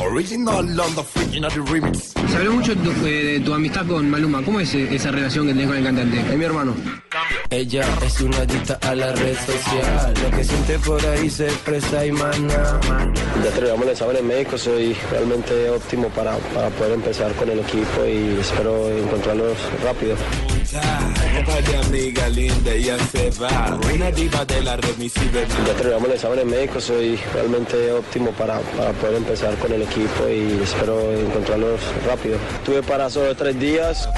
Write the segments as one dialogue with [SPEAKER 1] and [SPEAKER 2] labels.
[SPEAKER 1] Original on the freaking of the remix.
[SPEAKER 2] Se habló mucho de tu, eh, de tu amistad con Maluma. ¿Cómo es eh, esa relación que tenés con el cantante? Es mi hermano.
[SPEAKER 3] Eh,
[SPEAKER 4] Ella es una adicta a la red social. Lo que siente por ahí se expresa y mana.
[SPEAKER 5] Ya terminamos el examen en México, soy realmente óptimo para, para poder empezar con el equipo y espero encontrarlos rápido.
[SPEAKER 6] Vaya amiga linda, ya se va. Una diva de la remisiva.
[SPEAKER 5] Ya terminamos el examen en México, soy realmente óptimo para, para poder empezar con el equipo y espero encontrarlos rápido. Tuve para solo tres días.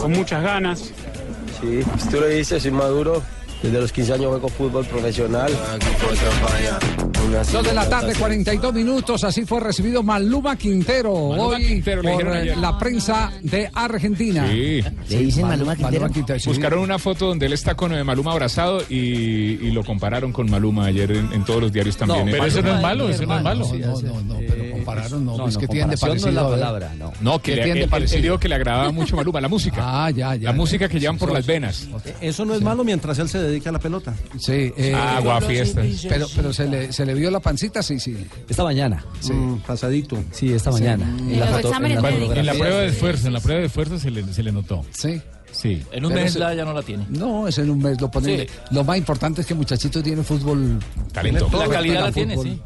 [SPEAKER 7] Con muchas ganas.
[SPEAKER 5] Sí, si tú lo dices, soy maduro. Desde los 15 años juego fútbol profesional.
[SPEAKER 8] Dos de la tarde, 42 minutos. Así fue recibido Maluma Quintero
[SPEAKER 9] Maluma
[SPEAKER 8] hoy
[SPEAKER 9] Quintero, le
[SPEAKER 8] por
[SPEAKER 9] dijeron ayer.
[SPEAKER 8] la prensa de Argentina.
[SPEAKER 9] Sí.
[SPEAKER 8] Le dicen Maluma Quintero. sí.
[SPEAKER 9] Buscaron una foto donde él está con eh, Maluma abrazado y, y lo compararon con Maluma ayer en, en todos los diarios también. eh, Maluma.
[SPEAKER 10] No, no, no, pero compararon, no,
[SPEAKER 9] no,
[SPEAKER 10] pues
[SPEAKER 9] no,
[SPEAKER 10] que tienen de
[SPEAKER 9] comparación no
[SPEAKER 10] parecido.
[SPEAKER 9] es la
[SPEAKER 10] a ver.
[SPEAKER 9] palabra, No, que
[SPEAKER 10] ¿Qué
[SPEAKER 9] le,
[SPEAKER 10] tienen
[SPEAKER 9] él-
[SPEAKER 10] de
[SPEAKER 9] él- él
[SPEAKER 10] parecido? Ah,
[SPEAKER 9] dijo que le agradaba mucho Maluma la música. La música que llevan por las venas.
[SPEAKER 11] Eso no es malo mientras él se dedica a la pelota.
[SPEAKER 8] Sí, eh,
[SPEAKER 9] Ah, Agua, fiestas.
[SPEAKER 8] Pero, pero se, le, se le vio la pancita, sí, sí.
[SPEAKER 10] Esta mañana.
[SPEAKER 8] Sí.
[SPEAKER 11] Mm, pasadito.
[SPEAKER 10] Sí, esta
[SPEAKER 8] mañana.
[SPEAKER 10] En
[SPEAKER 8] En
[SPEAKER 10] la,
[SPEAKER 8] los
[SPEAKER 10] foto-
[SPEAKER 8] exámenes
[SPEAKER 10] en la
[SPEAKER 8] médicos.
[SPEAKER 10] fotografía.
[SPEAKER 12] En la prueba de esfuerzo, en la prueba de esfuerzo se le, se le notó.
[SPEAKER 8] Sí.
[SPEAKER 12] Sí. En
[SPEAKER 8] Pero
[SPEAKER 12] mes
[SPEAKER 8] se-
[SPEAKER 12] la- ya no la tiene.
[SPEAKER 8] No, es en un mes. Lo, ponen,
[SPEAKER 12] Sí.
[SPEAKER 8] lo más importante es que el muchachito tiene fútbol.
[SPEAKER 12] Talento.
[SPEAKER 8] tiene todo,
[SPEAKER 12] La calidad
[SPEAKER 8] pega
[SPEAKER 12] la tiene,
[SPEAKER 8] fútbol.
[SPEAKER 12] sí.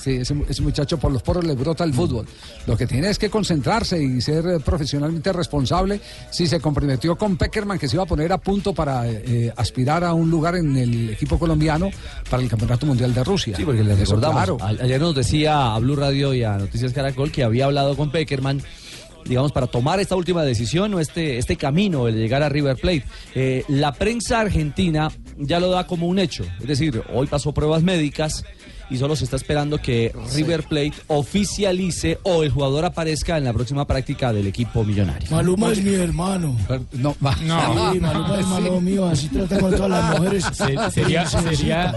[SPEAKER 8] Sí, ese, ese muchacho por los poros le brota el fútbol. Lo que tiene es que concentrarse y ser eh, profesionalmente responsable. Si se comprometió con Peckerman, que se iba a poner a punto para eh, aspirar a un lugar en el equipo colombiano para el Campeonato Mundial de Rusia.
[SPEAKER 10] Sí, porque le
[SPEAKER 8] Pues Eso,
[SPEAKER 10] recordamos.
[SPEAKER 8] claro.
[SPEAKER 10] a- Ayer nos decía a Blue Radio y a Noticias Caracol que había hablado con Peckerman. Digamos, para tomar esta última decisión o este, este camino, el llegar a River Plate. Eh, la prensa argentina ya lo da como un hecho. Es decir, hoy pasó pruebas médicas y solo se está esperando que River Plate oficialice o el jugador aparezca en la próxima práctica del equipo millonario.
[SPEAKER 13] Maluma
[SPEAKER 8] Pues
[SPEAKER 13] es mi hermano.
[SPEAKER 8] No,
[SPEAKER 13] Sí, Maluma es malo mío, así trata con todas las mujeres.
[SPEAKER 12] Se-
[SPEAKER 8] sería-
[SPEAKER 13] Sí, sí, sí.
[SPEAKER 12] sería-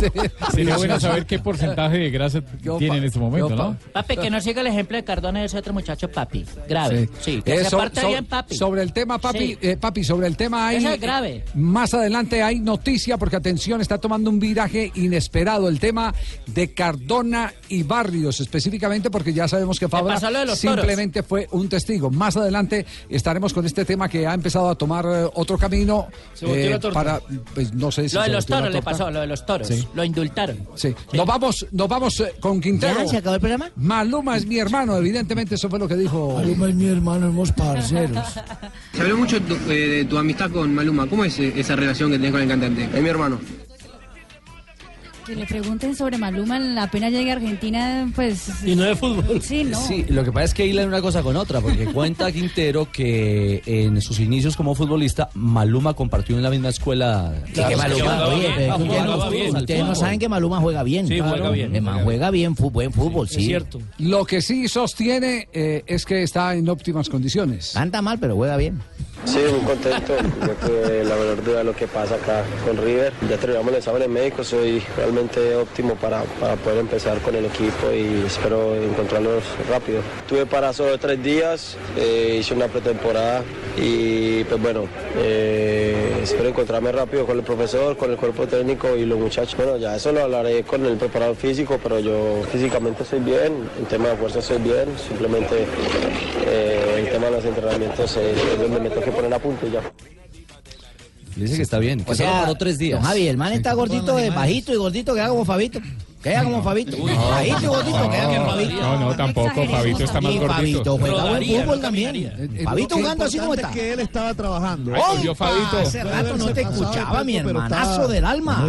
[SPEAKER 13] Sí,
[SPEAKER 12] Sería
[SPEAKER 13] sí,
[SPEAKER 12] bueno
[SPEAKER 13] sí.
[SPEAKER 12] saber qué porcentaje de grasa tiene en este momento, ¿no?
[SPEAKER 14] Papi, que no siga el ejemplo de Cardona y ese otro muchacho, papi. Grave. Sí, que
[SPEAKER 8] Eh,
[SPEAKER 14] se
[SPEAKER 8] so-
[SPEAKER 14] aparte
[SPEAKER 8] so-
[SPEAKER 14] bien, papi.
[SPEAKER 8] Sobre el tema, papi,
[SPEAKER 14] Sí.
[SPEAKER 8] eh, papi, sobre el tema hay. eh,
[SPEAKER 14] Eso es grave.
[SPEAKER 8] Más adelante hay noticia, porque atención, está tomando un viraje inesperado el tema de Cardona y Barrios, específicamente porque ya sabemos que Fabra
[SPEAKER 14] pasó lo de los toros.
[SPEAKER 8] simplemente fue un testigo. Más adelante estaremos con este tema que ha empezado a tomar eh, otro camino. eh,
[SPEAKER 14] Se volteó la torta.
[SPEAKER 8] para, pues, no sé si
[SPEAKER 14] Lo de
[SPEAKER 8] se
[SPEAKER 14] los
[SPEAKER 8] volteó la
[SPEAKER 14] toros le
[SPEAKER 8] torta.
[SPEAKER 14] pasó, lo de los toros.
[SPEAKER 8] Sí.
[SPEAKER 14] Lo indultaron.
[SPEAKER 8] Sí. Nos vamos, nos vamos eh, con Quintero.
[SPEAKER 14] ¿Ya? ¿Se acabó
[SPEAKER 8] el programa? Maluma es mi hermano, evidentemente eso fue lo que dijo. Maluma es mi hermano, hemos parceros.
[SPEAKER 2] Se habló mucho de tu, eh, de tu amistad con Maluma. ¿Cómo es eh, esa relación que tenés con el cantante? Es mi hermano.
[SPEAKER 15] Que le pregunten sobre Maluma apenas llegue a Argentina, pues...
[SPEAKER 10] Y no de fútbol.
[SPEAKER 15] Sí, no.
[SPEAKER 10] Sí, lo que pasa es que hilan una cosa con otra, porque cuenta Quintero que en sus inicios como futbolista, Maluma compartió en la misma escuela.
[SPEAKER 5] Sí, que Maluma, oye, pero
[SPEAKER 10] Ah,
[SPEAKER 5] es que ustedes,
[SPEAKER 10] jugaba
[SPEAKER 5] no,
[SPEAKER 10] bien.
[SPEAKER 5] ustedes no
[SPEAKER 10] Al
[SPEAKER 5] saben que Maluma juega bien.
[SPEAKER 10] Sí, juega
[SPEAKER 5] Claro.
[SPEAKER 10] bien.
[SPEAKER 5] El man juega bien, fu- buen fútbol, sí.
[SPEAKER 8] Lo que sí sostiene eh, es que está en óptimas condiciones. Anda mal, pero juega bien.
[SPEAKER 5] Sí, muy contento. Yo que la menor duda de lo que pasa acá con River. Ya terminamos el examen en México, soy realmente óptimo para, para poder empezar con el equipo y espero encontrarlos rápido. Tuve para solo tres días, eh, hice una pretemporada y pues bueno, eh, espero encontrarme rápido con el profesor, con el cuerpo técnico y los muchachos. Bueno, ya eso lo hablaré con el preparador físico, pero yo físicamente estoy bien, en tema de fuerza estoy bien, simplemente eh, el tema de los entrenamientos eh, es donde me tengo que poner a punto y ya.
[SPEAKER 10] Dice que está bien, que solo paró tres días.
[SPEAKER 5] Javi, el man está gordito, de bajito y gordito que haga como Fabito.
[SPEAKER 13] Queda como Fabito. Fabito, gordito, queda como Fabito.
[SPEAKER 9] No, no, tampoco. Fabito está más
[SPEAKER 13] Y Fabito
[SPEAKER 9] gordito.
[SPEAKER 13] juega buen fútbol también. Fabito jugando así como está.
[SPEAKER 16] que él estaba trabajando.
[SPEAKER 13] Opa, Hace rato no te escuchaba, mi hermanazo del alma.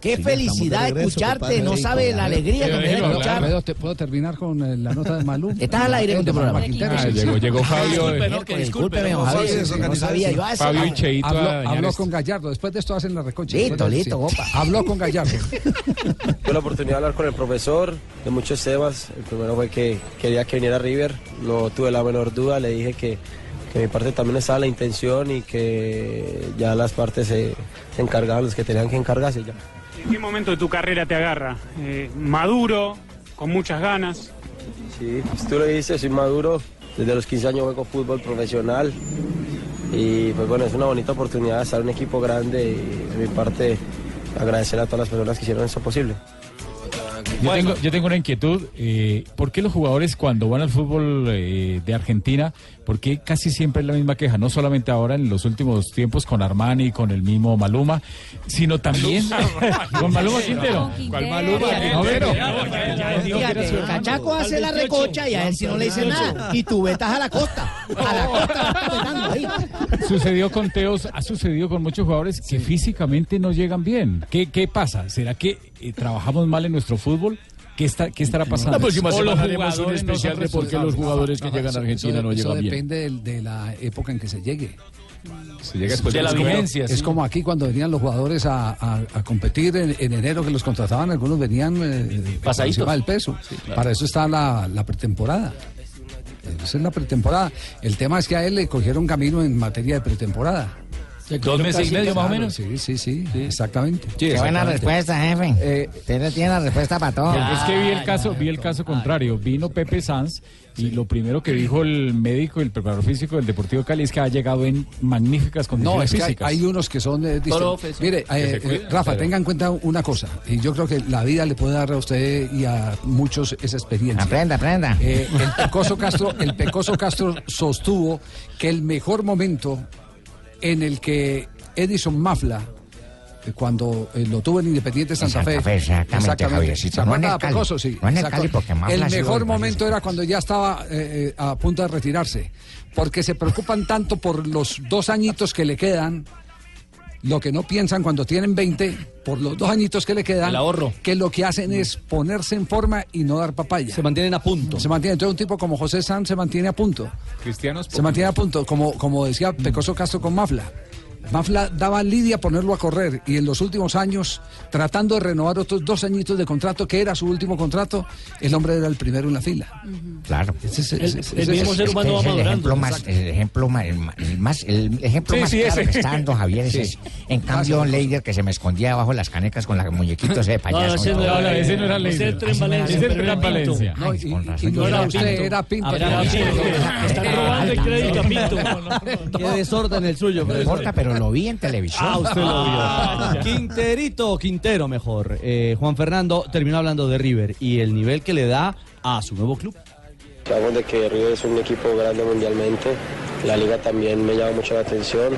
[SPEAKER 13] Qué felicidad escucharte, no sabe la alegría que me da escuchar.
[SPEAKER 8] ¿Puedo, te- puedo terminar con eh, la nota de Malú?
[SPEAKER 13] Estás al aire con tu programa.
[SPEAKER 9] Ah, llegó- llegó Fabio, eh.
[SPEAKER 13] Discúlpeme, don Javier, sí, no sabía yo a esa hora.
[SPEAKER 8] Habló,
[SPEAKER 13] Hablo-
[SPEAKER 8] habló
[SPEAKER 13] hablo con-
[SPEAKER 8] con Gallardo. Después de esto hacen la reconcha.
[SPEAKER 13] Listo,
[SPEAKER 8] Después de-
[SPEAKER 13] listo,
[SPEAKER 8] sí. Habló con Gallardo.
[SPEAKER 5] Tuve la oportunidad de hablar con el profesor de muchos temas. El primero fue que quería que viniera River, no tuve la menor duda, le dije que, que de mi parte también estaba la intención y que ya las partes se, se encargaban, los que tenían que encargarse ya.
[SPEAKER 17] ¿En qué momento de tu carrera te agarra? Eh, maduro, con muchas ganas.
[SPEAKER 5] Sí, pues tú lo dices, soy maduro. Desde los 15 años juego fútbol profesional. Y pues bueno, es una bonita oportunidad de estar en un equipo grande y de mi parte agradecer a todas las personas que hicieron eso posible.
[SPEAKER 12] Yo tengo, yo tengo una inquietud. eh, ¿Por qué los jugadores cuando van al fútbol eh, de Argentina, por qué casi siempre es la misma queja? No solamente ahora en los últimos tiempos con Armani, con el mismo Maluma, sino también con Maluma Quintero.
[SPEAKER 9] ¿Cuál
[SPEAKER 12] No, pero-
[SPEAKER 13] Fíjate, Cachaco hace la recocha y a él si no le dice nada. Y tú vetas a la costa. A la costa vas vetando ahí.
[SPEAKER 12] Sucedió con Teos, ha sucedido con muchos jugadores que físicamente no llegan bien. ¿Qué, qué pasa? ¿Será que eh, trabajamos mal en nuestro fútbol? ¿Qué, está, ¿Qué estará pasando?
[SPEAKER 18] La próxima
[SPEAKER 12] O
[SPEAKER 18] semana
[SPEAKER 12] los
[SPEAKER 18] haremos un
[SPEAKER 12] jugadores no
[SPEAKER 18] especial
[SPEAKER 12] son
[SPEAKER 18] de por qué los
[SPEAKER 12] responsables.
[SPEAKER 18] jugadores que
[SPEAKER 8] No,
[SPEAKER 18] llegan
[SPEAKER 8] Ah, eso-
[SPEAKER 18] a Argentina
[SPEAKER 8] eso-
[SPEAKER 18] no llegan
[SPEAKER 8] Eso
[SPEAKER 18] bien.
[SPEAKER 8] depende del- de, la época en que se llegue.
[SPEAKER 18] Se llega después de
[SPEAKER 8] es
[SPEAKER 18] la
[SPEAKER 8] como-
[SPEAKER 18] vivencia,
[SPEAKER 8] Es
[SPEAKER 18] sí.
[SPEAKER 8] como aquí cuando venían los jugadores a, a- a competir en, en enero que los contrataban, algunos venían eh, por
[SPEAKER 14] Pasaditos.
[SPEAKER 8] encima del peso.
[SPEAKER 14] claro.
[SPEAKER 8] Para eso está la, la pretemporada. Esa es la pretemporada. El tema es que a él le cogieron camino en materia de pretemporada.
[SPEAKER 14] Dos meses y medio, más o menos.
[SPEAKER 8] Sí, sí, sí, exactamente.
[SPEAKER 14] Qué buena respuesta,
[SPEAKER 8] jefe.
[SPEAKER 19] Eh,
[SPEAKER 8] Usted tiene la respuesta para todo.
[SPEAKER 12] Porque es que vi el caso, vi el caso contrario. Vino Pepe Sanz y lo primero que dijo el médico, el preparador físico del Deportivo Cali es que ha llegado en magníficas condiciones
[SPEAKER 8] No, es que hay,
[SPEAKER 12] físicas.
[SPEAKER 8] hay unos que son eh, distintos.
[SPEAKER 12] Profes,
[SPEAKER 8] Mire,
[SPEAKER 12] que se
[SPEAKER 8] eh,
[SPEAKER 12] cuidan,
[SPEAKER 8] Rafa,
[SPEAKER 12] pero-
[SPEAKER 8] tenga en cuenta una cosa, y yo creo que la vida le puede dar a usted y a muchos esa experiencia. Aprenda, aprenda. el Pecoso Castro, el Pecoso Castro sostuvo que el mejor momento en el que Edison Mafla eh, cuando eh, lo tuvo en Independiente Santa,
[SPEAKER 19] Santa Fe, exactamente, Javiercito.
[SPEAKER 8] ¿Se
[SPEAKER 19] No en el
[SPEAKER 8] acuerda de
[SPEAKER 19] Cali.
[SPEAKER 8] Pecoso? Sí,
[SPEAKER 19] No en el
[SPEAKER 8] exacto.
[SPEAKER 19] Cali, porque Mafla ha sido
[SPEAKER 8] El mejor
[SPEAKER 19] de varios
[SPEAKER 8] momento era cuando ya estaba eh, eh, a punto de retirarse, porque se preocupan tanto por los dos añitos que le quedan, lo que no piensan cuando tienen 20, por los dos añitos que le quedan,
[SPEAKER 10] El ahorro.
[SPEAKER 8] que lo que hacen es ponerse en forma y no dar papaya. Se
[SPEAKER 10] mantienen a punto.
[SPEAKER 8] Se mantiene. Entonces un tipo como José Sanz se mantiene a punto.
[SPEAKER 9] Cristianos
[SPEAKER 8] Se mantiene a punto, como, como decía Pecoso Castro con Mafla. Mafla daba lidia ponerlo a correr y en los últimos años, tratando de renovar otros dos añitos de contrato, que era su último contrato, el hombre era el primero en la fila.
[SPEAKER 19] Claro.
[SPEAKER 8] ese- ese- ese-
[SPEAKER 19] es-
[SPEAKER 8] mismo
[SPEAKER 19] es-
[SPEAKER 8] ser
[SPEAKER 19] es-
[SPEAKER 8] humano
[SPEAKER 19] es
[SPEAKER 8] va
[SPEAKER 19] el
[SPEAKER 8] madurando,
[SPEAKER 19] Ejemplo más,
[SPEAKER 8] exacto.
[SPEAKER 19] el ejemplo más, el ma- el más, el ejemplo
[SPEAKER 8] Sí,
[SPEAKER 19] más
[SPEAKER 8] sí,
[SPEAKER 19] claro
[SPEAKER 8] ese.
[SPEAKER 19] que está dando Javier es
[SPEAKER 8] Sí.
[SPEAKER 19] ese. En cambio, Leider que se me escondía abajo las canecas con la muñequito ese de payaso.
[SPEAKER 12] No, ese no era- No, no, ese no era Leider. Ese es el Tren
[SPEAKER 19] Ese
[SPEAKER 12] Valencia,
[SPEAKER 19] es el
[SPEAKER 12] pero era
[SPEAKER 19] Tren
[SPEAKER 12] Pinto.
[SPEAKER 19] Valencia.
[SPEAKER 12] No,
[SPEAKER 19] Ay, con razón,
[SPEAKER 8] Y
[SPEAKER 19] yo
[SPEAKER 8] no era
[SPEAKER 19] era
[SPEAKER 8] usted,
[SPEAKER 19] Pinto.
[SPEAKER 8] era Pinto.
[SPEAKER 14] Eh,
[SPEAKER 19] Están robando el crédito a Pinto.
[SPEAKER 10] Qué desorden el suyo.
[SPEAKER 19] No importa, pero lo vi en televisión.
[SPEAKER 10] Ah, usted lo vio.
[SPEAKER 14] Ah,
[SPEAKER 10] Quinterito, Quintero mejor. Eh, Juan Fernando terminó hablando de River y el nivel que le da a su nuevo club.
[SPEAKER 5] Sabemos de que River es un equipo grande mundialmente. La liga también me llama mucho la atención.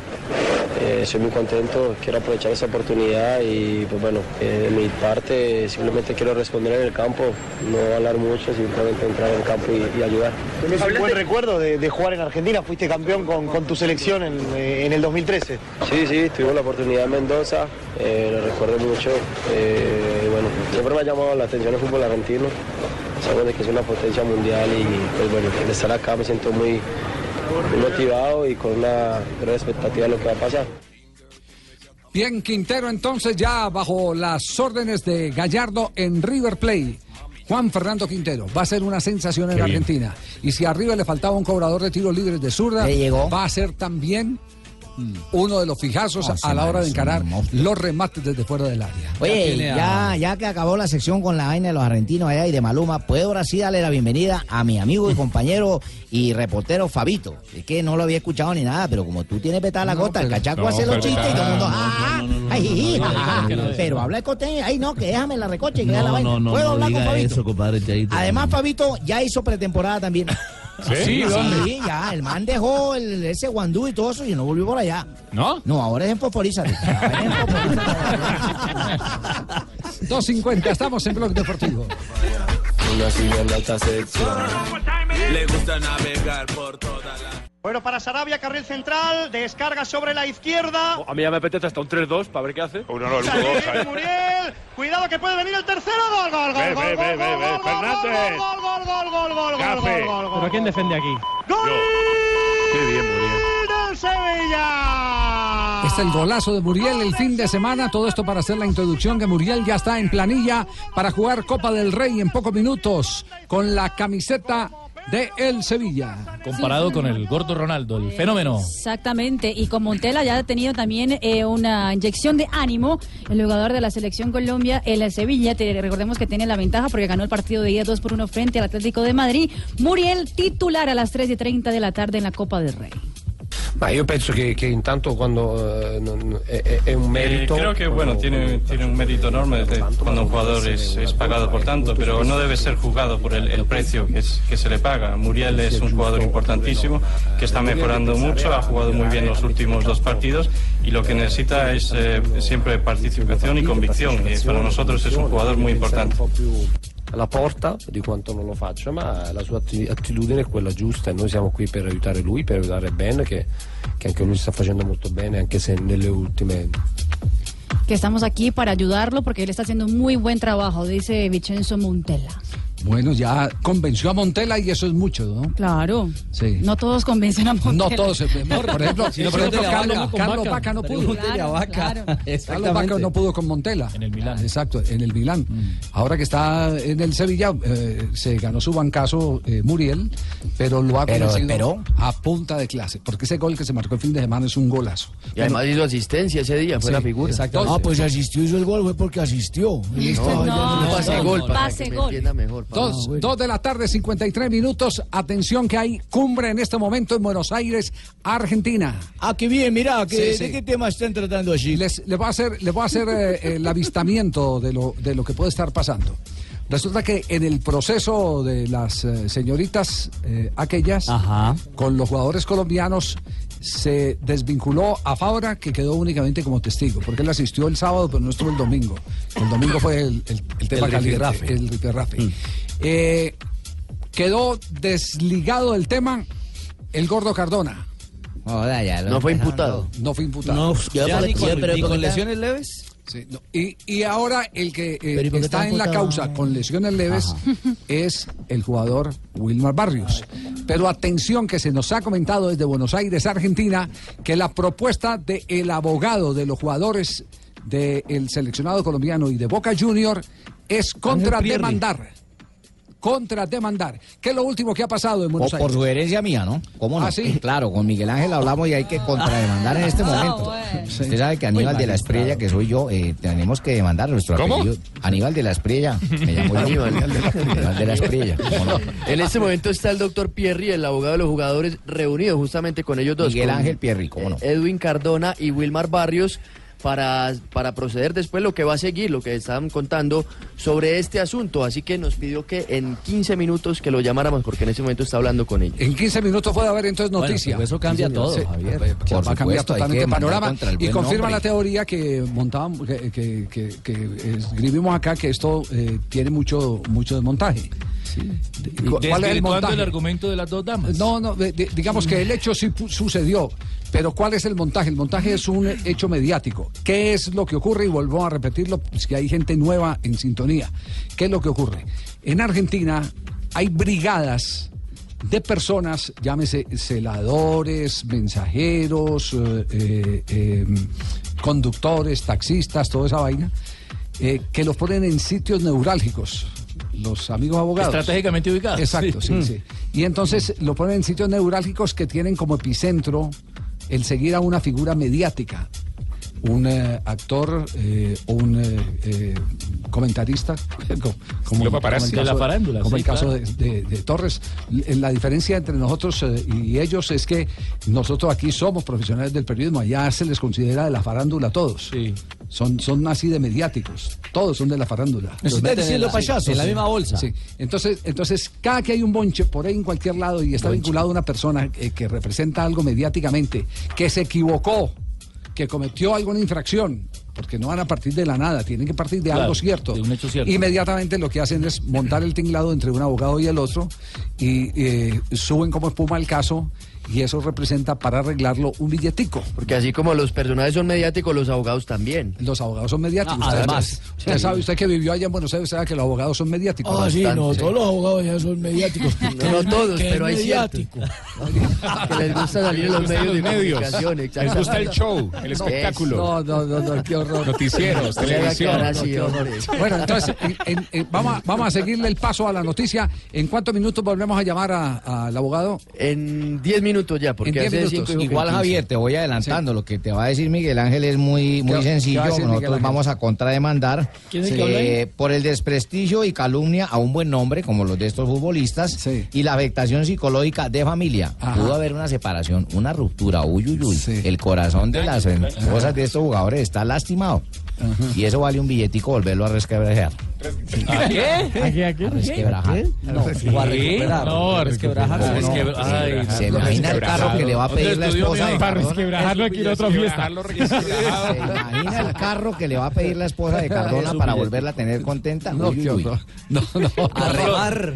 [SPEAKER 5] Eh, soy muy contento, quiero aprovechar esa oportunidad y pues bueno, eh, de mi parte simplemente quiero responder en el campo, no hablar mucho, simplemente entrar en el campo y- y ayudar.
[SPEAKER 20] ¿Tenés un buen recuerdo de, de jugar en Argentina? Fuiste campeón con, con tu selección en, eh, en el 2013.
[SPEAKER 5] Sí, sí, tuvimos la oportunidad en Mendoza, eh, lo recuerdo mucho. eh, bueno, siempre me ha llamado la atención el fútbol argentino. Sabemos de que es una potencia mundial y pues bueno, de estar acá me siento muy, muy motivado y con una gran expectativa de lo que va a pasar.
[SPEAKER 8] Bien, Quintero entonces ya bajo las órdenes de Gallardo en River Play. Juan Fernando Quintero va a ser una sensación en
[SPEAKER 14] Qué bien.
[SPEAKER 8] Argentina. Y si arriba le faltaba un cobrador de tiros libres de zurda,
[SPEAKER 14] Le llegó.
[SPEAKER 8] va a ser también uno de los fijazos
[SPEAKER 14] No, ese
[SPEAKER 8] a la
[SPEAKER 14] man
[SPEAKER 8] hora de
[SPEAKER 14] es un
[SPEAKER 8] encarar los remates desde fuera del área.
[SPEAKER 14] Oye, ya, ya que acabó la sección con la vaina de los argentinos allá y de Maluma, puedo ahora sí darle la bienvenida a mi amigo y compañero y reportero Fabito. Es que no lo había escuchado ni nada, pero como tú tienes petada la gota, el cachaco
[SPEAKER 21] no,
[SPEAKER 14] hace los
[SPEAKER 21] pero-
[SPEAKER 14] chistes y todo el mundo,
[SPEAKER 21] ah,
[SPEAKER 14] ah, ah, ay, jiji, ah, ah". pero habla el costeño, ay no, que déjame la recoche, que da la
[SPEAKER 22] No,
[SPEAKER 14] vaina.
[SPEAKER 22] no, no,
[SPEAKER 14] puedo
[SPEAKER 22] no
[SPEAKER 14] hablar con
[SPEAKER 22] diga
[SPEAKER 14] Fabito.
[SPEAKER 22] eso, compadre Chaito.
[SPEAKER 14] Además, Fabito ya hizo pretemporada también.
[SPEAKER 22] ¿Sí? ¿Dónde?
[SPEAKER 14] sí, ya, el man dejó el, ese guandú y todo eso y no volvió por allá.
[SPEAKER 12] ¿No?
[SPEAKER 14] No, ahora es en Fosforízate.
[SPEAKER 8] 2.50, estamos en Blog Deportivo.
[SPEAKER 23] Una sirenata sexual.
[SPEAKER 24] Le gusta navegar por toda la...
[SPEAKER 25] Bueno, para Sarabia, carril central, descarga sobre la izquierda.
[SPEAKER 6] A mí ya me apetece hasta un 3-2 para ver qué hace. Uno no,
[SPEAKER 25] Salió Muriel, cuidado que puede venir el tercero. Gol, gol, gol,
[SPEAKER 6] Ve,
[SPEAKER 25] gol,
[SPEAKER 6] ve,
[SPEAKER 25] gol,
[SPEAKER 6] ve, ve,
[SPEAKER 25] gol,
[SPEAKER 6] ve,
[SPEAKER 25] gol,
[SPEAKER 6] Fernández.
[SPEAKER 25] gol, gol, gol, gol, gol, gol, gol, gol, gol,
[SPEAKER 26] ¿Pero quién defiende aquí?
[SPEAKER 6] Qué bien,
[SPEAKER 25] gol del Sevilla.
[SPEAKER 8] Este el golazo de Muriel el fin de semana. Todo esto para hacer la introducción que Muriel ya está en planilla para jugar Copa del Rey en pocos minutos con la camiseta de El Sevilla.
[SPEAKER 26] Comparado con el gordo Ronaldo, el fenómeno.
[SPEAKER 15] Exactamente, y con Montela ya ha tenido también eh, una inyección de ánimo el jugador de la selección Colombia, el Sevilla, te, recordemos que tiene la ventaja porque ganó el partido de ida 2 por 1 frente al Atlético de Madrid, Muriel titular a las 3 y 30 de la tarde en la Copa del Rey.
[SPEAKER 27] Ma io penso che, che intanto quando eh, non- è, è- è un merito...
[SPEAKER 21] Eh, creo que bueno, tiene, tiene un mérito enorme desde cuando un jugador es, es pagado por tanto, pero no debe ser juzgado por el, el precio que, es- que se le paga. Muriel es un jugador importantísimo que está mejorando mucho, ha jugado muy bien los últimos dos partidos y lo que necesita es eh, siempre participación y convicción. y para nosotros es un jugador muy importante.
[SPEAKER 27] La porta di quanto non lo faccia, ma la sua atti- attitudine è quella giusta e noi siamo qui per aiutare lui, per aiutare Ben, che, che anche lui sta facendo molto bene, anche se nelle ultime
[SPEAKER 15] Que estamos aquí para ayudarlo porque él está haciendo un muy buen trabajo, dice Vicenzo Montela.
[SPEAKER 8] Bueno, ya convenció a Montela y eso es mucho, ¿no?
[SPEAKER 15] Claro.
[SPEAKER 8] Sí.
[SPEAKER 15] No todos convencen a Montela.
[SPEAKER 8] No todos, eh, por por ejemplo,
[SPEAKER 15] Sí,
[SPEAKER 8] por ejemplo,
[SPEAKER 15] sí, pregúntele a
[SPEAKER 8] Carlos,
[SPEAKER 15] Vaca, con
[SPEAKER 8] Carlos
[SPEAKER 15] Vaca.
[SPEAKER 8] Vaca no pudo.
[SPEAKER 15] Pregúntele a Vaca. Claro, claro.
[SPEAKER 8] Carlos Vaca no pudo con Montela. En el Milán. Exacto, en el Milán.
[SPEAKER 28] Mm.
[SPEAKER 8] Ahora que está en el Sevilla, eh, se ganó su bancazo eh, Muriel, pero lo ha
[SPEAKER 28] Pero
[SPEAKER 8] convencido
[SPEAKER 28] esperó.
[SPEAKER 8] a punta de clase, porque ese gol que se marcó el fin de semana es un golazo.
[SPEAKER 28] Y además hizo asistencia ese día, fue
[SPEAKER 8] Sí,
[SPEAKER 28] la figura.
[SPEAKER 8] exacto. No, pues
[SPEAKER 28] asistió, hizo el gol, fue porque asistió.
[SPEAKER 8] No, no, no,
[SPEAKER 28] pase
[SPEAKER 8] no,
[SPEAKER 28] gol,
[SPEAKER 8] no,
[SPEAKER 28] para
[SPEAKER 8] pase
[SPEAKER 28] que me
[SPEAKER 8] gol.
[SPEAKER 28] entienda mejor. para-
[SPEAKER 8] Dos, dos de la tarde, 53 minutos. Atención que hay cumbre en este momento en Buenos Aires, Argentina.
[SPEAKER 3] Ah, qué bien, mirá,
[SPEAKER 8] Sí,
[SPEAKER 3] que,
[SPEAKER 8] sí.
[SPEAKER 3] ¿de qué tema están tratando allí?
[SPEAKER 8] Les, les voy a hacer, les voy a hacer eh, el avistamiento de lo, de lo que puede estar pasando. Resulta que en el proceso de las eh, señoritas eh, aquellas, con los jugadores colombianos, se desvinculó a Fabra, que quedó únicamente como testigo, porque él asistió el sábado, pero no estuvo el domingo. El domingo fue el, el- el tema
[SPEAKER 28] El
[SPEAKER 8] caliente,
[SPEAKER 28] rifirrafe. Mm.
[SPEAKER 8] el rifirrafe. Eh, quedó desligado del tema el gordo Cardona.
[SPEAKER 28] No fue imputado.
[SPEAKER 8] No fue imputado.
[SPEAKER 28] No, ya Ya, fue- ni con- ya, pero ni con con la- lesiones
[SPEAKER 8] leves? Sí, no. y, y ahora el que eh,
[SPEAKER 28] ¿y por qué
[SPEAKER 8] está
[SPEAKER 28] tan
[SPEAKER 8] en la
[SPEAKER 28] imputado?
[SPEAKER 8] causa con lesiones leves es el jugador Wilmar Barrios. Pero atención que se nos ha comentado desde Buenos Aires, Argentina, que la propuesta del el abogado de los jugadores del seleccionado colombiano y de Boca Junior es contrademandar. Contrademandar. Que es lo último que ha pasado en
[SPEAKER 19] O
[SPEAKER 8] Buenos
[SPEAKER 19] por
[SPEAKER 8] Aires.
[SPEAKER 19] sugerencia mía, ¿no? ¿Cómo no?
[SPEAKER 8] Ah, ¿sí?
[SPEAKER 19] Claro, con Miguel Ángel hablamos y hay que contrademandar en este Ah, momento. Usted sabe que Aníbal de la Espriella, que soy yo, eh, tenemos que demandar nuestro
[SPEAKER 28] ¿Cómo?
[SPEAKER 19] apellido. Aníbal de la Espriella. Me llamo yo.
[SPEAKER 28] Aníbal.
[SPEAKER 19] Aníbal de la Espriella. ¿cómo no?
[SPEAKER 28] En este momento está el doctor Pierri, el abogado de los jugadores, reunido justamente con ellos dos.
[SPEAKER 19] Miguel
[SPEAKER 28] con
[SPEAKER 19] Ángel Pierri, ¿cómo no?
[SPEAKER 28] Edwin Cardona y Wilmar Barrios. Para, para proceder después lo que va a seguir, lo que estaban contando sobre este asunto. Así que nos pidió que en 15 minutos que lo llamáramos porque en ese momento está hablando con ellos.
[SPEAKER 8] En 15 minutos puede haber entonces
[SPEAKER 28] Bueno,
[SPEAKER 8] noticia.
[SPEAKER 28] pero eso cambia
[SPEAKER 8] Sí,
[SPEAKER 28] todo,
[SPEAKER 8] sí. pues,
[SPEAKER 28] Javier.
[SPEAKER 8] Va a
[SPEAKER 28] Por
[SPEAKER 8] cambiar
[SPEAKER 28] supuesto, hay
[SPEAKER 8] totalmente
[SPEAKER 28] que
[SPEAKER 8] el panorama
[SPEAKER 28] mandar contra el
[SPEAKER 8] y
[SPEAKER 28] buen
[SPEAKER 8] confirma la
[SPEAKER 28] hombre.
[SPEAKER 8] teoría que montábamos, que, que- que- que escribimos acá, que esto eh, tiene mucho, mucho desmontaje. ¿Y cu- ¿Cuál es el
[SPEAKER 26] Desvirtuando
[SPEAKER 8] montaje?
[SPEAKER 26] el argumento de las dos damas.
[SPEAKER 8] No, no, de- de- digamos que el hecho sí pu- sucedió, pero ¿cuál es el montaje? El montaje es un hecho mediático. ¿Qué es lo que ocurre? Y volvemos a repetirlo, pues que hay gente nueva en sintonía. ¿Qué es lo que ocurre? En Argentina hay brigadas de personas, llámese celadores, mensajeros, eh, eh, eh, conductores, taxistas, toda esa vaina, eh, que los ponen en sitios neurálgicos. Los amigos abogados.
[SPEAKER 26] Estratégicamente ubicados.
[SPEAKER 8] Exacto, sí,
[SPEAKER 26] Mm.
[SPEAKER 8] sí. Y entonces lo ponen en sitios neurálgicos que tienen como epicentro el seguir a una figura mediática, un eh, actor eh, o un eh, eh, comentarista, co- como,
[SPEAKER 12] Lo paparazzi
[SPEAKER 8] como el
[SPEAKER 12] de la
[SPEAKER 8] caso-
[SPEAKER 12] farándula,
[SPEAKER 8] como
[SPEAKER 12] sí,
[SPEAKER 8] el caso
[SPEAKER 12] claro.
[SPEAKER 8] de, de- de Torres. L- La diferencia entre nosotros eh, y ellos es que nosotros aquí somos profesionales del periodismo, allá se les considera de la farándula a todos. Son, son así de mediáticos, todos son de la farándula.
[SPEAKER 19] Nos
[SPEAKER 8] Los
[SPEAKER 19] están
[SPEAKER 8] meten
[SPEAKER 19] diciendo
[SPEAKER 8] sí,
[SPEAKER 19] payasos.
[SPEAKER 8] sí. Sí. Entonces, entonces, cada que hay un bonche por ahí en cualquier lado y está vinculado a una persona eh, que representa algo mediáticamente, que se equivocó, que cometió alguna infracción, porque no van a partir de la nada, tienen que partir de
[SPEAKER 26] Claro,
[SPEAKER 8] algo cierto.
[SPEAKER 26] de un hecho cierto.
[SPEAKER 8] Inmediatamente lo que hacen es montar el tinglado entre un abogado y el otro y eh, suben como espuma el caso y eso representa para arreglarlo un billetico.
[SPEAKER 28] Porque así como los personajes son mediáticos, los abogados también.
[SPEAKER 8] Los abogados son mediáticos.
[SPEAKER 28] Ah,
[SPEAKER 8] Usted-
[SPEAKER 28] además.
[SPEAKER 8] Usted sabe, usted que vivió allá en Buenos Aires, sabe que los abogados son mediáticos.
[SPEAKER 3] Ah, sí, no,
[SPEAKER 8] Bastante.
[SPEAKER 3] todos los abogados ya son mediáticos.
[SPEAKER 8] No, no todos,
[SPEAKER 3] Que es
[SPEAKER 8] pero hay
[SPEAKER 3] mediático.
[SPEAKER 28] Que les gusta salir en los
[SPEAKER 3] Les gustan
[SPEAKER 28] medios
[SPEAKER 3] los
[SPEAKER 28] de
[SPEAKER 3] medios.
[SPEAKER 28] comunicación.
[SPEAKER 3] Les
[SPEAKER 28] exactamente.
[SPEAKER 3] gusta el show, el
[SPEAKER 28] Eso.
[SPEAKER 8] No, no, no, no, qué horror.
[SPEAKER 3] Noticieros,
[SPEAKER 8] Se le
[SPEAKER 3] televisión.
[SPEAKER 8] va a quedar así,
[SPEAKER 3] No, qué
[SPEAKER 8] hombre.
[SPEAKER 3] horror.
[SPEAKER 8] Bueno, entonces, en- en- en- vamos, a, vamos a seguirle el paso a la noticia. ¿En cuántos minutos volvemos a llamar a- al abogado?
[SPEAKER 28] En 10 minutos ya,
[SPEAKER 19] Porque hace cinco dijo que Igual, en quince. Javier, te voy adelantando. Lo que te va a decir Miguel Ángel es muy, ¿Qué va- muy qué va a sencillo. decir Miguel Nosotros Ángel? vamos a contrademandar ¿Quién es el que habla ahí? por el desprestigio y calumnia a un buen nombre, como los de estos futbolistas, y la afectación psicológica de familia. Pudo haber una separación, una ruptura. Uy, uy, uy. El corazón de las cosas de estos jugadores está lastimado. Y eso vale un billetico volverlo a resquebrajar.
[SPEAKER 26] ¿A qué? ¿A qué? ¿A qué?
[SPEAKER 19] Resquebrajar. No, o a recuperar.
[SPEAKER 26] No, a resquebrajar.
[SPEAKER 19] no. Se imagina el carro que le va a pedir la esposa de
[SPEAKER 26] Para
[SPEAKER 19] Cardona.
[SPEAKER 26] resquebrajarlo aquí en otra fiesta.
[SPEAKER 19] Imagina el carro que le va a pedir la esposa de Cardona
[SPEAKER 8] Eso,
[SPEAKER 19] para
[SPEAKER 8] mire.
[SPEAKER 19] volverla a tener contenta.
[SPEAKER 8] No,
[SPEAKER 19] Uy,
[SPEAKER 8] qué
[SPEAKER 19] uy.
[SPEAKER 8] horror. No, no.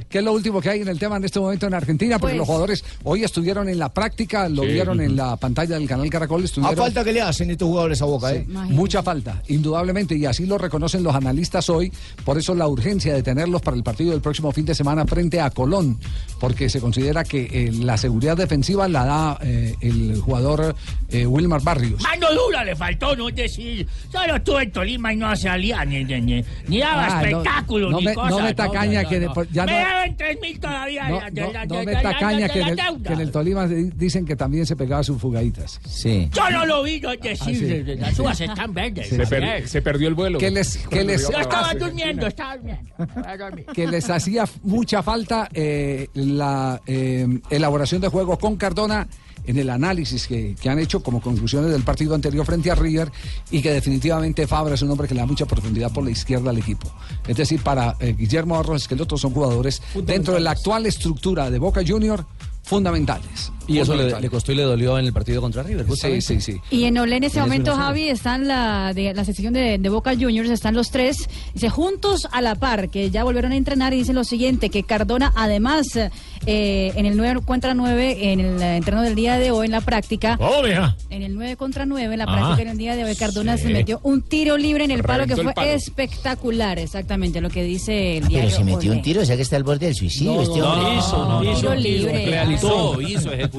[SPEAKER 8] ¿Qué es lo último que hay en el tema en este momento en Argentina? Porque
[SPEAKER 19] Pues-
[SPEAKER 8] los jugadores hoy estuvieron en la práctica, lo
[SPEAKER 19] Sí,
[SPEAKER 8] vieron en
[SPEAKER 19] ujú.
[SPEAKER 8] la pantalla del canal Caracol. Estuvieron...
[SPEAKER 19] A falta que le hacen estos jugadores a Boca, ¿eh?
[SPEAKER 8] Mucha falta, indudablemente, y así lo reconocen los analistas hoy. Por eso la urgencia de tenerlos para el partido del próximo fin de semana frente a Colón, porque se considera que eh, la seguridad defensiva la da eh, el jugador eh, Wilmar Barrios.
[SPEAKER 14] Mano dura le faltó, no es decir, solo estuve en Tolima y no salía ni, ni, ni, ni daba
[SPEAKER 8] Ah, no,
[SPEAKER 14] espectáculo,
[SPEAKER 8] no
[SPEAKER 14] ni
[SPEAKER 8] me- no
[SPEAKER 14] cosas.
[SPEAKER 8] meta caña que de- ya
[SPEAKER 14] me
[SPEAKER 8] no-
[SPEAKER 14] daban tres mil todavía.
[SPEAKER 8] No,
[SPEAKER 14] de- de-
[SPEAKER 8] no,
[SPEAKER 14] de-
[SPEAKER 8] no
[SPEAKER 14] de-
[SPEAKER 8] me
[SPEAKER 14] de-
[SPEAKER 8] ta
[SPEAKER 14] de-
[SPEAKER 8] caña
[SPEAKER 14] de-
[SPEAKER 8] que en,
[SPEAKER 14] la
[SPEAKER 8] el,
[SPEAKER 14] deuda.
[SPEAKER 8] que en el Tolima di- dicen que también se pegaba sus fugaditas.
[SPEAKER 19] Sí.
[SPEAKER 14] Yo no lo vi, no es decir,
[SPEAKER 8] Ah, sí.
[SPEAKER 14] de- de- las uvas están verdes.
[SPEAKER 8] Sí.
[SPEAKER 12] Se, per- se perdió el vuelo.
[SPEAKER 8] ¿Qué les- qué les-
[SPEAKER 14] Yo estaba durmiendo, estaba durmiendo. estaba durmiendo.
[SPEAKER 8] Ah, que les hacía f- mucha falta eh, la eh, elaboración de juego con Cardona en el análisis que, que han hecho como conclusiones del partido anterior frente a River y que definitivamente Fabra es un hombre que le da mucha profundidad por la izquierda al equipo. Es decir, para eh, Guillermo Arroz Esqueloto son jugadores dentro de la actual estructura de Boca Junior fundamentales.
[SPEAKER 10] Y eso le,
[SPEAKER 8] Fundamentales.
[SPEAKER 10] le costó y le dolió en el partido contra River, justamente.
[SPEAKER 8] Sí, sí, sí.
[SPEAKER 15] Y en Olé en ese
[SPEAKER 10] Tienes
[SPEAKER 15] momento,
[SPEAKER 10] una sola.
[SPEAKER 15] Javi, están la, de, la sección de, de Boca Juniors, están los tres, dice, juntos a la par, que ya volvieron a entrenar y dicen lo siguiente, que Cardona además eh, en el 9 contra 9, en el eh, entreno del día de hoy, en la práctica,
[SPEAKER 11] ¡Oh, vieja!
[SPEAKER 15] en el 9 contra 9, en la
[SPEAKER 11] Ah,
[SPEAKER 15] práctica en el día de hoy, Cardona
[SPEAKER 11] sí.
[SPEAKER 15] se metió un tiro libre en el palo
[SPEAKER 19] Reventó
[SPEAKER 15] que
[SPEAKER 19] el
[SPEAKER 15] fue
[SPEAKER 19] palo.
[SPEAKER 15] espectacular, exactamente lo que dice el diario.
[SPEAKER 19] Pero se metió
[SPEAKER 15] Olé.
[SPEAKER 19] un tiro, o sea que está al borde del suicidio
[SPEAKER 15] No,
[SPEAKER 19] este
[SPEAKER 15] no,
[SPEAKER 19] hombre.
[SPEAKER 15] hizo, no,
[SPEAKER 19] Ah,
[SPEAKER 15] hizo,
[SPEAKER 19] bueno,
[SPEAKER 15] hizo,
[SPEAKER 19] perdón.
[SPEAKER 13] realizó, hizo, ejecutó.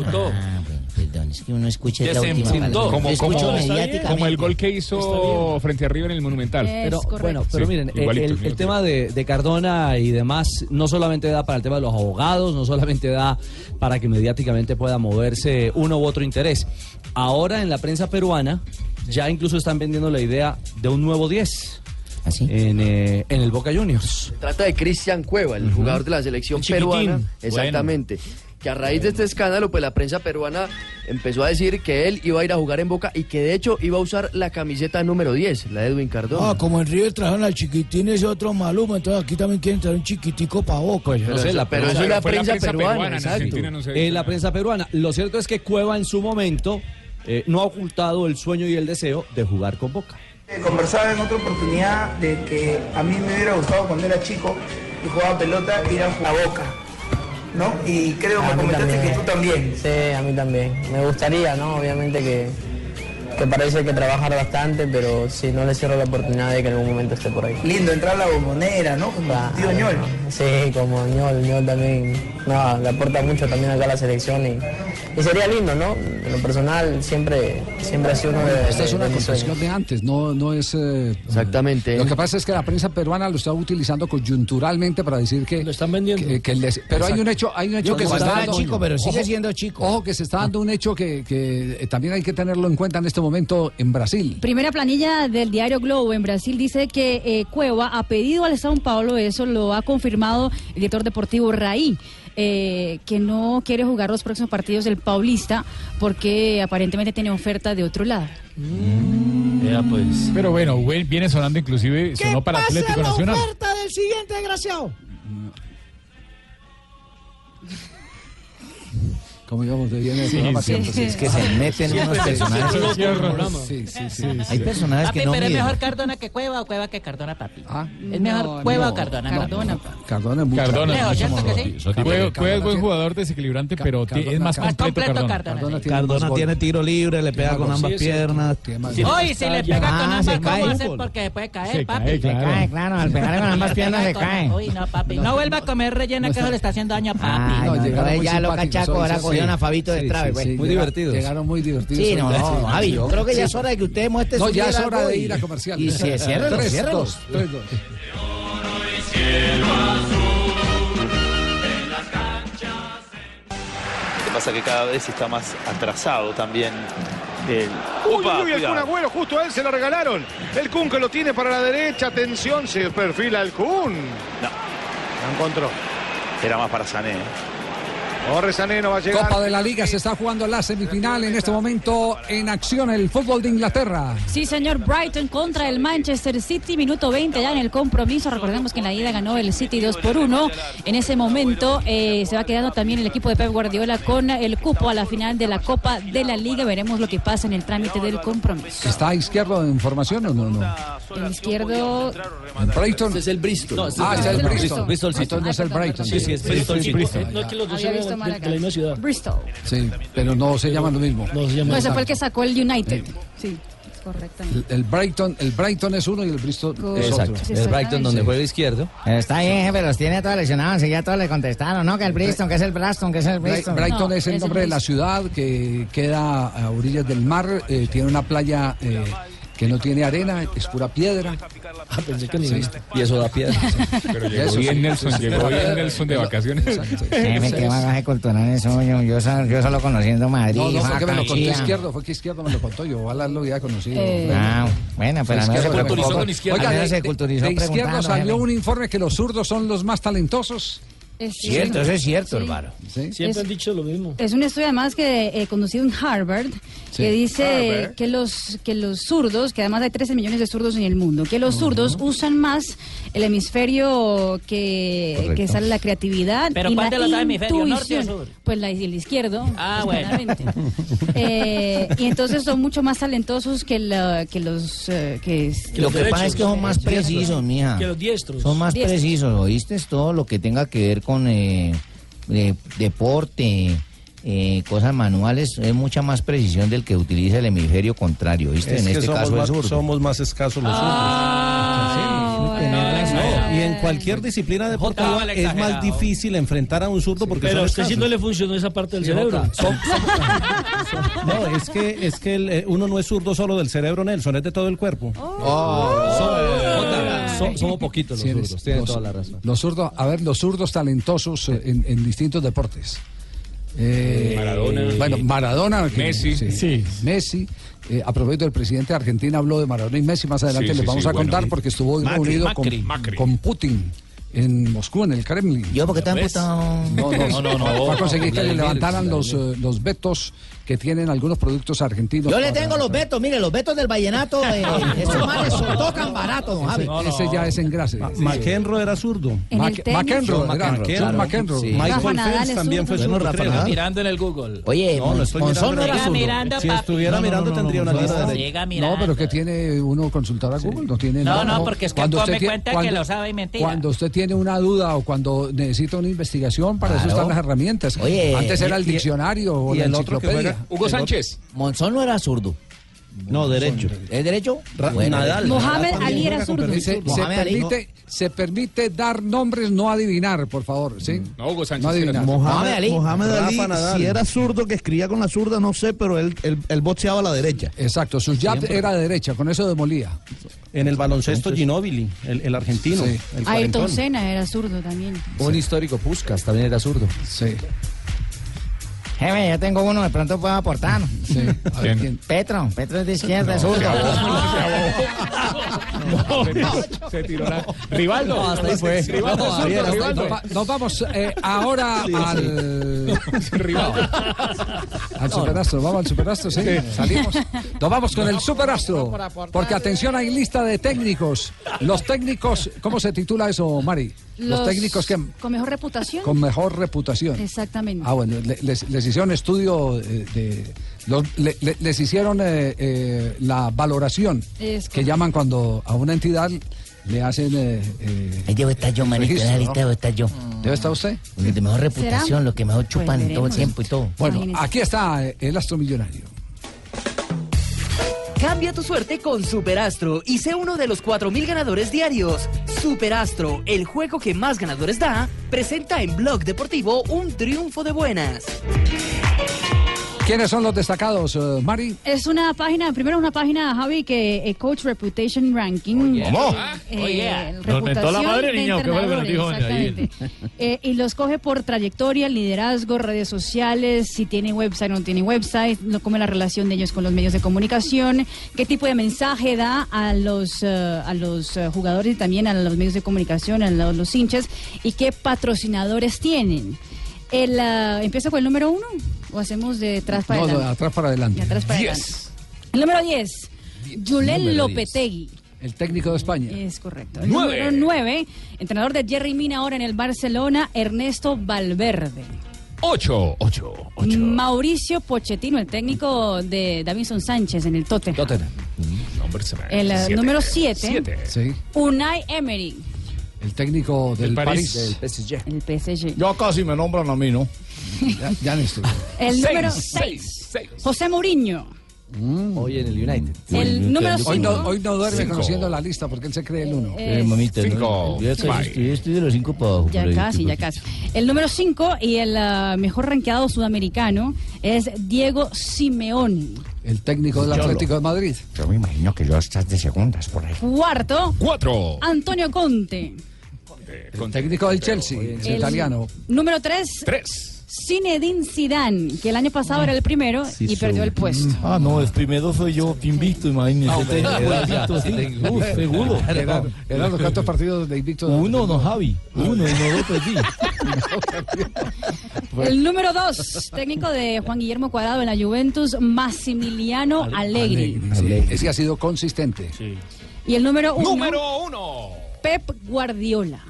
[SPEAKER 19] Perdón, es que uno escucha la última
[SPEAKER 12] Desenfundó.
[SPEAKER 19] palabra. Lo
[SPEAKER 12] Como,
[SPEAKER 19] escucho
[SPEAKER 12] como-
[SPEAKER 19] mediáticamente.
[SPEAKER 12] como el gol que hizo frente a River en el Monumental.
[SPEAKER 19] Es
[SPEAKER 10] Pero bueno, pero
[SPEAKER 12] Sí,
[SPEAKER 10] miren, el-
[SPEAKER 12] igualito,
[SPEAKER 10] el, el
[SPEAKER 12] igualito.
[SPEAKER 10] tema de, de Cardona y demás no solamente da para el tema de los abogados, no solamente da para que mediáticamente pueda moverse uno u otro interés. Ahora en la prensa peruana ya incluso están vendiendo la idea de un nuevo 10 en, eh, en el Boca Juniors.
[SPEAKER 28] Trata de Cristian Cueva, el jugador de la selección
[SPEAKER 10] El chiquitín.
[SPEAKER 28] peruana.
[SPEAKER 10] Bueno.
[SPEAKER 28] Exactamente. Que a raíz de este escándalo, pues la prensa peruana empezó a decir que él iba a ir a jugar en Boca y que de hecho iba a usar la camiseta número 10, la de Edwin Cardona.
[SPEAKER 3] Ah, como en River trajeron al chiquitín ese otro maluma, entonces aquí también quieren traer un chiquitico para boca.
[SPEAKER 10] Pues yo no sé, la
[SPEAKER 28] pero
[SPEAKER 10] prensa-
[SPEAKER 28] eso es la Fue la prensa prensa peruana, peruana, en exacto. Argentina no se dice
[SPEAKER 10] Eh, la prensa peruana. Lo cierto es que Cueva en su momento eh, no ha ocultado el sueño y el deseo de jugar con Boca.
[SPEAKER 17] Conversaba en otra oportunidad de que Eh, a mí me hubiera gustado cuando era chico y jugaba pelota ir a jugar a boca. ¿No? Y
[SPEAKER 13] Ah,
[SPEAKER 17] creo
[SPEAKER 2] A
[SPEAKER 17] que
[SPEAKER 2] mí
[SPEAKER 17] comentaste
[SPEAKER 2] también.
[SPEAKER 17] que tú también.
[SPEAKER 2] Sí, a mí también. Me gustaría, ¿no? Obviamente que, que para eso hay que trabajar bastante, pero si no le cierro la oportunidad de que en algún momento esté por ahí.
[SPEAKER 17] Lindo entrar a la bombonera, ¿no? Como tío Ñol.
[SPEAKER 2] Sí, como Ñol, Ñol también, no, le aporta mucho también acá a la selección y, y sería lindo, ¿no? En lo personal siempre, siempre ha sido uno de
[SPEAKER 8] Esta es
[SPEAKER 2] de-
[SPEAKER 8] una
[SPEAKER 2] de mis sueños.
[SPEAKER 8] concepción de antes, no, no es... eh,
[SPEAKER 28] Exactamente.
[SPEAKER 8] Lo que pasa es que la prensa peruana lo está utilizando coyunturalmente para decir que... Lo están vendiendo. pero hay
[SPEAKER 19] Exacto.
[SPEAKER 8] un hecho, hay un hecho
[SPEAKER 19] Digo que
[SPEAKER 8] se
[SPEAKER 19] cuando
[SPEAKER 8] está
[SPEAKER 19] era chico, pero sigue siendo
[SPEAKER 8] chico. Ojo que se está dando un hecho que, que, eh, también hay que tenerlo en cuenta en este momento en Brasil.
[SPEAKER 15] Primera planilla del diario Globo en Brasil dice que eh, Cueva ha pedido al Sao Paulo, eso lo ha confirmado el director deportivo Raí, eh, que no quiere jugar los próximos partidos del Paulista porque aparentemente tiene oferta de otro lado.
[SPEAKER 26] Mm. pues.
[SPEAKER 9] Pero bueno, güey, viene sonando inclusive, sonó para Atlético Nacional.
[SPEAKER 29] oferta del siguiente desgraciado.
[SPEAKER 8] Como íbamos de bien en el
[SPEAKER 19] Sí,
[SPEAKER 8] programa
[SPEAKER 19] sí,
[SPEAKER 8] siempre,
[SPEAKER 19] sí, es que se meten
[SPEAKER 8] Siempre,
[SPEAKER 19] unos personajes.
[SPEAKER 8] siempre, siempre,
[SPEAKER 19] Programa.
[SPEAKER 8] Sí, sí, sí.
[SPEAKER 19] Hay
[SPEAKER 8] sí.
[SPEAKER 19] personajes
[SPEAKER 14] Papi,
[SPEAKER 19] que no
[SPEAKER 14] pero es
[SPEAKER 19] miden.
[SPEAKER 14] mejor Cardona que Cueva o Cueva que Cardona, papi.
[SPEAKER 8] Ah.
[SPEAKER 14] es
[SPEAKER 8] No,
[SPEAKER 14] mejor Cueva
[SPEAKER 8] no,
[SPEAKER 14] o Cardona. no.
[SPEAKER 8] Cardona. Cardona es mucho.
[SPEAKER 9] Cardona
[SPEAKER 14] Leo,
[SPEAKER 9] es
[SPEAKER 14] ¿cierto
[SPEAKER 9] mucho
[SPEAKER 14] que
[SPEAKER 9] más
[SPEAKER 14] sí?
[SPEAKER 9] rápido. Cueva- Cueva es buen jugador desequilibrante, pero ti- es más
[SPEAKER 14] Cardona-
[SPEAKER 9] completo
[SPEAKER 14] completo
[SPEAKER 9] Cardona.
[SPEAKER 14] Cardona,
[SPEAKER 19] Cardona tiene tiro libre, le pega con
[SPEAKER 9] gol,
[SPEAKER 19] ambas
[SPEAKER 9] sí, sí.
[SPEAKER 19] piernas.
[SPEAKER 14] Hoy, si le pega con ambas, ¿cómo va a ser? Porque se puede caer,
[SPEAKER 19] ah, Se
[SPEAKER 14] papi.
[SPEAKER 19] cae, claro. Se cae, claro, al pegarle con ambas piernas se
[SPEAKER 14] Pega con-
[SPEAKER 19] cae.
[SPEAKER 14] Uy, no, papi. No, vuelva a comer rellena, que eso le está haciendo daño a papi.
[SPEAKER 19] Ay, no, no,
[SPEAKER 8] Llegaron muy
[SPEAKER 19] ya los
[SPEAKER 8] simpáticos,
[SPEAKER 19] cachacos
[SPEAKER 8] hoy,
[SPEAKER 19] ahora
[SPEAKER 8] sí,
[SPEAKER 19] cogieron
[SPEAKER 8] sí.
[SPEAKER 19] a Fabito
[SPEAKER 8] Sí,
[SPEAKER 19] detrás.
[SPEAKER 8] sí, sí, llega- Llegaron muy divertidos.
[SPEAKER 19] Sí, no,
[SPEAKER 8] hoy,
[SPEAKER 19] no, Javi, yo creo que ya es hora de que usted muestre
[SPEAKER 8] No,
[SPEAKER 19] su
[SPEAKER 8] ya es
[SPEAKER 19] liderazgo
[SPEAKER 8] hora de
[SPEAKER 19] y-
[SPEAKER 8] ir a comercial.
[SPEAKER 19] Y si cierra,
[SPEAKER 8] Tres,
[SPEAKER 19] cierra.
[SPEAKER 8] dos, tres, dos.
[SPEAKER 5] Lo que pasa que cada vez está más atrasado también. El...
[SPEAKER 13] Uy,
[SPEAKER 5] Opa,
[SPEAKER 13] uy, el Kun
[SPEAKER 5] cuidado.
[SPEAKER 13] Agüero, justo a él se lo regalaron. El Kun que lo tiene para la derecha, atención, se perfila el Kun.
[SPEAKER 5] No.
[SPEAKER 13] No encontró.
[SPEAKER 5] Era más para Sané. ¿eh?
[SPEAKER 13] Corre Sané, no va a llegar.
[SPEAKER 8] Copa de la Liga se está jugando la semifinal en este momento en acción el fútbol de Inglaterra.
[SPEAKER 15] Sí, señor Brighton contra el Manchester City, minuto 20 ya en el compromiso. Recordemos que en la ida ganó el City 2 por 1. En ese momento eh, se va quedando también el equipo de Pep Guardiola con el cupo a la final de la Copa de la Liga. Veremos lo que pasa en el trámite del compromiso.
[SPEAKER 8] ¿Está izquierdo en formación o no? no?
[SPEAKER 15] El izquierdo
[SPEAKER 8] Brighton.
[SPEAKER 19] este
[SPEAKER 28] Este
[SPEAKER 19] es el Bristol.
[SPEAKER 8] ah, es el
[SPEAKER 15] Bristol.
[SPEAKER 8] Bristol.
[SPEAKER 19] Bristol City.
[SPEAKER 8] Entonces no es el Brighton.
[SPEAKER 19] Sí, sí, es Bristol City.
[SPEAKER 8] No,
[SPEAKER 15] que los dos Había eran visto de- mal acá. de la misma
[SPEAKER 8] ciudad.
[SPEAKER 15] Bristol.
[SPEAKER 8] Sí, pero no se llaman lo mismo. No se
[SPEAKER 15] No, ese fue el que sacó el United. Sí, correctamente.
[SPEAKER 8] El Brighton, el Brighton es uno y el Bristol es otro.
[SPEAKER 10] Exacto. El Brighton donde juega izquierdo.
[SPEAKER 19] Está bien, jefe, los tiene a todos lesionados y ya todos le contestaron, ¿no? Que el Bristol, que es el Braston, que es el
[SPEAKER 8] Bra-
[SPEAKER 19] Bristol.
[SPEAKER 8] Brighton es el nombre de la ciudad que queda a orillas del mar, eh, tiene una playa eh, que no tiene arena, es pura piedra. Ah, pensé que
[SPEAKER 10] Y eso da piedra.
[SPEAKER 9] Pero llegó bien Nelson, llegó bien Nelson de vacaciones.
[SPEAKER 19] Jefe, qué bagaje cultural eso, yo, yo, so- yo solo conociendo Madrid.
[SPEAKER 8] No, no, fue que me lo contó
[SPEAKER 19] Barranquilla.
[SPEAKER 8] izquierdo, fue que izquierdo me lo contó yo, ojalá lo hubiera conocido.
[SPEAKER 19] Eh. Ah, bueno,
[SPEAKER 8] pues
[SPEAKER 19] pero al menos se culturizó
[SPEAKER 8] preocupó.
[SPEAKER 19] con izquierdo. Al
[SPEAKER 8] Oiga, de,
[SPEAKER 19] menos se
[SPEAKER 8] de-
[SPEAKER 19] culturizó
[SPEAKER 8] de izquierdo
[SPEAKER 19] preguntando,
[SPEAKER 8] salió
[SPEAKER 19] jefe.
[SPEAKER 8] un informe que los zurdos son los más talentosos.
[SPEAKER 15] Es
[SPEAKER 19] Cierto, eso es cierto, hermano.
[SPEAKER 15] Siempre Es- han
[SPEAKER 26] dicho lo mismo.
[SPEAKER 15] Es un estudio además que eh, conducido en Harvard
[SPEAKER 26] Sí.
[SPEAKER 15] que dice
[SPEAKER 26] Harvard.
[SPEAKER 15] que los que los zurdos, que además hay 13 millones de zurdos en el mundo, que los zurdos usan más el hemisferio que,
[SPEAKER 14] Correcto.
[SPEAKER 15] que sale la creatividad
[SPEAKER 14] ¿Pero
[SPEAKER 15] y
[SPEAKER 14] cuál
[SPEAKER 15] la
[SPEAKER 14] de los dos hemisferios, norte o
[SPEAKER 15] intuición.
[SPEAKER 14] sur?
[SPEAKER 15] Pues la, el izquierdo.
[SPEAKER 14] Ah, bueno.
[SPEAKER 15] claramente. Eh, y entonces son mucho más talentosos que, la- que los eh, que,
[SPEAKER 19] Lo que pasa es que son más precisos, mija.
[SPEAKER 26] Que los diestros.
[SPEAKER 19] Son más
[SPEAKER 15] Diestros.
[SPEAKER 19] precisos, ¿oíste? Es Todo lo que tenga que ver con eh, eh, deporte, eh, cosas manuales, es mucha más precisión del que utiliza el hemisferio contrario, ¿oíste?
[SPEAKER 11] Es
[SPEAKER 19] en
[SPEAKER 11] que
[SPEAKER 19] este
[SPEAKER 11] somos
[SPEAKER 19] caso el
[SPEAKER 11] más-
[SPEAKER 19] sur.
[SPEAKER 11] Somos más escasos los zurdos. No, y en cualquier disciplina deportiva
[SPEAKER 26] vale,
[SPEAKER 11] es más
[SPEAKER 26] exagerado.
[SPEAKER 11] difícil enfrentar a un zurdo porque
[SPEAKER 26] Pero a
[SPEAKER 11] son
[SPEAKER 26] usted
[SPEAKER 11] escasos.
[SPEAKER 26] sí no le funcionó esa parte del
[SPEAKER 11] Sí,
[SPEAKER 26] cerebro.
[SPEAKER 11] Jota, son- No, es que, es que el, eh, uno no es zurdo solo del cerebro, Nelson, es de todo el cuerpo. eh,
[SPEAKER 10] Son- somos poquitos los
[SPEAKER 8] Tienes-
[SPEAKER 10] zurdos, tienen
[SPEAKER 8] los-
[SPEAKER 10] toda la razón.
[SPEAKER 8] Los zurdos, a ver, los zurdos talentosos eh, en, en distintos deportes. Eh,
[SPEAKER 9] Maradona.
[SPEAKER 8] Bueno, Maradona. que-
[SPEAKER 9] Messi.
[SPEAKER 8] sí, Messi. Eh, a propósito, el presidente de Argentina habló de Maradona y Messi. Más adelante
[SPEAKER 9] Sí,
[SPEAKER 8] les
[SPEAKER 9] sí,
[SPEAKER 8] vamos
[SPEAKER 9] sí,
[SPEAKER 8] a
[SPEAKER 9] bueno.
[SPEAKER 8] contar porque estuvo
[SPEAKER 9] Macri,
[SPEAKER 8] reunido
[SPEAKER 9] Macri,
[SPEAKER 8] con,
[SPEAKER 9] Macri.
[SPEAKER 8] con Putin en Moscú, en el Kremlin.
[SPEAKER 19] Yo porque te han
[SPEAKER 8] ¿Ves?
[SPEAKER 19] puesto...
[SPEAKER 8] No, no,
[SPEAKER 19] No, no, no,
[SPEAKER 8] Fue a conseguir que le
[SPEAKER 19] Vladimir,
[SPEAKER 8] levantaran los, eh, los vetos que tienen algunos productos argentinos.
[SPEAKER 19] Yo le
[SPEAKER 8] para-
[SPEAKER 19] tengo los vetos, mire, los vetos del vallenato, eh, esos males son tocan barato, don Javi.
[SPEAKER 8] Ese, ese ya es engrase.
[SPEAKER 11] Ma- McEnroe era zurdo.
[SPEAKER 19] En el
[SPEAKER 8] Mac-
[SPEAKER 19] tenis.
[SPEAKER 8] McEnroe,
[SPEAKER 19] John
[SPEAKER 8] era-
[SPEAKER 19] McEnroe,
[SPEAKER 8] John
[SPEAKER 19] claro.
[SPEAKER 8] McEnroe.
[SPEAKER 19] Sí.
[SPEAKER 11] Michael
[SPEAKER 19] Rafa Nadal
[SPEAKER 11] Phelps
[SPEAKER 19] es
[SPEAKER 11] también fue
[SPEAKER 19] zurdo.
[SPEAKER 11] zurdo.
[SPEAKER 19] Bueno, Rafa
[SPEAKER 11] creo.
[SPEAKER 19] Nadal.
[SPEAKER 14] Mirando en el Google.
[SPEAKER 19] Oye,
[SPEAKER 8] Eh,
[SPEAKER 11] No, no estoy
[SPEAKER 19] Monzón
[SPEAKER 11] mirando.
[SPEAKER 19] no era
[SPEAKER 11] Siga
[SPEAKER 19] zurdo.
[SPEAKER 11] mirando, Si papi. estuviera mirando, tendría una lista de-
[SPEAKER 14] Siga
[SPEAKER 8] No,
[SPEAKER 14] mirando.
[SPEAKER 8] pero que tiene uno consultar a Google, no tiene
[SPEAKER 14] No,
[SPEAKER 8] nada.
[SPEAKER 14] no, porque es que
[SPEAKER 8] Cuando
[SPEAKER 14] come
[SPEAKER 8] usted tie-
[SPEAKER 14] cuenta que lo sabe y mentira.
[SPEAKER 8] Cuando usted tiene una duda o cuando necesita una investigación, para eso
[SPEAKER 19] Claro.
[SPEAKER 8] están las herramientas.
[SPEAKER 19] Oye,
[SPEAKER 8] Antes era el
[SPEAKER 19] y- y-
[SPEAKER 8] diccionario o la enciclopedia.
[SPEAKER 19] Monzón no era zurdo.
[SPEAKER 11] No, derecho.
[SPEAKER 19] ¿Es derecho?
[SPEAKER 11] Ra-
[SPEAKER 19] Bueno,
[SPEAKER 11] Nadal.
[SPEAKER 19] Mohamed Ali
[SPEAKER 11] era zurdo.
[SPEAKER 8] Se, se
[SPEAKER 11] Mohamed Ali, ¿no?
[SPEAKER 8] permite, se permite dar nombres, no adivinar, por favor. ¿sí?
[SPEAKER 9] No, Hugo Sánchez.
[SPEAKER 8] No adivinar.
[SPEAKER 30] Mm. Mohamed Ali,
[SPEAKER 8] Rafa Nadal.
[SPEAKER 30] si era zurdo que escribía con la zurda, no sé, pero él, él, él boxeaba a la derecha.
[SPEAKER 8] Exacto, su jab
[SPEAKER 30] Siempre.
[SPEAKER 8] era de derecha, con eso demolía.
[SPEAKER 11] En el baloncesto Ginóbili, el, el argentino.
[SPEAKER 8] Sí.
[SPEAKER 11] el
[SPEAKER 15] Ayrton
[SPEAKER 11] cuarentón.
[SPEAKER 15] Senna era zurdo también.
[SPEAKER 10] Un histórico Puskas también era zurdo.
[SPEAKER 8] Sí.
[SPEAKER 19] Jefe, yo tengo uno, de pronto puedo aportar.
[SPEAKER 8] A ver, ¿quién?
[SPEAKER 19] Petro, Petro es de izquierda, es
[SPEAKER 8] se
[SPEAKER 19] zurdo.
[SPEAKER 8] ahogó,
[SPEAKER 9] Se tiró la.
[SPEAKER 8] Rivaldo.
[SPEAKER 30] Pues,
[SPEAKER 9] No, hasta ahí fue.
[SPEAKER 8] Rivaldo,
[SPEAKER 9] No, ahí era,
[SPEAKER 8] Rivaldo.
[SPEAKER 9] hasta ahí
[SPEAKER 8] Nos vamos eh, ahora al Rivaldo. Al superastro, vamos al superastro, sí. Salimos. Nos vamos con el superastro. Porque atención, hay lista de técnicos. Los técnicos, ¿cómo se titula eso, Mari? Los, técnicos que
[SPEAKER 15] Con mejor reputación.
[SPEAKER 8] con mejor reputación.
[SPEAKER 15] Exactamente.
[SPEAKER 8] Ah, bueno, le- les, les hicieron estudio eh, de. los- le- le- les hicieron eh, eh, la valoración
[SPEAKER 15] Es
[SPEAKER 8] que llaman cuando a una entidad le hacen. eh, eh,
[SPEAKER 21] Debo estar yo, manito, en la
[SPEAKER 8] registro,
[SPEAKER 21] lista
[SPEAKER 8] ¿no?
[SPEAKER 21] debo estar yo.
[SPEAKER 8] ¿Debe estar usted?
[SPEAKER 21] Los de mejor
[SPEAKER 8] ¿Será?
[SPEAKER 21] reputación, los que mejor chupan
[SPEAKER 8] Pues
[SPEAKER 21] todo el
[SPEAKER 8] veremos.
[SPEAKER 21] tiempo y todo.
[SPEAKER 8] Bueno, aquí está eh, el astro millonario.
[SPEAKER 24] Cambia tu suerte con Superastro y sé uno de los 4.000 ganadores diarios. Superastro, el juego que más ganadores da, presenta en Blog Deportivo un triunfo de buenas.
[SPEAKER 8] ¿Quiénes son los destacados, eh, Mari?
[SPEAKER 15] Es una página, primero una página, Javi, que eh, Coach Reputation Ranking.
[SPEAKER 8] ¿Cómo?
[SPEAKER 24] Ah,
[SPEAKER 15] Eh,
[SPEAKER 31] Nos mentó la
[SPEAKER 15] reputación
[SPEAKER 31] madre,
[SPEAKER 15] de
[SPEAKER 31] niña, ¿o qué fue lo que nos
[SPEAKER 15] entrenadores,
[SPEAKER 31] dijo doña
[SPEAKER 15] exactamente.
[SPEAKER 31] Ayer?
[SPEAKER 15] Eh, y los coge por trayectoria, liderazgo, redes sociales, si tiene website o no tiene website, no come la relación de ellos con los medios de comunicación, qué tipo de mensaje da a los, eh, a los eh, jugadores y también a los medios de comunicación, a los, los hinchas, y qué patrocinadores tienen. El, ah, ¿Empieza con el número uno o hacemos de atrás para
[SPEAKER 8] No, no,
[SPEAKER 15] adelante?
[SPEAKER 8] atrás para adelante.
[SPEAKER 15] De atrás para adelante. El número 10, Julen
[SPEAKER 8] Número
[SPEAKER 15] Lopetegui.
[SPEAKER 8] El técnico de España.
[SPEAKER 15] Es correcto. El
[SPEAKER 8] Nueve.
[SPEAKER 15] número 9, entrenador de Jerry Mina ahora en el Barcelona, Ernesto Valverde.
[SPEAKER 12] Ocho, ocho.
[SPEAKER 15] Mauricio Pochettino, el técnico de Davinson Sánchez en el Tottenham.
[SPEAKER 12] Hombre, se me-
[SPEAKER 15] El eh,
[SPEAKER 12] siete.
[SPEAKER 15] número 7,
[SPEAKER 12] Siete.
[SPEAKER 8] Sí,
[SPEAKER 15] Unai Emery,
[SPEAKER 8] el técnico Oh, del
[SPEAKER 4] Del París.
[SPEAKER 8] París.
[SPEAKER 15] el PSG.
[SPEAKER 4] Ya casi me nombran a mí, ¿no?
[SPEAKER 8] Ya, ya no estoy.
[SPEAKER 15] El
[SPEAKER 4] Seis,
[SPEAKER 15] número
[SPEAKER 4] seis,
[SPEAKER 15] 6, José Mourinho.
[SPEAKER 8] Mm,
[SPEAKER 10] Hoy en el United.
[SPEAKER 15] El número
[SPEAKER 8] Hoy no,
[SPEAKER 15] cinco.
[SPEAKER 8] hoy no duerme
[SPEAKER 10] Cinco.
[SPEAKER 8] conociendo la lista porque él se cree el uno.
[SPEAKER 15] Eh, mamita,
[SPEAKER 10] Cinco.
[SPEAKER 21] Yo,
[SPEAKER 8] Bye.
[SPEAKER 12] este,
[SPEAKER 21] estoy, yo estoy de los cinco para abajo.
[SPEAKER 15] Ya casi, ya casi. El número 5 y el ah, mejor rankeado sudamericano es Diego Simeone.
[SPEAKER 8] El técnico del
[SPEAKER 32] Yo
[SPEAKER 8] Atlético
[SPEAKER 32] lo-
[SPEAKER 8] de Madrid.
[SPEAKER 32] Yo me imagino que yo estás de segundas por ahí.
[SPEAKER 15] Cuarto,
[SPEAKER 12] Cuatro.
[SPEAKER 15] Antonio Conte.
[SPEAKER 8] El técnico del Chelsea, es
[SPEAKER 15] El-
[SPEAKER 8] italiano.
[SPEAKER 15] Número 3,
[SPEAKER 12] Tres.
[SPEAKER 15] Zinedine Zidane, que el año pasado era el primero y perdió el puesto.
[SPEAKER 25] Ah, no, el primero soy yo, invicto, imagínese.
[SPEAKER 8] hombre,
[SPEAKER 25] Tengo
[SPEAKER 8] era-
[SPEAKER 25] invicto, sí. Uh, seguro.
[SPEAKER 8] Eran, eran los cuantos partidos de Invicto.
[SPEAKER 25] Uno, no, Javi. Uno, no lo perdí.
[SPEAKER 15] El número 2, técnico de Juan Guillermo Cuadrado en la Juventus, Massimiliano Allegri.
[SPEAKER 8] Alegre, sí. Es que ha sido consistente.
[SPEAKER 15] Y el número 1,
[SPEAKER 12] Número uno. Eh.
[SPEAKER 15] Pep Guardiola.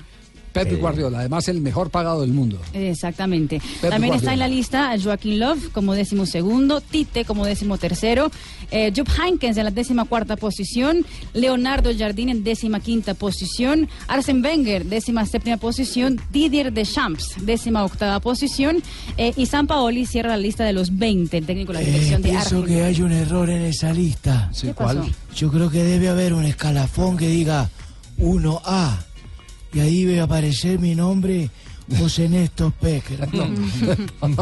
[SPEAKER 8] Pep Guardiola, además el mejor pagado del mundo.
[SPEAKER 15] Exactamente. También está
[SPEAKER 8] Guardiola.
[SPEAKER 15] en la lista Joaquín Love como décimo segundo, Tite como décimo tercero, eh, Jupp Hankins en la décima cuarta posición, Leonardo Jardín en décima quinta posición, Arsen Wenger décima séptima posición, Didier Deschamps décima octava posición eh, y San Paoli cierra la lista de los 20, el técnico de la
[SPEAKER 3] Eh,
[SPEAKER 15] dirección de
[SPEAKER 3] pienso
[SPEAKER 15] Argentina.
[SPEAKER 3] que hay un error en esa lista.
[SPEAKER 15] ¿Qué pasó? ¿cuál?
[SPEAKER 3] Yo creo que debe haber un escalafón que diga 1A. Y ahí debe aparecer mi nombre, José Néstor Pecker.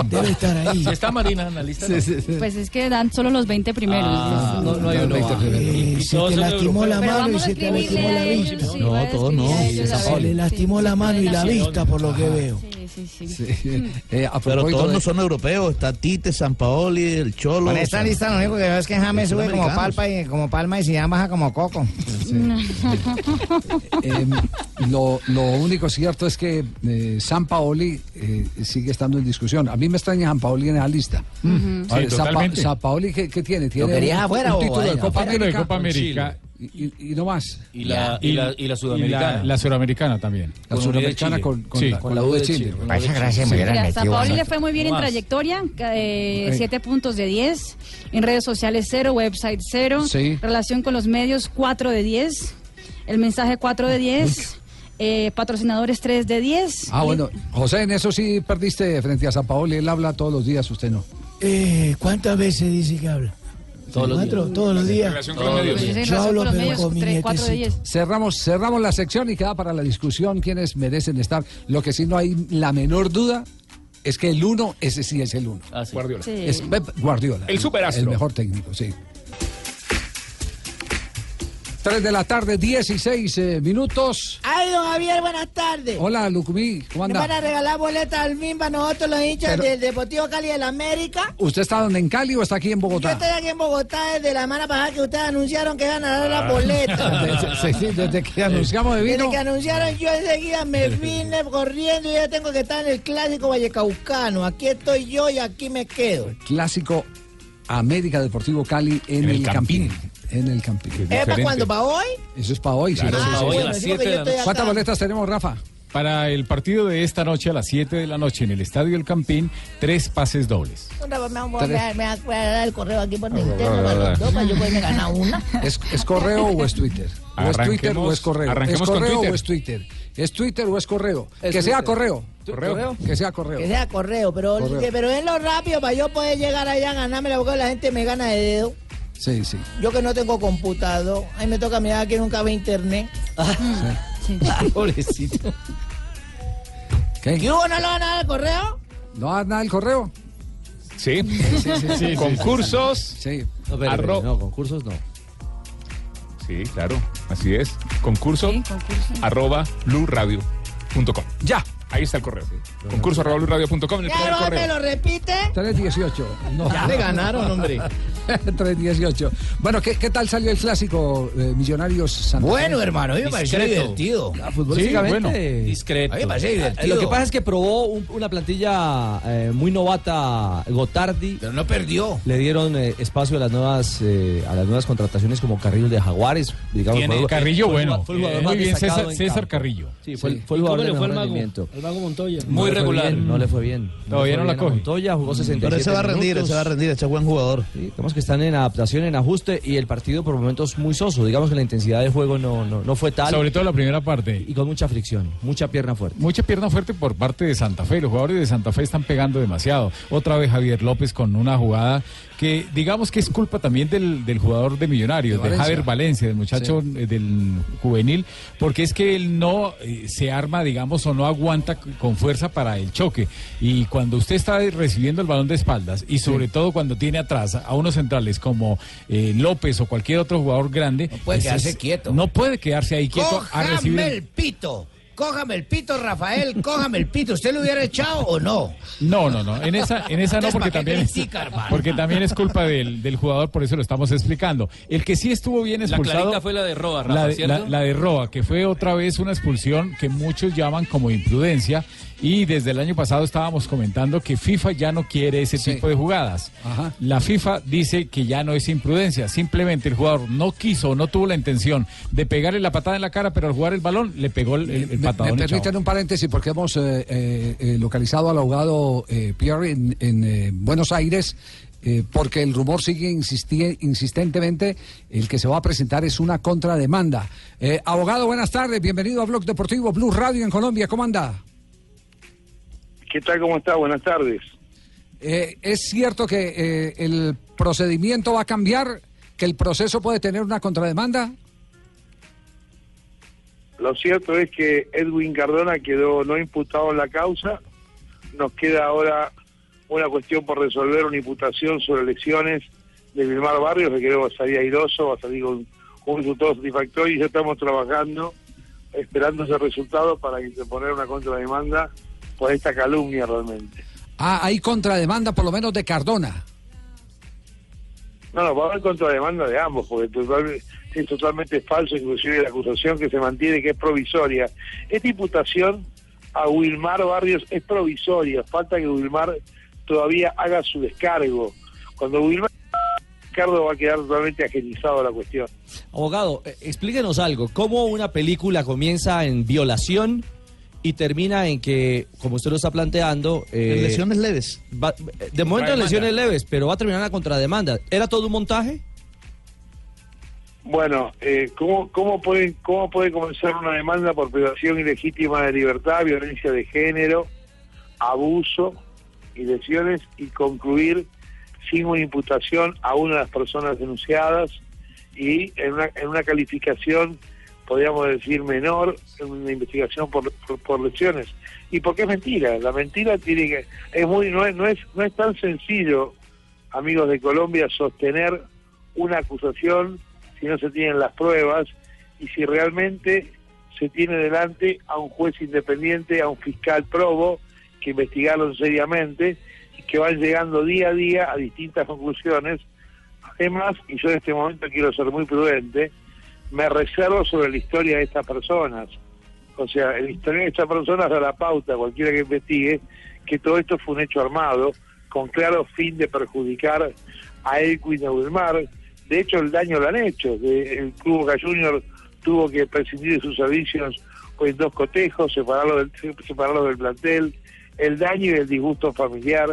[SPEAKER 3] Debe estar ahí.
[SPEAKER 13] Si está Marina en la lista. no?
[SPEAKER 15] Pues es que dan solo los 20 primeros.
[SPEAKER 13] Ah,
[SPEAKER 15] Es-
[SPEAKER 13] no, no hay uno.
[SPEAKER 3] Eh, se te lastimó la
[SPEAKER 15] Pero
[SPEAKER 3] mano y
[SPEAKER 15] vamos a
[SPEAKER 3] se te
[SPEAKER 15] escribirle
[SPEAKER 3] lastimó
[SPEAKER 15] a
[SPEAKER 3] la
[SPEAKER 15] ellos,
[SPEAKER 3] vista.
[SPEAKER 15] sí, No, voy a todos no. escribirle a ellos, a
[SPEAKER 3] Se ver. le lastimó la mano y la vista, por lo que
[SPEAKER 4] Ajá.
[SPEAKER 3] veo.
[SPEAKER 15] Sí, sí, sí.
[SPEAKER 8] Sí. Eh, a
[SPEAKER 4] Pero
[SPEAKER 8] propósito
[SPEAKER 4] todos
[SPEAKER 8] de-
[SPEAKER 4] no son europeos. Está Tite, San Paoli, el Cholo.
[SPEAKER 19] Con esta
[SPEAKER 4] San-
[SPEAKER 19] lista lo único que veo es que James
[SPEAKER 4] Son
[SPEAKER 19] sube como
[SPEAKER 4] americanos.
[SPEAKER 19] palpa y como palma y Zidane baja como coco.
[SPEAKER 8] Em, lo, lo único cierto es que eh, San Paoli eh, sigue estando en discusión. A mí me extraña San Paoli en esa lista.
[SPEAKER 12] Sí,
[SPEAKER 8] Oye, San, Pa-
[SPEAKER 12] totalmente.
[SPEAKER 8] San Paoli, ¿qué, qué tiene? ¿Tiene
[SPEAKER 12] querías
[SPEAKER 8] un-
[SPEAKER 12] afuera
[SPEAKER 8] un
[SPEAKER 12] o
[SPEAKER 8] título de
[SPEAKER 12] adentro?
[SPEAKER 8] Copa
[SPEAKER 12] Título de
[SPEAKER 8] América?
[SPEAKER 12] Copa América.
[SPEAKER 8] Y, y- y no más.
[SPEAKER 12] Y la-
[SPEAKER 9] y la- y la sudamericana.
[SPEAKER 12] La, suramericana también.
[SPEAKER 8] La Con suramericana Uribe con- Chile. con
[SPEAKER 12] Sí.
[SPEAKER 8] la- con la U de Chile.
[SPEAKER 12] Vaya gracia, me hubieran
[SPEAKER 15] Mira, San
[SPEAKER 12] metido
[SPEAKER 15] Paoli
[SPEAKER 12] una-
[SPEAKER 15] le fue muy bien en
[SPEAKER 12] Más.
[SPEAKER 15] trayectoria, 7
[SPEAKER 8] Ok.
[SPEAKER 15] puntos de 10, en redes sociales 0, website 0,
[SPEAKER 8] Sí.
[SPEAKER 15] relación con los medios 4 de 10, el mensaje 4 de 10, eh, patrocinadores 3 de 10.
[SPEAKER 8] Ah,
[SPEAKER 15] y-
[SPEAKER 8] bueno. José, en eso sí perdiste frente a San Paoli. Él habla todos los días, usted no.
[SPEAKER 3] Eh, ¿Cuántas veces dice que habla?
[SPEAKER 8] Todos los
[SPEAKER 3] ¿Cuatro?
[SPEAKER 8] días.
[SPEAKER 3] Todos los
[SPEAKER 8] En
[SPEAKER 3] días.
[SPEAKER 8] relación con los Todos medios. los días. En
[SPEAKER 3] Yo
[SPEAKER 8] relación
[SPEAKER 3] hablo
[SPEAKER 8] con los
[SPEAKER 3] pero
[SPEAKER 8] medios,
[SPEAKER 3] con mi
[SPEAKER 8] tres,
[SPEAKER 3] nietecito.
[SPEAKER 8] Cerramos, cerramos la sección y queda para la discusión quienes merecen estar. Lo que sí no hay la menor duda es que el uno, ese sí es el uno.
[SPEAKER 12] Guardiola. Sí.
[SPEAKER 8] Es Pep Guardiola.
[SPEAKER 12] El superastro.
[SPEAKER 8] El mejor técnico, sí. 3 de la tarde, 16 eh, minutos.
[SPEAKER 14] Ay, don Javier, buenas tardes.
[SPEAKER 8] Hola, Lucumí, ¿cómo
[SPEAKER 14] Nos van a
[SPEAKER 8] anda?
[SPEAKER 14] regalar boletas al MIMBA nosotros los hinchas
[SPEAKER 8] Pero-
[SPEAKER 14] del Deportivo Cali de la América.
[SPEAKER 8] ¿Usted está donde en Cali o está aquí en
[SPEAKER 14] Yo
[SPEAKER 8] Bogotá?
[SPEAKER 14] estoy aquí en Bogotá desde la semana pasada que ustedes anunciaron que iban a dar las boletas.
[SPEAKER 8] Sí, sí, desde que anunciamos de
[SPEAKER 14] Desde
[SPEAKER 8] Ah. vino.
[SPEAKER 14] que anunciaron yo enseguida me vine corriendo y ya tengo que estar en el clásico vallecaucano. Aquí estoy yo y aquí me quedo.
[SPEAKER 8] Clásico América Deportivo Cali en, el Campín. En el Campín.
[SPEAKER 14] ¿Es para cuándo? ¿Para hoy?
[SPEAKER 8] Eso es para hoy. sí,
[SPEAKER 15] Ah,
[SPEAKER 12] Claro,
[SPEAKER 8] sí,
[SPEAKER 12] para
[SPEAKER 8] sí,
[SPEAKER 12] hoy
[SPEAKER 8] sí.
[SPEAKER 12] a las siete de la noche.
[SPEAKER 8] ¿Cuántas boletas tenemos, Rafa?
[SPEAKER 12] Para el partido de esta noche a las 7 de la noche en el Estadio El Campín, tres pases dobles.
[SPEAKER 10] ah,
[SPEAKER 14] Una vez me voy a
[SPEAKER 12] Tres.
[SPEAKER 14] dar- me voy a dar el correo aquí por mi
[SPEAKER 12] va,
[SPEAKER 14] interno para
[SPEAKER 12] va,
[SPEAKER 14] los
[SPEAKER 12] va.
[SPEAKER 14] dos, para yo poderme ganar una.
[SPEAKER 8] ¿Es, es correo o es Twitter? ¿O es
[SPEAKER 12] Arranquemos-
[SPEAKER 8] Twitter o es correo? ¿Es
[SPEAKER 12] arranquemos con
[SPEAKER 8] correo
[SPEAKER 12] Twitter.
[SPEAKER 8] o es Twitter? ¿Es Twitter o es correo?
[SPEAKER 14] Es
[SPEAKER 8] que sea
[SPEAKER 14] Twitter.
[SPEAKER 8] correo.
[SPEAKER 14] ¿Correo?
[SPEAKER 8] Que sea correo.
[SPEAKER 14] Que sea correo, pero,
[SPEAKER 8] Correo.
[SPEAKER 14] que- pero es lo rápido para yo poder llegar allá a ganarme la boca la gente me gana de dedo.
[SPEAKER 8] Sí, sí.
[SPEAKER 14] Yo que no tengo computador, ahí me toca mirar que nunca ve internet. Mm.
[SPEAKER 8] Pobrecito. ¿Qué?
[SPEAKER 14] ¿Qué hubo? ¿No lo van a dar al correo?
[SPEAKER 8] ¿No has nada el correo?
[SPEAKER 12] Sí.
[SPEAKER 8] sí, sí, sí.
[SPEAKER 12] concursos.
[SPEAKER 8] Sí.
[SPEAKER 12] No, pero, pero, no,
[SPEAKER 10] concursos no.
[SPEAKER 12] Sí, claro, así es. Concurso, arroba bluradio.com.
[SPEAKER 8] Ya.
[SPEAKER 12] Ahí está el correo. Concurso arroba bluradio.com. El primer
[SPEAKER 14] Claro, me
[SPEAKER 12] correo.
[SPEAKER 14] lo repite.
[SPEAKER 8] 318. No.
[SPEAKER 14] Ya le ganaron, hombre.
[SPEAKER 8] 318. Bueno, ¿qué, qué tal salió el clásico eh, Millonarios Santa Fe?
[SPEAKER 29] Bueno, hermano, a mí me pareció divertido.
[SPEAKER 10] Ah, futbolísticamente,
[SPEAKER 29] Discreto. A mí me
[SPEAKER 13] Ah,
[SPEAKER 29] parece divertido.
[SPEAKER 10] Ah, Lo que pasa es que probó un- una plantilla eh, muy novata Gotardi. Pero no
[SPEAKER 29] perdió.
[SPEAKER 10] Le dieron eh, espacio a las nuevas eh, a las nuevas contrataciones como Carrillo de Jaguares. Digamos,
[SPEAKER 12] Tiene
[SPEAKER 10] fue-
[SPEAKER 12] Carrillo,
[SPEAKER 10] fue el
[SPEAKER 12] bueno.
[SPEAKER 10] jugador- fue el jugador
[SPEAKER 12] Muy
[SPEAKER 10] más
[SPEAKER 12] bien,
[SPEAKER 10] destacado
[SPEAKER 12] César,
[SPEAKER 10] en
[SPEAKER 12] César
[SPEAKER 10] campo.
[SPEAKER 12] Carrillo.
[SPEAKER 10] Sí, fue el, fue el jugador de mejor rendimiento.
[SPEAKER 26] El mago Montoya.
[SPEAKER 10] No le fue bien, no le fue bien.
[SPEAKER 26] Todavía
[SPEAKER 10] fue
[SPEAKER 26] no la
[SPEAKER 10] bien a
[SPEAKER 26] coge.
[SPEAKER 10] Montoya jugó 67
[SPEAKER 26] Pero ese va a rendir,
[SPEAKER 10] minutos.
[SPEAKER 26] ese va a
[SPEAKER 10] rendir, ese es buen jugador. digamos que están en adaptación, en ajuste y el partido por momentos muy soso. Digamos que la intensidad de juego no, no, no fue tal.
[SPEAKER 12] Sobre todo la primera parte.
[SPEAKER 10] Y con mucha fricción, mucha pierna fuerte.
[SPEAKER 12] Mucha pierna fuerte por parte de Santa Fe. Los jugadores de Santa Fe están pegando demasiado. Otra vez Javier López con una jugada que digamos que es culpa también del, del jugador de
[SPEAKER 26] De
[SPEAKER 12] Millonarios, de,
[SPEAKER 26] Valencia.
[SPEAKER 12] Javier Valencia, del muchacho eh, del juvenil, porque es que él no eh, se arma, digamos, o no aguanta c- con fuerza para el choque. Y cuando usted está recibiendo el balón de espaldas y sobre todo cuando tiene atrás a unos centrales como eh, López o cualquier otro jugador grande, no
[SPEAKER 29] puede quedarse quieto.
[SPEAKER 12] No puede quedarse ahí quieto a recibir.
[SPEAKER 29] Cójame el pito. Cójame el pito, Rafael. Cójame el pito. ¿Usted lo hubiera echado o no?
[SPEAKER 12] No, no, no. En esa, en esa no,
[SPEAKER 29] Entonces,
[SPEAKER 12] porque
[SPEAKER 29] ¿para qué
[SPEAKER 12] también, es,
[SPEAKER 29] critica, hermano?
[SPEAKER 12] porque también es culpa del, del jugador, por eso lo estamos explicando. El que sí estuvo bien
[SPEAKER 13] La
[SPEAKER 12] expulsado.
[SPEAKER 13] clarita fue la de Roa, Rafa,
[SPEAKER 12] la, de-
[SPEAKER 13] ¿cierto?
[SPEAKER 12] la- la de Roa, que fue otra vez una expulsión que muchos llaman como imprudencia. Y desde el año pasado estábamos comentando que FIFA ya no quiere ese tipo de jugadas. La FIFA dice que ya no es imprudencia. Simplemente el jugador no quiso, no tuvo la intención de pegarle la patada en la cara, pero al jugar el balón le pegó el, el- el
[SPEAKER 8] Me-
[SPEAKER 12] patadón. y
[SPEAKER 8] Me
[SPEAKER 12] chao.
[SPEAKER 8] permiten un paréntesis porque hemos eh, eh, eh, localizado al abogado eh, Pierre en, en, eh, Buenos Aires. eh, porque el rumor sigue insisti- insistentemente, el que se va a presentar es una contrademanda. Eh, abogado, buenas tardes, bienvenido a Blog Deportivo, Blue Radio en Colombia, ¿cómo anda?
[SPEAKER 27] ¿Qué tal? ¿Cómo está? Buenas tardes.
[SPEAKER 8] Eh, ¿Es cierto que eh, el procedimiento va a cambiar, que el proceso puede tener una contrademanda?
[SPEAKER 27] Lo cierto es que Edwin Cardona quedó no imputado en la causa. Nos queda ahora una cuestión por resolver, una imputación sobre elecciones de Vilmar Barrios, que creo va a salir airoso, va a salir con un resultado satisfactorio y ya estamos trabajando, esperando ese resultado para interponer una contrademanda por esta calumnia realmente.
[SPEAKER 8] Ah, hay contrademanda, por lo menos de Cardona.
[SPEAKER 27] No, no, va a haber contrademanda de ambos, porque total- es totalmente falso, inclusive la acusación que se mantiene, que es provisoria. Esta imputación a Wilmar Barrios es provisoria, falta que Wilmar todavía haga su descargo. Cuando Wilmar Ricardo va a quedar totalmente ajenizado a la cuestión.
[SPEAKER 10] Abogado, eh, explíquenos algo. ¿Cómo una película comienza en violación y termina en que, como usted lo está planteando... eh,
[SPEAKER 25] En lesiones leves.
[SPEAKER 10] va- eh, de momento en lesiones leves, pero va a terminar en la contrademanda. ¿Era todo un montaje?
[SPEAKER 27] Bueno, eh, ¿cómo, cómo, pueden, ¿cómo puede comenzar una demanda por privación ilegítima de libertad, violencia de género, abuso y lesiones y concluir sin una imputación a una de las personas denunciadas y en una, en una calificación, podríamos decir, menor en una investigación por, por, por lesiones? ¿Y por qué es mentira? La mentira tiene que... Es muy, no, es, no, es, no es tan sencillo, amigos de Colombia, sostener una acusación si no se tienen las pruebas y si realmente se tiene delante a un juez independiente, a un fiscal probo, que investigaron seriamente y que van llegando día a día a distintas conclusiones. Además, y yo en este momento quiero ser muy prudente, me reservo sobre la historia de estas personas. O sea, el historial de estas personas da la pauta, a cualquiera que investigue, que todo esto fue un hecho armado, con claro fin de perjudicar a Elquin o Wilmar. De hecho, el daño lo han hecho. De- El Club Boca Junior tuvo que prescindir de sus servicios en dos cotejos, separarlo del, separarlo del plantel, el daño y el disgusto familiar,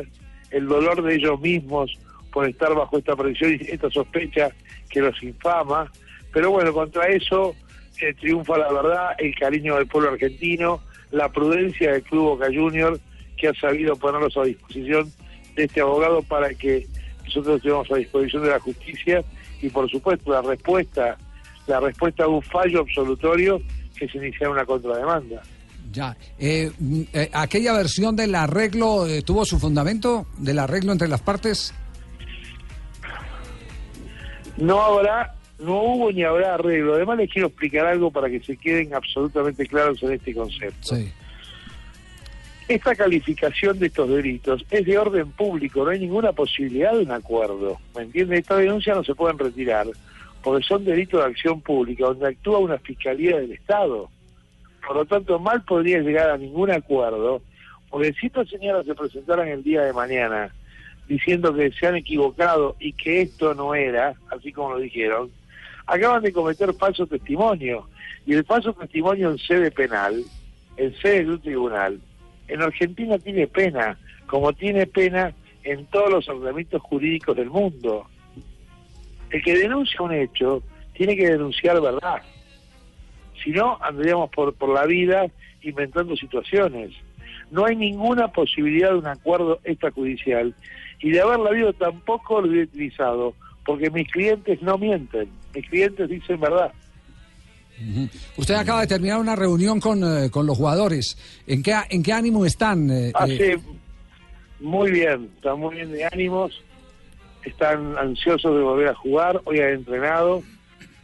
[SPEAKER 27] el dolor de ellos mismos por estar bajo esta presión y esta sospecha que los infama. Pero bueno, contra eso eh, triunfa la verdad, el cariño del pueblo argentino, la prudencia del Club Boca Junior, que ha sabido ponerlos a disposición de este abogado para que nosotros estemos a disposición de la justicia y por supuesto la respuesta, la respuesta a un fallo absolutorio que se iniciar una contrademanda.
[SPEAKER 8] Ya, eh, mm, eh, aquella versión del arreglo eh, tuvo su fundamento, del arreglo entre las partes.
[SPEAKER 27] no habrá, no hubo ni habrá arreglo. Además les quiero explicar algo para que se queden absolutamente claros en este concepto. Esta calificación de estos delitos es de orden público, no hay ninguna posibilidad de un acuerdo. ¿Me entiende? Estas denuncias no se pueden retirar porque son delitos de acción pública donde actúa una fiscalía del Estado. Por lo tanto, mal podría llegar a ningún acuerdo porque si estas señoras se presentaran el día de mañana diciendo que se han equivocado y que esto no era, así como lo dijeron, acaban de cometer falso testimonio. Y el falso testimonio en sede penal, en sede de un tribunal, en Argentina tiene pena, como tiene pena en todos los ordenamientos jurídicos del mundo. El que denuncia un hecho tiene que denunciar verdad. Si no, andaríamos por, por la vida inventando situaciones. No hay ninguna posibilidad de un acuerdo extrajudicial y de haberla habido tampoco lo he utilizado, porque mis clientes no mienten, mis clientes dicen verdad.
[SPEAKER 8] Ujú. Usted acaba de terminar una reunión con, eh, con los jugadores. ¿En qué, a- en qué ánimo están? eh,
[SPEAKER 27] Hace
[SPEAKER 8] eh?
[SPEAKER 27] muy bien, están muy bien de ánimos, están ansiosos de volver a jugar, hoy han entrenado,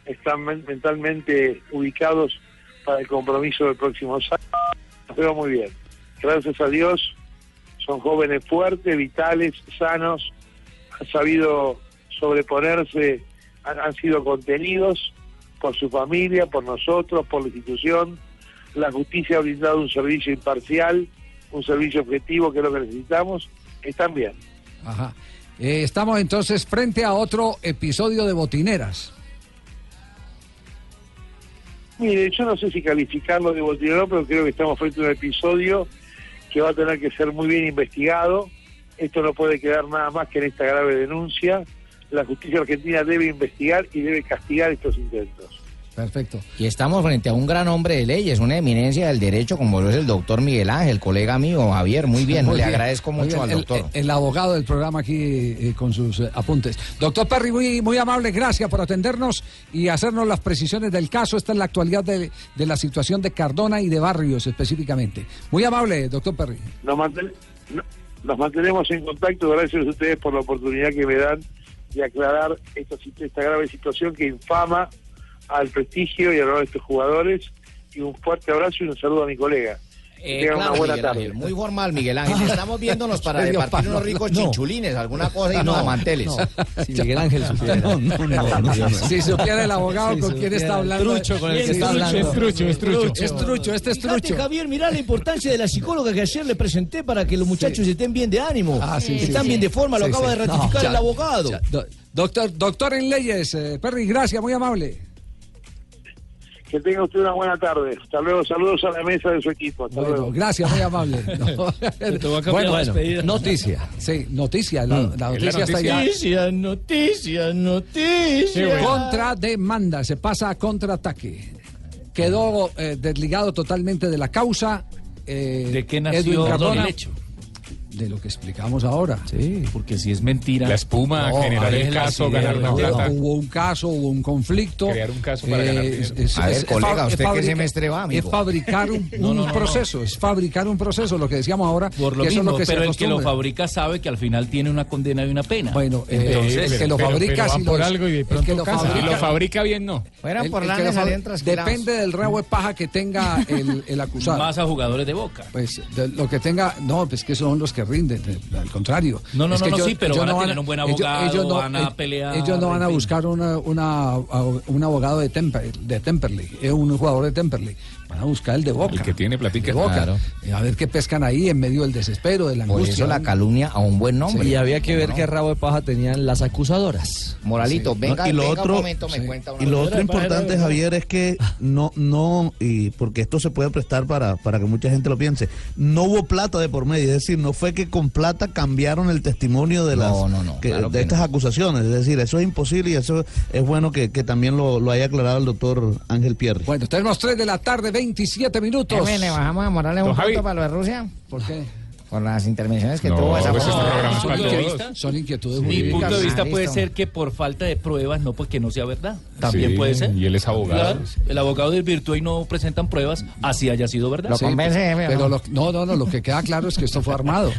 [SPEAKER 27] están men- mentalmente ubicados para el compromiso del próximo sábado. Los veo muy bien. Gracias a Dios, son jóvenes fuertes, vitales, sanos, han sabido sobreponerse, han, han sido contenidos por su familia, por nosotros, por la institución. La justicia ha brindado un servicio imparcial, un servicio objetivo que es lo que necesitamos. Están bien.
[SPEAKER 8] Ajá. Eh, estamos entonces frente a otro episodio de Botineras.
[SPEAKER 27] Mire, yo no sé si calificarlo de botín o no, pero creo que estamos frente a un episodio que va a tener que ser muy bien investigado. Esto no puede quedar nada más que en esta grave denuncia. La justicia argentina debe investigar y debe castigar estos intentos.
[SPEAKER 8] Perfecto.
[SPEAKER 19] Y estamos frente a un gran hombre de leyes, una eminencia del derecho, como lo es el doctor Miguel Ángel, colega mío, Javier. Muy bien,
[SPEAKER 8] Muy
[SPEAKER 19] le
[SPEAKER 8] bien.
[SPEAKER 19] agradezco
[SPEAKER 8] Muy
[SPEAKER 19] mucho
[SPEAKER 8] bien.
[SPEAKER 19] al
[SPEAKER 8] El- eh,
[SPEAKER 19] doctor.
[SPEAKER 8] El, abogado del programa aquí eh, con sus eh, apuntes. Doctor Perry, muy, muy amable, gracias por atendernos y hacernos las precisiones del caso. Esta es la actualidad de, de la situación de Cardona y de Barrios específicamente. Muy amable, doctor Perry.
[SPEAKER 27] Nos, manten- no- nos mantenemos en contacto. Gracias a ustedes por la oportunidad que me dan de aclarar esta, sit- esta grave situación que infama al prestigio y al honor de estos jugadores. Y un fuerte abrazo y un saludo a mi colega. Que tengan
[SPEAKER 19] Eh, claro,
[SPEAKER 27] una buena
[SPEAKER 19] Miguel
[SPEAKER 27] tarde.
[SPEAKER 19] Ángel, muy formal, Miguel Ángel. Estamos viéndonos para
[SPEAKER 27] Serio,
[SPEAKER 19] repartir
[SPEAKER 27] Pablo.
[SPEAKER 19] unos ricos
[SPEAKER 27] No.
[SPEAKER 19] chinchulines, alguna cosa y
[SPEAKER 8] No,
[SPEAKER 19] unos manteles.
[SPEAKER 10] Si Miguel Ángel supiera. No, no, no, no, no.
[SPEAKER 8] Si supiera el abogado con quien está hablando.
[SPEAKER 10] Trucho con el que está
[SPEAKER 8] Trucho,
[SPEAKER 10] hablando.
[SPEAKER 8] Es trucho, es trucho, este es
[SPEAKER 3] Fíjate,
[SPEAKER 8] trucho.
[SPEAKER 3] Javier, mirá la importancia de la psicóloga que ayer le presenté para que los muchachos estén bien de ánimo. están bien de forma, lo
[SPEAKER 8] Ah, Sí,
[SPEAKER 3] acaba
[SPEAKER 8] sí.
[SPEAKER 3] de ratificar
[SPEAKER 8] No, ya,
[SPEAKER 3] el abogado.
[SPEAKER 8] ya. Do- doctor, doctor en leyes, eh, Perry, gracias, muy amable.
[SPEAKER 27] Que tenga usted una buena tarde. Hasta luego. Saludos a la mesa de su equipo. Hasta luego.
[SPEAKER 8] Gracias, muy amable. No.
[SPEAKER 3] cambiar la despedida. Mm.
[SPEAKER 8] noticia. Sí, noticia. La, la noticia está ya.
[SPEAKER 3] Noticias, noticias,
[SPEAKER 8] Sí,
[SPEAKER 3] noticias.
[SPEAKER 8] Contrademanda, se pasa a contraataque. Quedó eh, desligado totalmente de la causa. eh,
[SPEAKER 9] ¿De qué
[SPEAKER 8] Edwin
[SPEAKER 9] nació
[SPEAKER 8] Cardona.
[SPEAKER 9] el hecho?
[SPEAKER 8] de lo que explicamos ahora.
[SPEAKER 10] Sí,
[SPEAKER 8] porque si es mentira.
[SPEAKER 9] La espuma, generar el caso, ganar la plata.
[SPEAKER 8] Hubo un caso, hubo un conflicto. Eh,
[SPEAKER 9] Crear un caso para ganar dinero.
[SPEAKER 19] A ver, colega,
[SPEAKER 8] fa-
[SPEAKER 19] ¿usted qué
[SPEAKER 8] fabrica-
[SPEAKER 19] semestre va, amigo?
[SPEAKER 8] Es fabricar un,
[SPEAKER 13] No,
[SPEAKER 8] un
[SPEAKER 13] no, no,
[SPEAKER 8] proceso, es fabricar un proceso, lo que decíamos ahora.
[SPEAKER 13] Por lo
[SPEAKER 8] que
[SPEAKER 13] mismo,
[SPEAKER 8] eso es lo que
[SPEAKER 13] pero
[SPEAKER 8] se
[SPEAKER 13] el que lo
[SPEAKER 8] acostumbra.
[SPEAKER 13] fabrica sabe que al final tiene una condena y una pena.
[SPEAKER 8] Bueno, eh, el que lo fabrica si
[SPEAKER 13] por
[SPEAKER 8] los-
[SPEAKER 13] algo y
[SPEAKER 8] el
[SPEAKER 13] de
[SPEAKER 8] que
[SPEAKER 13] pronto
[SPEAKER 8] lo
[SPEAKER 13] casa.
[SPEAKER 8] fabrica-
[SPEAKER 13] Y lo fabrica bien, no.
[SPEAKER 8] El- el que
[SPEAKER 13] la
[SPEAKER 8] lo fabri- Depende del rabo de paja que tenga el, el acusado.
[SPEAKER 13] Más a jugadores de Boca.
[SPEAKER 8] Pues de lo que tenga, no, pues que son los que rinden, de- al contrario.
[SPEAKER 13] No, no,
[SPEAKER 8] Es
[SPEAKER 13] no,
[SPEAKER 8] que
[SPEAKER 13] no, sí, pero van a tener un buen abogado, van a
[SPEAKER 8] eh,
[SPEAKER 13] pelear,
[SPEAKER 8] Ellos no van a
[SPEAKER 13] en fin.
[SPEAKER 8] buscar una, una- a- un abogado de, Temper, de Temperley, eh, un jugador de Temperley. Van a buscar el de Boca.
[SPEAKER 9] El que tiene platica.
[SPEAKER 8] de Boca.
[SPEAKER 9] Claro.
[SPEAKER 8] Eh, A ver qué pescan ahí en medio del desespero, de la
[SPEAKER 19] Por
[SPEAKER 8] angustia.
[SPEAKER 19] eso la calumnia a un buen nombre.
[SPEAKER 10] Y había que ver
[SPEAKER 19] ¿No?
[SPEAKER 10] qué rabo de paja tenían las acusadoras.
[SPEAKER 19] Moralito, venga,
[SPEAKER 4] y lo
[SPEAKER 19] venga
[SPEAKER 4] otro-
[SPEAKER 19] un momento, me cuenta una
[SPEAKER 4] Y lo
[SPEAKER 19] cosa.
[SPEAKER 4] otro importante, Javier, es que no, no, y porque esto se puede prestar para, para que mucha gente lo piense, no hubo plata de por medio, es decir, no fue que con plata cambiaron el testimonio de las
[SPEAKER 19] No, no, no,
[SPEAKER 4] que-
[SPEAKER 19] claro
[SPEAKER 4] de
[SPEAKER 19] que
[SPEAKER 4] estas acusaciones, es decir, eso es imposible y eso es bueno que, que también lo, lo haya aclarado el doctor Ángel Pierre.
[SPEAKER 8] Bueno, tenemos 3 de la tarde, 27 minutos.
[SPEAKER 19] Eh, bueno, bajamos a Morales un
[SPEAKER 8] Don Javi.
[SPEAKER 19] punto para lo de Rusia.
[SPEAKER 8] ¿Por qué?
[SPEAKER 19] Por las intervenciones que
[SPEAKER 8] No,
[SPEAKER 19] tuvo esa
[SPEAKER 8] pues
[SPEAKER 19] foto.
[SPEAKER 8] este programa es
[SPEAKER 19] Son
[SPEAKER 8] para
[SPEAKER 19] inquietud-
[SPEAKER 8] todos. Son inquietudes
[SPEAKER 13] Mi
[SPEAKER 8] jurídicas.
[SPEAKER 13] punto de vista
[SPEAKER 19] Ah,
[SPEAKER 13] puede
[SPEAKER 19] listo.
[SPEAKER 13] ser que por falta de pruebas, no porque no sea verdad. También puede ser.
[SPEAKER 9] Y él es abogado.
[SPEAKER 13] Claro, el abogado desvirtúa y no presentan pruebas, así haya sido verdad. pues.
[SPEAKER 8] Sí, pero, pero lo- no, no, no, lo que queda claro es que esto fue armado.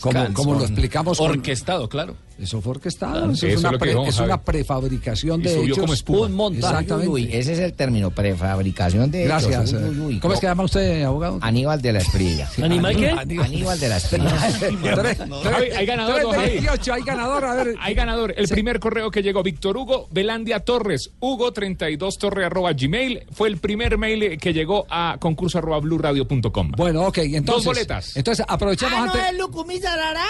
[SPEAKER 8] Como,
[SPEAKER 13] Canción.
[SPEAKER 8] como lo explicamos. con-
[SPEAKER 13] Orquestado, claro.
[SPEAKER 8] Eso fue orquestado.
[SPEAKER 13] Claro, eso
[SPEAKER 8] eso es
[SPEAKER 13] es
[SPEAKER 8] una,
[SPEAKER 13] lo que
[SPEAKER 8] pre-
[SPEAKER 13] dijo
[SPEAKER 8] es
[SPEAKER 13] Javi.
[SPEAKER 8] una prefabricación
[SPEAKER 19] Y
[SPEAKER 8] de
[SPEAKER 19] subió
[SPEAKER 8] hechos.
[SPEAKER 19] como espuma. Un montaje.
[SPEAKER 8] Exactamente.
[SPEAKER 19] Uy, ese es el término, prefabricación de hechos.
[SPEAKER 8] Gracias.
[SPEAKER 19] Uy, uy, uy.
[SPEAKER 8] ¿Cómo es que llama usted, abogado?
[SPEAKER 19] Aníbal de la Esprilla.
[SPEAKER 8] ¿Animal qué?
[SPEAKER 19] Aníbal de la Esprilla.
[SPEAKER 9] Javi, hay ganador, don Javi.
[SPEAKER 8] 328, hay ganador, a ver.
[SPEAKER 9] Hay ganador. El primer correo que llegó, Víctor Hugo Belandia Torres, hugo32torre arroba gmail, fue el primer mail que llegó a concurso arroba blurradio.com.
[SPEAKER 8] Bueno, ok, entonces.
[SPEAKER 9] Dos boletas.
[SPEAKER 8] Entonces, aprovechamos
[SPEAKER 14] Ah,
[SPEAKER 8] antes.
[SPEAKER 14] ¿no es Lucumí Sarará?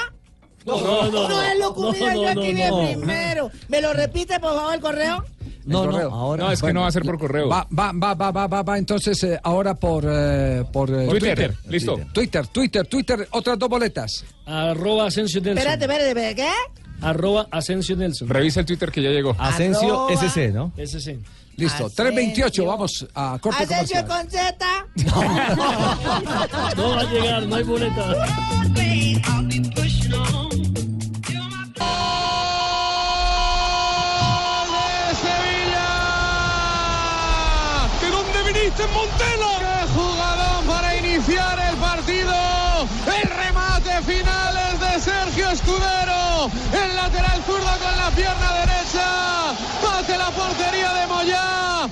[SPEAKER 8] No, no, no,
[SPEAKER 14] No es
[SPEAKER 8] no,
[SPEAKER 14] Lucumí,
[SPEAKER 8] no,
[SPEAKER 14] yo
[SPEAKER 8] no,
[SPEAKER 14] escribí
[SPEAKER 8] no, no.
[SPEAKER 14] primero. ¿Me lo repite, por favor, el correo?
[SPEAKER 8] No, no, ahora.
[SPEAKER 9] No, es que no va a ser por correo.
[SPEAKER 8] Va, va, va, va, va, va, va, entonces eh, ahora por, eh, por eh,
[SPEAKER 9] Twitter. Listo.
[SPEAKER 8] Twitter, Twitter, Twitter, otras dos boletas.
[SPEAKER 26] Arroba Asensio Nelson.
[SPEAKER 14] Espérate, espérate, espérate, ¿qué?
[SPEAKER 26] Arroba Asensio Nelson.
[SPEAKER 9] Revisa el Twitter que ya llegó.
[SPEAKER 26] Asensio Arroba. SC,
[SPEAKER 8] ¿no?
[SPEAKER 26] SC.
[SPEAKER 8] Listo,
[SPEAKER 15] Ah,
[SPEAKER 8] 328, vamos a corte
[SPEAKER 14] ¿Asensio
[SPEAKER 8] comercial.
[SPEAKER 14] con Z?
[SPEAKER 26] No va a llegar, no hay boleta.
[SPEAKER 17] ¿De dónde viniste, Montela? ¡Qué jugador para iniciar el partido! El remate final es de Sergio Escudero. El lateral zurdo con la pierna derecha. Bate la portería de Moyá.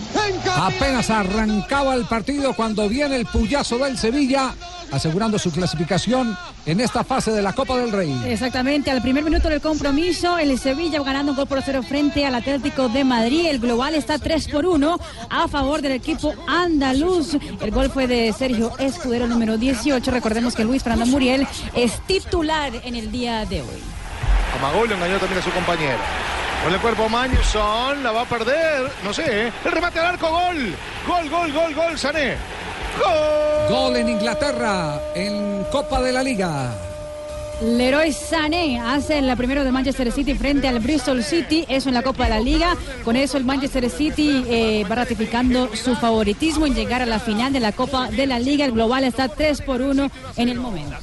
[SPEAKER 8] Apenas arrancaba el partido cuando viene el puyazo del Sevilla, asegurando su clasificación en esta fase de la Copa del Rey.
[SPEAKER 15] Exactamente, al primer minuto del compromiso, el Sevilla ganando un gol por cero frente al Atlético de Madrid. El global está 3 por 1 a favor del equipo andaluz. El gol fue de Sergio Escudero, número 18. Recordemos que Luis Fernando Muriel es titular en el día de hoy.
[SPEAKER 6] Amagó y lo engañó también a su compañero. Con el cuerpo Mañuson, la va a perder, no sé, ¿eh? el remate al arco, gol, gol, gol, gol, gol, Sané. Gol.
[SPEAKER 8] Gol en Inglaterra, en Copa de la Liga.
[SPEAKER 15] Leroy Sané hace la primera de Manchester City frente al Bristol City, eso en la Copa de la Liga. Con eso el Manchester City eh, va ratificando su favoritismo en llegar a la final de la Copa de la Liga. El global está 3 por 1 en el momento.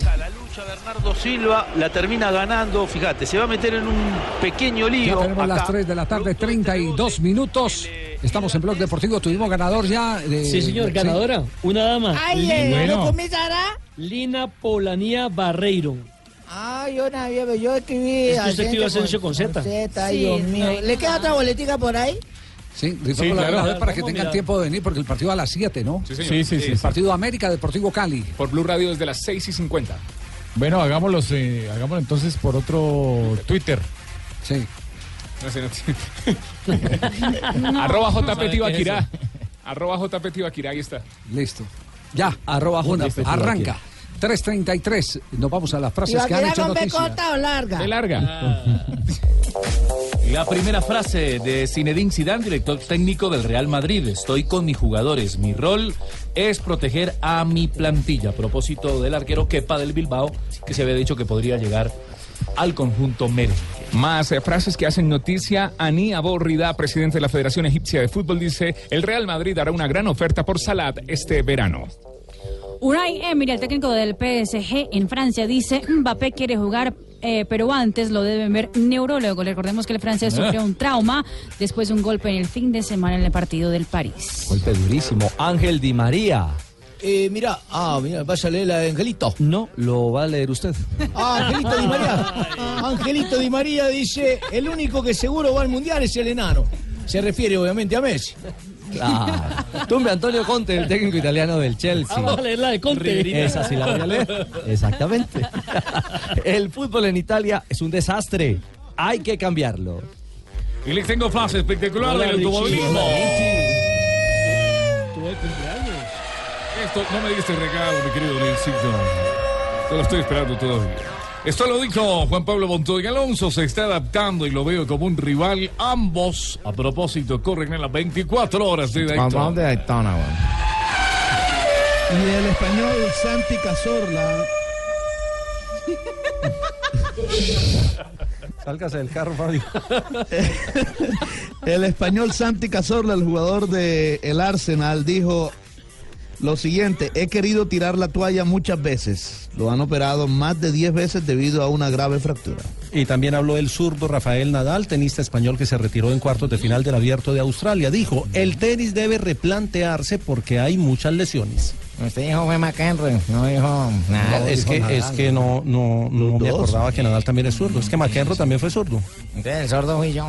[SPEAKER 5] Bernardo Silva la termina ganando, fíjate, se va a meter en un pequeño
[SPEAKER 8] Ya
[SPEAKER 5] lío.
[SPEAKER 8] tenemos las
[SPEAKER 5] acá.
[SPEAKER 8] 3 de la tarde, 32 minutos. Estamos en Blog Deportivo, tuvimos ganador ya. de-
[SPEAKER 26] Sí, señor,
[SPEAKER 8] sí.
[SPEAKER 26] ganadora. Una dama.
[SPEAKER 14] Ay, eh, ¿Lucumí Sarará?
[SPEAKER 26] Lina Polanía Barreiro.
[SPEAKER 14] Ah, yo no había, pero yo escribí.
[SPEAKER 26] Es que usted escribió Asensio con Z.
[SPEAKER 14] Z,
[SPEAKER 26] Sí,
[SPEAKER 14] Dios
[SPEAKER 26] no
[SPEAKER 14] mío.
[SPEAKER 26] hay
[SPEAKER 14] ¿Le queda otra boletica por ahí?
[SPEAKER 8] Sí, rifamos
[SPEAKER 12] Sí,
[SPEAKER 8] la
[SPEAKER 12] claro.
[SPEAKER 8] ganadora para que
[SPEAKER 12] Vamos a
[SPEAKER 8] tengan
[SPEAKER 12] mirar.
[SPEAKER 8] tiempo de venir, porque el partido a las 7, ¿no?
[SPEAKER 12] Sí, señor. Sí, sí, sí, sí.
[SPEAKER 8] Partido América Deportivo Cali.
[SPEAKER 9] Por Blue Radio desde las 6 y 50.
[SPEAKER 12] Bueno, hagámoslo, eh, hagámoslo entonces por otro Twitter.
[SPEAKER 8] Sí.
[SPEAKER 9] No sé, no sé. arroba JP Tibaquirá. Arroba JP Tibaquirá, ahí está.
[SPEAKER 8] Listo. Ya, arroba
[SPEAKER 9] Una
[SPEAKER 8] Juna,
[SPEAKER 9] fecha
[SPEAKER 8] arranca. 3.33, nos vamos a las frases que han
[SPEAKER 14] ¿Ibaquera
[SPEAKER 8] hecho
[SPEAKER 14] con B
[SPEAKER 8] noticia.
[SPEAKER 14] corta o larga?
[SPEAKER 8] De larga.
[SPEAKER 13] La primera frase de Zinedine Zidane, director técnico del Real Madrid. Estoy con mis jugadores. Mi rol es proteger a mi plantilla. A propósito del arquero Kepa del Bilbao, que se había dicho que podría llegar al conjunto merengue.
[SPEAKER 9] Más eh, frases que hacen noticia. Aní Aborrida, presidente de la Federación Egipcia de Fútbol, dice: El Real Madrid hará una gran oferta por Salat este verano.
[SPEAKER 15] Unai Emery, eh, el técnico del PSG en Francia, dice Mbappé quiere jugar, eh, pero antes lo deben ver neurólogos. Recordemos que el francés sufrió un trauma después de un golpe en el fin de semana en el partido del París.
[SPEAKER 10] Golpe durísimo. Ángel Di María.
[SPEAKER 25] Eh, mira, ah, mira, vaya a leer a Angelito.
[SPEAKER 10] No, lo va a leer usted.
[SPEAKER 25] Ah,
[SPEAKER 3] Angelito Di María.
[SPEAKER 25] Angelito Di María dice, el único que seguro va al Mundial es el enano. Se refiere obviamente a Messi.
[SPEAKER 10] Ah, tumbe Antonio Conte, el técnico italiano del Chelsea.
[SPEAKER 26] Vamos a leer la de Conte.
[SPEAKER 10] Esa sí la voy a leer. Exactamente. El fútbol en Italia es un desastre. Hay que cambiarlo.
[SPEAKER 13] Y les tengo frase espectacular
[SPEAKER 10] Hola,
[SPEAKER 13] del
[SPEAKER 10] Richie.
[SPEAKER 13] automovilismo.
[SPEAKER 10] Hola,
[SPEAKER 26] Tuve cumpleaños.
[SPEAKER 13] Esto, no me digas este regalo, mi querido Nilcito. Te lo estoy esperando todavía. Esto lo dijo Juan Pablo Montoya Alonso, se está adaptando y lo veo como un rival. Ambos, a propósito, corren en las 24 horas de Daytona.
[SPEAKER 32] Vamos de Daytona, weón.
[SPEAKER 4] Y el español Santi Cazorla.
[SPEAKER 10] Sálgase del carro, Fabio.
[SPEAKER 4] El español Santi Cazorla, el jugador del el Arsenal, dijo lo siguiente, he querido tirar la toalla muchas veces. Lo han operado más de 10 veces debido a una grave fractura.
[SPEAKER 11] Y también habló el zurdo Rafael Nadal, tenista español que se retiró en cuartos de final del Abierto de Australia. Dijo, el tenis debe replantearse porque hay muchas lesiones.
[SPEAKER 32] Usted dijo fue McHenry, no dijo nada.
[SPEAKER 11] No, es que, es que no, no, no me
[SPEAKER 32] dos.
[SPEAKER 11] acordaba que Nadal también es zurdo. Es que McEnroe también fue zurdo.
[SPEAKER 32] Entonces el sordo fui yo.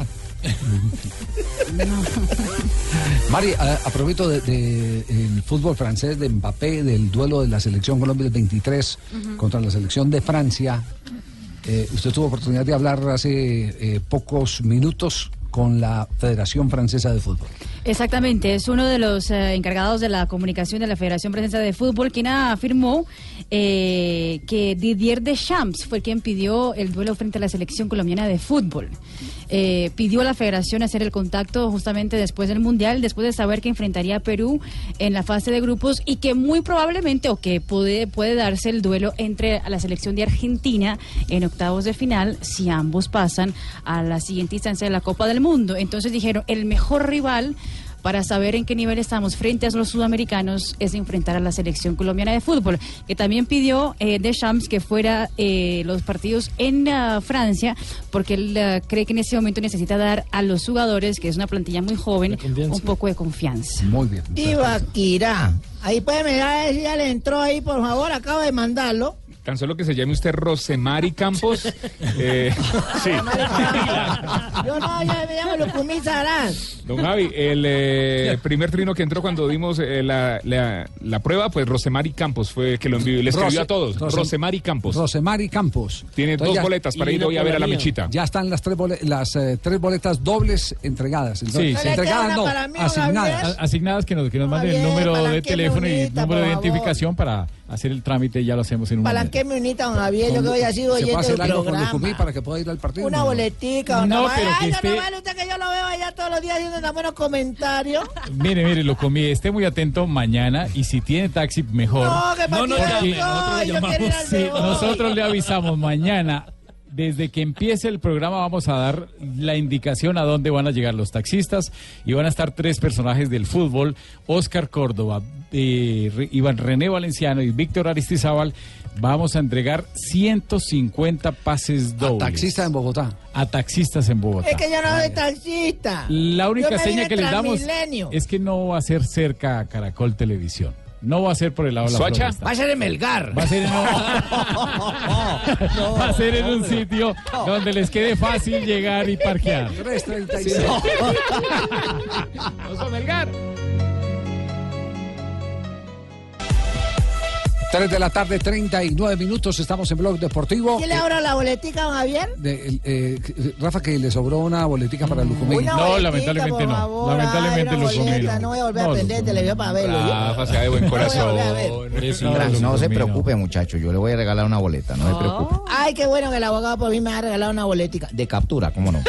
[SPEAKER 8] Mari, a, a propósito del de, el fútbol francés, de Mbappé, del duelo de la selección Colombia del 23
[SPEAKER 23] Ujú.
[SPEAKER 8] contra la selección de Francia, eh, usted tuvo oportunidad de hablar hace eh, pocos minutos con la Federación Francesa de Fútbol.
[SPEAKER 15] Exactamente, es uno de los eh, encargados de la comunicación de la Federación Presencia de Fútbol quien afirmó eh, que Didier Deschamps fue quien pidió el duelo frente a la selección colombiana de fútbol. Eh, pidió a la Federación hacer el contacto justamente después del Mundial, después de saber que enfrentaría a Perú en la fase de grupos y que muy probablemente o que puede, puede darse el duelo entre la selección de Argentina en octavos de final si ambos pasan a la siguiente instancia de la Copa del Mundo. Entonces dijeron, el mejor rival para saber en qué nivel estamos frente a los sudamericanos es enfrentar a la selección colombiana de fútbol, que también pidió eh, Deschamps que fuera eh, los partidos en ah, Francia, porque él ah, cree que en ese momento necesita dar a los jugadores, que es una plantilla muy joven, un poco de confianza.
[SPEAKER 8] Muy bien.
[SPEAKER 14] Ibaquirá. Ahí puede mirar a ver si ya le entró ahí, por favor, acabo de mandarlo.
[SPEAKER 2] Tan solo que se llame usted Rosemary Campos. eh, sí.
[SPEAKER 14] Yo no, ya me llamo Lucumí Sarán.
[SPEAKER 2] Don Javi, el eh, primer trino que entró cuando dimos eh, la, la- la prueba, pues Rosemary Campos fue el que lo envió y le escribió
[SPEAKER 8] Rose-
[SPEAKER 2] a todos.
[SPEAKER 8] Rose-
[SPEAKER 2] Rosemary Campos.
[SPEAKER 8] Rosemary Campos.
[SPEAKER 2] Tiene
[SPEAKER 8] Entonces
[SPEAKER 2] dos
[SPEAKER 8] ya-
[SPEAKER 2] boletas para ir hoy a ver a la mechita.
[SPEAKER 8] Ya están las tres, bole- las, eh, tres boletas dobles entregadas. Entonces,
[SPEAKER 12] Sí, sí.
[SPEAKER 8] entregadas no,
[SPEAKER 12] asignadas,
[SPEAKER 8] asignadas.
[SPEAKER 12] a- asignadas que nos, que nos manden el
[SPEAKER 14] bien,
[SPEAKER 12] número de
[SPEAKER 14] palanqueme
[SPEAKER 12] teléfono y el
[SPEAKER 14] bonita,
[SPEAKER 12] número de
[SPEAKER 14] por favor.
[SPEAKER 12] identificación para hacer el trámite y ya lo hacemos en un momento.
[SPEAKER 14] Palanqueme unita, don Javier, yo que hoy ha sido
[SPEAKER 8] se puede
[SPEAKER 14] oyente del
[SPEAKER 8] hacer algo con
[SPEAKER 14] programa.
[SPEAKER 8] Lucumí para que pueda ir al partido.
[SPEAKER 14] Una
[SPEAKER 8] ¿no?
[SPEAKER 14] boletica, don
[SPEAKER 12] No,
[SPEAKER 14] Javier.
[SPEAKER 12] pero
[SPEAKER 14] Ay,
[SPEAKER 12] que
[SPEAKER 14] don
[SPEAKER 12] esté-
[SPEAKER 14] Javier, usted que yo lo veo allá todos los días haciendo tan buenos comentarios.
[SPEAKER 12] Mire, mire, lo comí. Esté muy atento mañana y si tiene taxi, mejor.
[SPEAKER 14] No, que para No, no, ti llame, no, nosotros yo llamamos. quiero ir al
[SPEAKER 12] Sí,
[SPEAKER 14] de hoy.
[SPEAKER 12] nosotros le avisamos mañana. Desde que empiece el programa vamos a dar la indicación a dónde van a llegar los taxistas y van a estar tres personajes del fútbol, Óscar Córdoba, eh, Re- Iván René Valenciano y Víctor Aristizábal. Vamos a entregar 150 pases dobles. A taxistas
[SPEAKER 8] en Bogotá.
[SPEAKER 12] A taxistas en Bogotá.
[SPEAKER 14] Es que yo no soy taxista.
[SPEAKER 12] La única
[SPEAKER 14] Yo me
[SPEAKER 12] seña
[SPEAKER 14] vine
[SPEAKER 12] que les damos
[SPEAKER 14] Transmilenio.
[SPEAKER 12] es que no va a ser cerca a Caracol Televisión. No va a ser por el lado de la
[SPEAKER 2] ¿Soacha?
[SPEAKER 12] protesta.
[SPEAKER 2] Va a ser en
[SPEAKER 14] Melgar.
[SPEAKER 12] Va a ser en, va a ser en un sitio donde les quede fácil llegar y parquear.
[SPEAKER 8] 336.
[SPEAKER 2] Vamos a Melgar.
[SPEAKER 8] 3 de la tarde, 39 minutos. Estamos en Blog Deportivo.
[SPEAKER 14] ¿Quién le
[SPEAKER 8] Eh,
[SPEAKER 14] abra la boletica, don Javier?
[SPEAKER 8] de- el- eh, Rafa, que le sobró una boletica para Lucumí.
[SPEAKER 14] Mm. Una boletica, por favor. Ay, una boleta, No voy a volver a aprender televisión para verlo. ¿yo?
[SPEAKER 2] Rafa, sea de buen corazón.
[SPEAKER 32] No, se preocupe, muchacho. Yo le voy a regalar una boleta,
[SPEAKER 14] Ah.
[SPEAKER 32] no se preocupe.
[SPEAKER 14] Ay, qué bueno que el abogado por mí me ha regalado una boletica.
[SPEAKER 32] De captura, cómo no.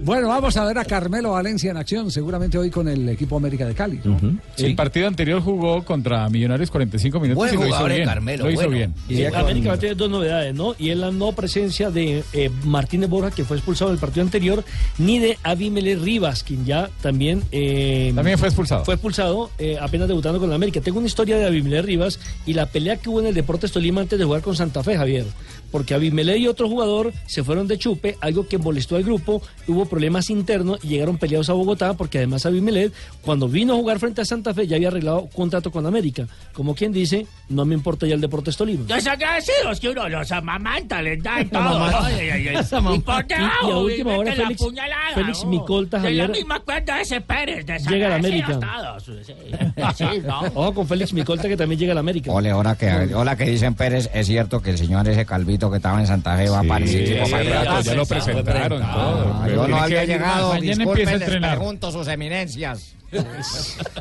[SPEAKER 8] Bueno, vamos a ver a Carmelo Valencia en acción, seguramente hoy con el equipo Grupo América de Cali. ¿no?
[SPEAKER 12] El partido anterior jugó contra Millonarios 45 minutos
[SPEAKER 33] Buen
[SPEAKER 12] y lo hizo
[SPEAKER 33] jugador, eh,
[SPEAKER 12] bien.
[SPEAKER 33] Carmelo,
[SPEAKER 12] lo hizo
[SPEAKER 33] bueno.
[SPEAKER 12] bien.
[SPEAKER 26] Y América va a tener dos novedades, ¿no? Y es la no presencia de eh, Martínez Borja, que fue expulsado del partido anterior, ni de Abimele Rivas, quien ya también. eh,
[SPEAKER 12] También fue expulsado.
[SPEAKER 26] Fue expulsado eh, apenas debutando con la América. Tengo una historia de Abimele Rivas y la pelea que hubo en el Deportes Tolima antes de jugar con Santa Fe, Javier. Porque Abimele y otro jugador se fueron de chupe, algo que molestó al grupo. Hubo problemas internos y llegaron peleados a Bogotá, porque además Abimele, cuando vino a jugar frente a Santa Fe, ya había arreglado contrato con América. Como quien dice, no me importa ya el Deportes Tolima.
[SPEAKER 24] Desagradecidos que uno los amamanta, les da y todo.
[SPEAKER 26] Amamanta.
[SPEAKER 24] Ay, ay, ay.
[SPEAKER 26] Amamanta.
[SPEAKER 24] Y
[SPEAKER 26] Y-
[SPEAKER 24] por
[SPEAKER 26] y a
[SPEAKER 24] debajo,
[SPEAKER 26] última
[SPEAKER 24] y
[SPEAKER 26] hora,
[SPEAKER 24] mete la
[SPEAKER 26] Félix-
[SPEAKER 24] puñalada,
[SPEAKER 26] Félix
[SPEAKER 24] oh.
[SPEAKER 26] Micolta,
[SPEAKER 24] De la
[SPEAKER 26] Javier,
[SPEAKER 24] misma cuerda de ese
[SPEAKER 26] llega
[SPEAKER 24] Pérez,
[SPEAKER 26] a la
[SPEAKER 24] desagradecidos
[SPEAKER 26] América.
[SPEAKER 24] todos. Sí, sí, no.
[SPEAKER 26] Ojo con Félix Micolta que también llega a la América.
[SPEAKER 19] Ole, ahora que, ahora que dicen Pérez, es cierto que el señor ese calvito que estaba en Santa Fe va para el equipo
[SPEAKER 9] hace
[SPEAKER 19] patriota.
[SPEAKER 9] rato, ya lo presentaron todo.
[SPEAKER 19] Ah, yo
[SPEAKER 9] Tiene
[SPEAKER 19] no
[SPEAKER 9] que
[SPEAKER 19] había
[SPEAKER 9] venir más.
[SPEAKER 19] llegado,
[SPEAKER 9] Mañana empieza a
[SPEAKER 19] disculpen, les
[SPEAKER 9] entrenar.
[SPEAKER 19] pregunto sus eminencias.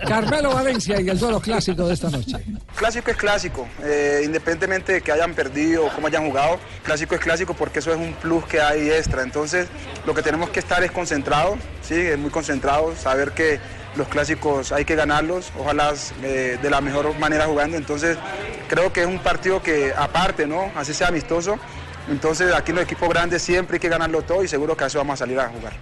[SPEAKER 8] Carmelo Valencia y el duelo clásico de esta noche.
[SPEAKER 23] Clásico es clásico, eh, independientemente de que hayan perdido o cómo hayan jugado, clásico es clásico porque eso es un plus que hay extra. Entonces, lo que tenemos que estar es concentrados, ¿sí? Es muy concentrados, saber que los clásicos hay que ganarlos, ojalá eh, de la mejor manera jugando. Entonces, creo que es un partido que, aparte, ¿no? Así sea amistoso. Entonces, aquí en los equipos grandes siempre hay que ganarlo todo y seguro que a eso vamos a salir a jugar.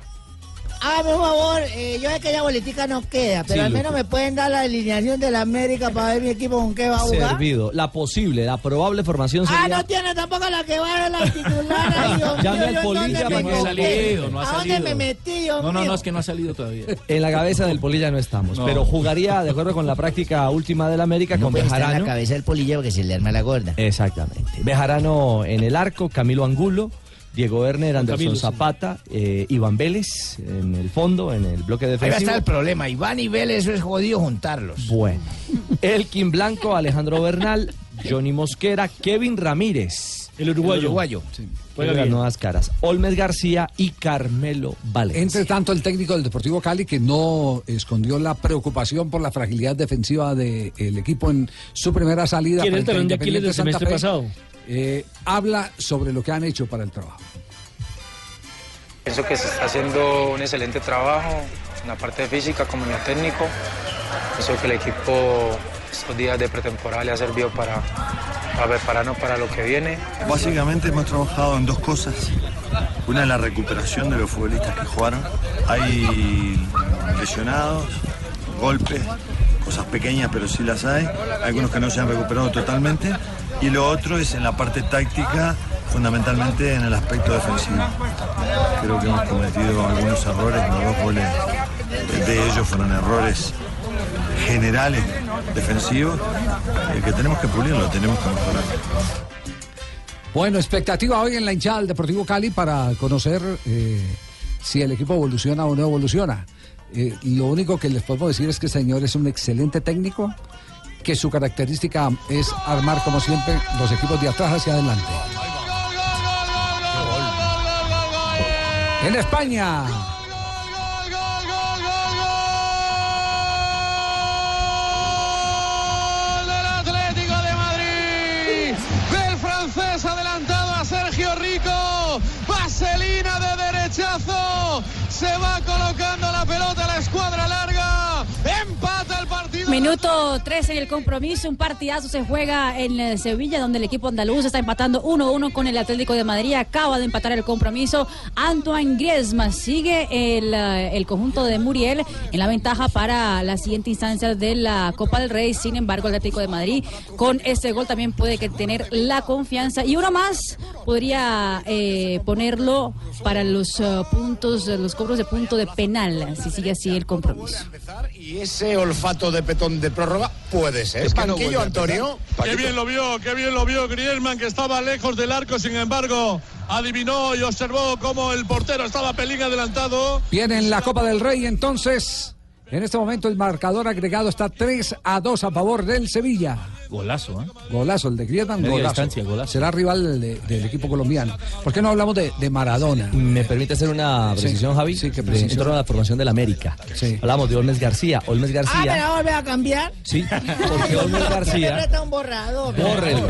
[SPEAKER 14] Hágame un favor, eh, yo sé que la boletica no queda, pero
[SPEAKER 10] Sí,
[SPEAKER 14] al menos
[SPEAKER 10] loco.
[SPEAKER 14] me pueden dar la alineación de la América para ver mi equipo con qué va a jugar.
[SPEAKER 10] Servido. La posible, la probable formación
[SPEAKER 14] Ah,
[SPEAKER 10] sería.
[SPEAKER 14] no tiene tampoco la que va a la titular. Ay, Dios
[SPEAKER 10] Llame
[SPEAKER 14] mío,
[SPEAKER 10] al
[SPEAKER 14] yo en
[SPEAKER 10] Polilla,
[SPEAKER 14] dónde me
[SPEAKER 10] que no ha
[SPEAKER 14] equivoqué.
[SPEAKER 10] salido, no ha
[SPEAKER 14] ¿A dónde
[SPEAKER 10] salido.
[SPEAKER 14] me metí, Dios
[SPEAKER 10] No, no, no,
[SPEAKER 14] mío?
[SPEAKER 10] es
[SPEAKER 34] que no ha salido todavía.
[SPEAKER 10] En la cabeza del Polilla no estamos,
[SPEAKER 24] No.
[SPEAKER 10] pero jugaría de acuerdo con la práctica última del América
[SPEAKER 35] No
[SPEAKER 10] con
[SPEAKER 35] puede estar en
[SPEAKER 10] Bejarano.
[SPEAKER 35] la cabeza del polilla porque se le arma la gorda.
[SPEAKER 10] Exactamente. Bejarano en el arco, Camilo Angulo, Diego Werner, Anderson
[SPEAKER 35] Camilo, sí.
[SPEAKER 10] Zapata, eh, Iván Vélez en el fondo, en el bloque
[SPEAKER 35] Ahí va a
[SPEAKER 10] defensivo.
[SPEAKER 35] estar el problema. Iván y Vélez, eso es jodido juntarlos.
[SPEAKER 10] Bueno. Elkin Blanco, Alejandro Bernal, Johnny Mosquera, Kevin Ramírez.
[SPEAKER 26] El
[SPEAKER 8] uruguayo.
[SPEAKER 10] Sí.
[SPEAKER 8] Juega
[SPEAKER 10] Las
[SPEAKER 8] bien.
[SPEAKER 10] nuevas caras. Olmes García y Carmelo Valencia.
[SPEAKER 8] Entre tanto, el técnico del Deportivo Cali, que no escondió la preocupación por la fragilidad defensiva del equipo en su primera salida.
[SPEAKER 26] ¿Quién es el
[SPEAKER 8] frente a
[SPEAKER 26] talón de Aquiles del
[SPEAKER 8] Independiente
[SPEAKER 26] semestre
[SPEAKER 8] Santa Fe, eh, habla sobre lo que han hecho para el trabajo.
[SPEAKER 36] Pienso que se está haciendo un excelente trabajo en la parte física como en lo técnico. Pienso que el equipo estos días de pretemporada le ha servido para, para prepararnos para lo que viene.
[SPEAKER 31] Básicamente hemos trabajado en dos cosas. Una es la recuperación de los futbolistas que jugaron. Hay lesionados, golpes, cosas pequeñas pero sí las hay. Algunos que no se han recuperado totalmente. Y lo otro es en la parte táctica, fundamentalmente en el aspecto defensivo. Creo que hemos cometido algunos errores, los dos goles de ellos fueron errores generales defensivos eh, que tenemos que pulirlo, tenemos que mejorar.
[SPEAKER 8] Bueno, expectativa hoy en la hinchada del Deportivo Cali para conocer eh, si el equipo evoluciona o no evoluciona. Eh, lo único que les podemos decir es que el señor es un excelente técnico, que su característica es armar, como siempre, los equipos de atrás hacia adelante. En España.
[SPEAKER 25] Atlético de Madrid. Del francés adelantado a Sergio Rico. Vaselina de derechazo. Se va colocando la pelota a la escuadra larga. Empata el partido.
[SPEAKER 15] Minuto 13 y el compromiso, un partidazo se juega en eh, Sevilla donde el equipo andaluz está empatando 1-1 con el Atlético de Madrid, acaba de empatar el compromiso, Antoine Griezmann sigue el, eh, el conjunto de Muriel en la ventaja para la siguiente instancia de la Copa del Rey, sin embargo el Atlético de Madrid con ese gol también puede que tener la confianza y uno más podría eh, ponerlo para los eh, puntos, eh, los cobros de punto de penal, si sigue así el compromiso.
[SPEAKER 13] Y ese olfato de petón de prórroga puede ser. Es que no Banquillo, vuelve a Antonio.
[SPEAKER 31] Paquito.
[SPEAKER 13] Qué bien
[SPEAKER 31] lo
[SPEAKER 13] vio, qué bien lo vio Griezmann, que estaba lejos del arco, sin embargo, adivinó y observó cómo el portero estaba pelín adelantado.
[SPEAKER 8] Viene en la Copa del Rey entonces. En este momento el marcador agregado está 3 a 2 a favor del Sevilla.
[SPEAKER 34] Golazo, ¿eh?
[SPEAKER 8] Golazo, el de Griezmann,
[SPEAKER 34] Media
[SPEAKER 8] golazo.
[SPEAKER 34] distancia, golazo.
[SPEAKER 8] Será rival de- del equipo colombiano. ¿Por qué no hablamos de, de Maradona?
[SPEAKER 10] ¿Me permite hacer una Ah, precisión, Javi? Sí, que En torno a la formación del América. Hablamos de Olmes García. Olmes
[SPEAKER 14] Ah, me
[SPEAKER 10] García.
[SPEAKER 14] la volver a cambiar.
[SPEAKER 10] Sí, porque Olmes
[SPEAKER 14] ¿Qué me
[SPEAKER 10] García.
[SPEAKER 14] presta un borrador?
[SPEAKER 10] Bórrelo.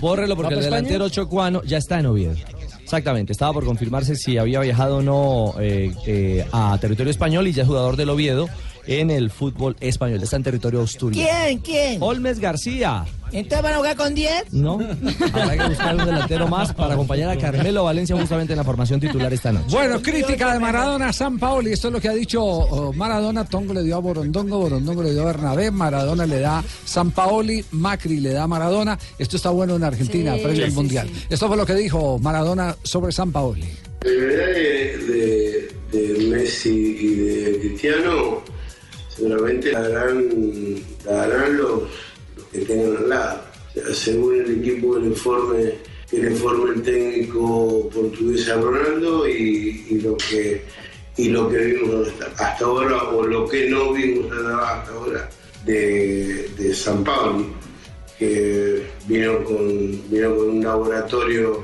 [SPEAKER 10] Bórrelo porque
[SPEAKER 14] ¿Va
[SPEAKER 10] el
[SPEAKER 14] para
[SPEAKER 10] delantero chocuano ya está en Oviedo. Exactamente, estaba por confirmarse si había viajado o no eh, eh, a territorio español y ya es jugador del Oviedo. en el fútbol español. Está en territorio asturiano.
[SPEAKER 14] ¿Quién? ¿Quién?
[SPEAKER 10] Olmes García.
[SPEAKER 14] ¿Entonces van a jugar con 10?
[SPEAKER 10] No, habrá que buscar un delantero más para acompañar a Carmelo Valencia justamente en la formación titular esta noche.
[SPEAKER 8] Bueno, crítica de Maradona a San Paoli. Esto es lo que ha dicho oh, Maradona. Tongo le dio a Borondongo, Borondongo le dio a Bernabé, Maradona le da a San Paoli, Macri le da a Maradona. Esto está bueno en Argentina,
[SPEAKER 6] Sí,
[SPEAKER 8] previo al
[SPEAKER 6] sí,
[SPEAKER 8] Mundial.
[SPEAKER 6] sí.
[SPEAKER 8] Esto fue lo que dijo Maradona sobre San Paoli.
[SPEAKER 6] La rivalidad de, de- de Messi y de Cristiano seguramente la harán, la harán los, los que tengan al lado. O sea, según el equipo que le forme, que le forme el técnico portugués a Ronaldo y, y lo que y lo que vimos hasta, hasta ahora o lo que no vimos hasta hasta ahora de, de San Pablo que vino con, vino con un laboratorio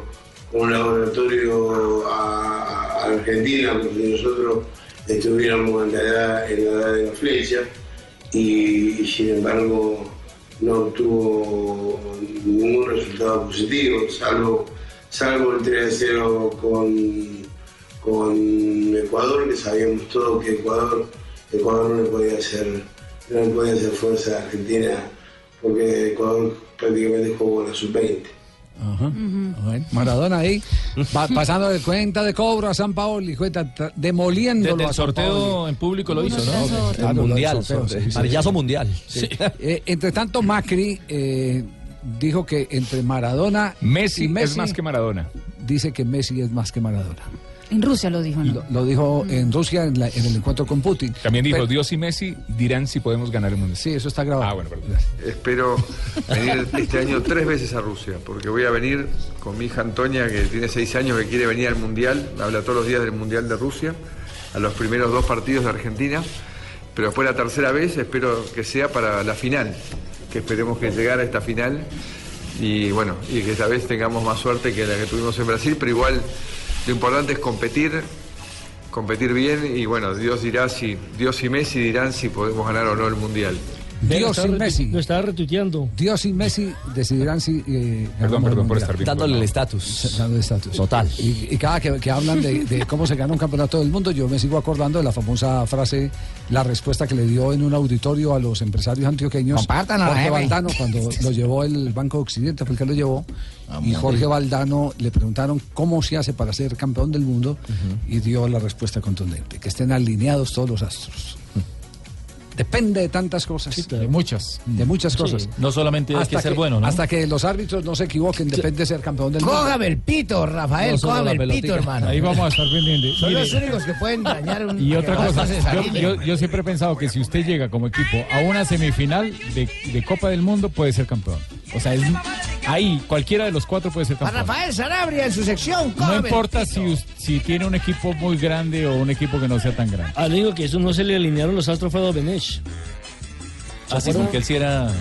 [SPEAKER 6] un laboratorio a, a Argentina, porque nosotros estuviéramos en la edad, en la edad de la flecha y, y sin embargo no obtuvo ningún resultado positivo, salvo, salvo el 3-0 con, con Ecuador, que sabíamos todos que Ecuador, Ecuador no le podía hacer, no le podía hacer fuerza a Argentina, porque Ecuador prácticamente jugó en la sub-20.
[SPEAKER 8] Ajá. Bueno, Maradona ahí, pa- pasando de cuenta de cobro a San Paoli, cuenta, tra- demoliéndolo
[SPEAKER 13] Desde
[SPEAKER 8] a
[SPEAKER 13] el
[SPEAKER 8] San
[SPEAKER 13] sorteo
[SPEAKER 8] Paoli.
[SPEAKER 13] en público lo hizo, ¿no?
[SPEAKER 8] Claro, lo del sorteo, sí, sí.
[SPEAKER 10] mundial.
[SPEAKER 8] Sí. Eh, entre tanto, Macri eh, dijo que entre Maradona
[SPEAKER 2] Messi
[SPEAKER 8] y
[SPEAKER 2] es más que Maradona.
[SPEAKER 8] Dice que Messi es más que Maradona.
[SPEAKER 15] En Rusia lo dijo, ¿no? Mm.
[SPEAKER 8] Lo, lo dijo en Rusia en, la- en el encuentro con Putin.
[SPEAKER 2] También dijo,
[SPEAKER 8] Pero-
[SPEAKER 2] Dios y Messi dirán si podemos ganar el mundial.
[SPEAKER 8] Sí, eso está grabado.
[SPEAKER 2] Ah, bueno, perdón.
[SPEAKER 27] Espero venir este año tres veces a Rusia, porque voy a venir con mi hija Antonia, que tiene seis años, que quiere venir al Mundial, me habla todos los días del Mundial de Rusia, a los primeros dos partidos de Argentina, pero después la tercera vez espero que sea para la final, que esperemos que llegara a esta final y bueno, y que esta vez tengamos más suerte que la que tuvimos en Brasil, pero igual lo importante es competir, competir bien y bueno, Dios dirá si, Dios y Messi dirán si podemos ganar o no el Mundial.
[SPEAKER 8] Dios y Messi. Lo
[SPEAKER 26] estaba retuiteando.
[SPEAKER 8] Dios y Messi decidirán si. eh, ganamos el
[SPEAKER 2] Perdón, perdón por
[SPEAKER 8] Mundial.
[SPEAKER 2] estar bien.
[SPEAKER 10] Dándole el estatus.
[SPEAKER 8] Dándole estatus. Total. Y, y cada que, que hablan de, de cómo se gana un campeonato del mundo, yo me sigo acordando de la famosa frase, la respuesta que le dio en un auditorio a los empresarios antioqueños.
[SPEAKER 19] Compártanla,
[SPEAKER 8] Jorge
[SPEAKER 19] jefe.
[SPEAKER 8] Valdano, cuando lo llevó el Banco de Occidente, fue el que lo llevó. y Jorge Valdano le preguntaron cómo se hace para ser campeón del mundo y dio la respuesta contundente, que estén alineados todos los astros. Depende de tantas cosas. De
[SPEAKER 2] muchas.
[SPEAKER 8] De muchas cosas.
[SPEAKER 13] No solamente hay que ser bueno, ¿no?
[SPEAKER 8] Hasta que los árbitros no se equivoquen, depende de ser campeón del mundo.
[SPEAKER 19] Cógame el pito, Rafael,
[SPEAKER 8] No solo
[SPEAKER 19] cógame
[SPEAKER 8] la
[SPEAKER 19] el pito,
[SPEAKER 8] pelotica.
[SPEAKER 19] hermano.
[SPEAKER 8] Ahí
[SPEAKER 12] Vamos a estar pendientes.
[SPEAKER 19] Son
[SPEAKER 12] Mire,
[SPEAKER 19] los únicos que pueden dañar un.
[SPEAKER 12] Y
[SPEAKER 19] que
[SPEAKER 12] otra
[SPEAKER 19] no
[SPEAKER 12] cosa,
[SPEAKER 19] pases a
[SPEAKER 12] yo,
[SPEAKER 19] Lille.
[SPEAKER 12] yo- yo siempre he pensado que si usted llega como equipo a una semifinal de, de Copa del Mundo, puede ser campeón. O sea, es- ahí cualquiera de los cuatro puede ser
[SPEAKER 19] A
[SPEAKER 12] campeón.
[SPEAKER 19] Rafael Sanabria en su sección,
[SPEAKER 12] No
[SPEAKER 19] cógame el
[SPEAKER 12] importa si, us- si tiene un equipo muy grande o un equipo que no sea tan grande.
[SPEAKER 26] Ah, le digo que eso no se le alinearon los astros fue a Domenech.
[SPEAKER 13] Así
[SPEAKER 26] ¿Se acuerdan?
[SPEAKER 13] porque él Ah, sí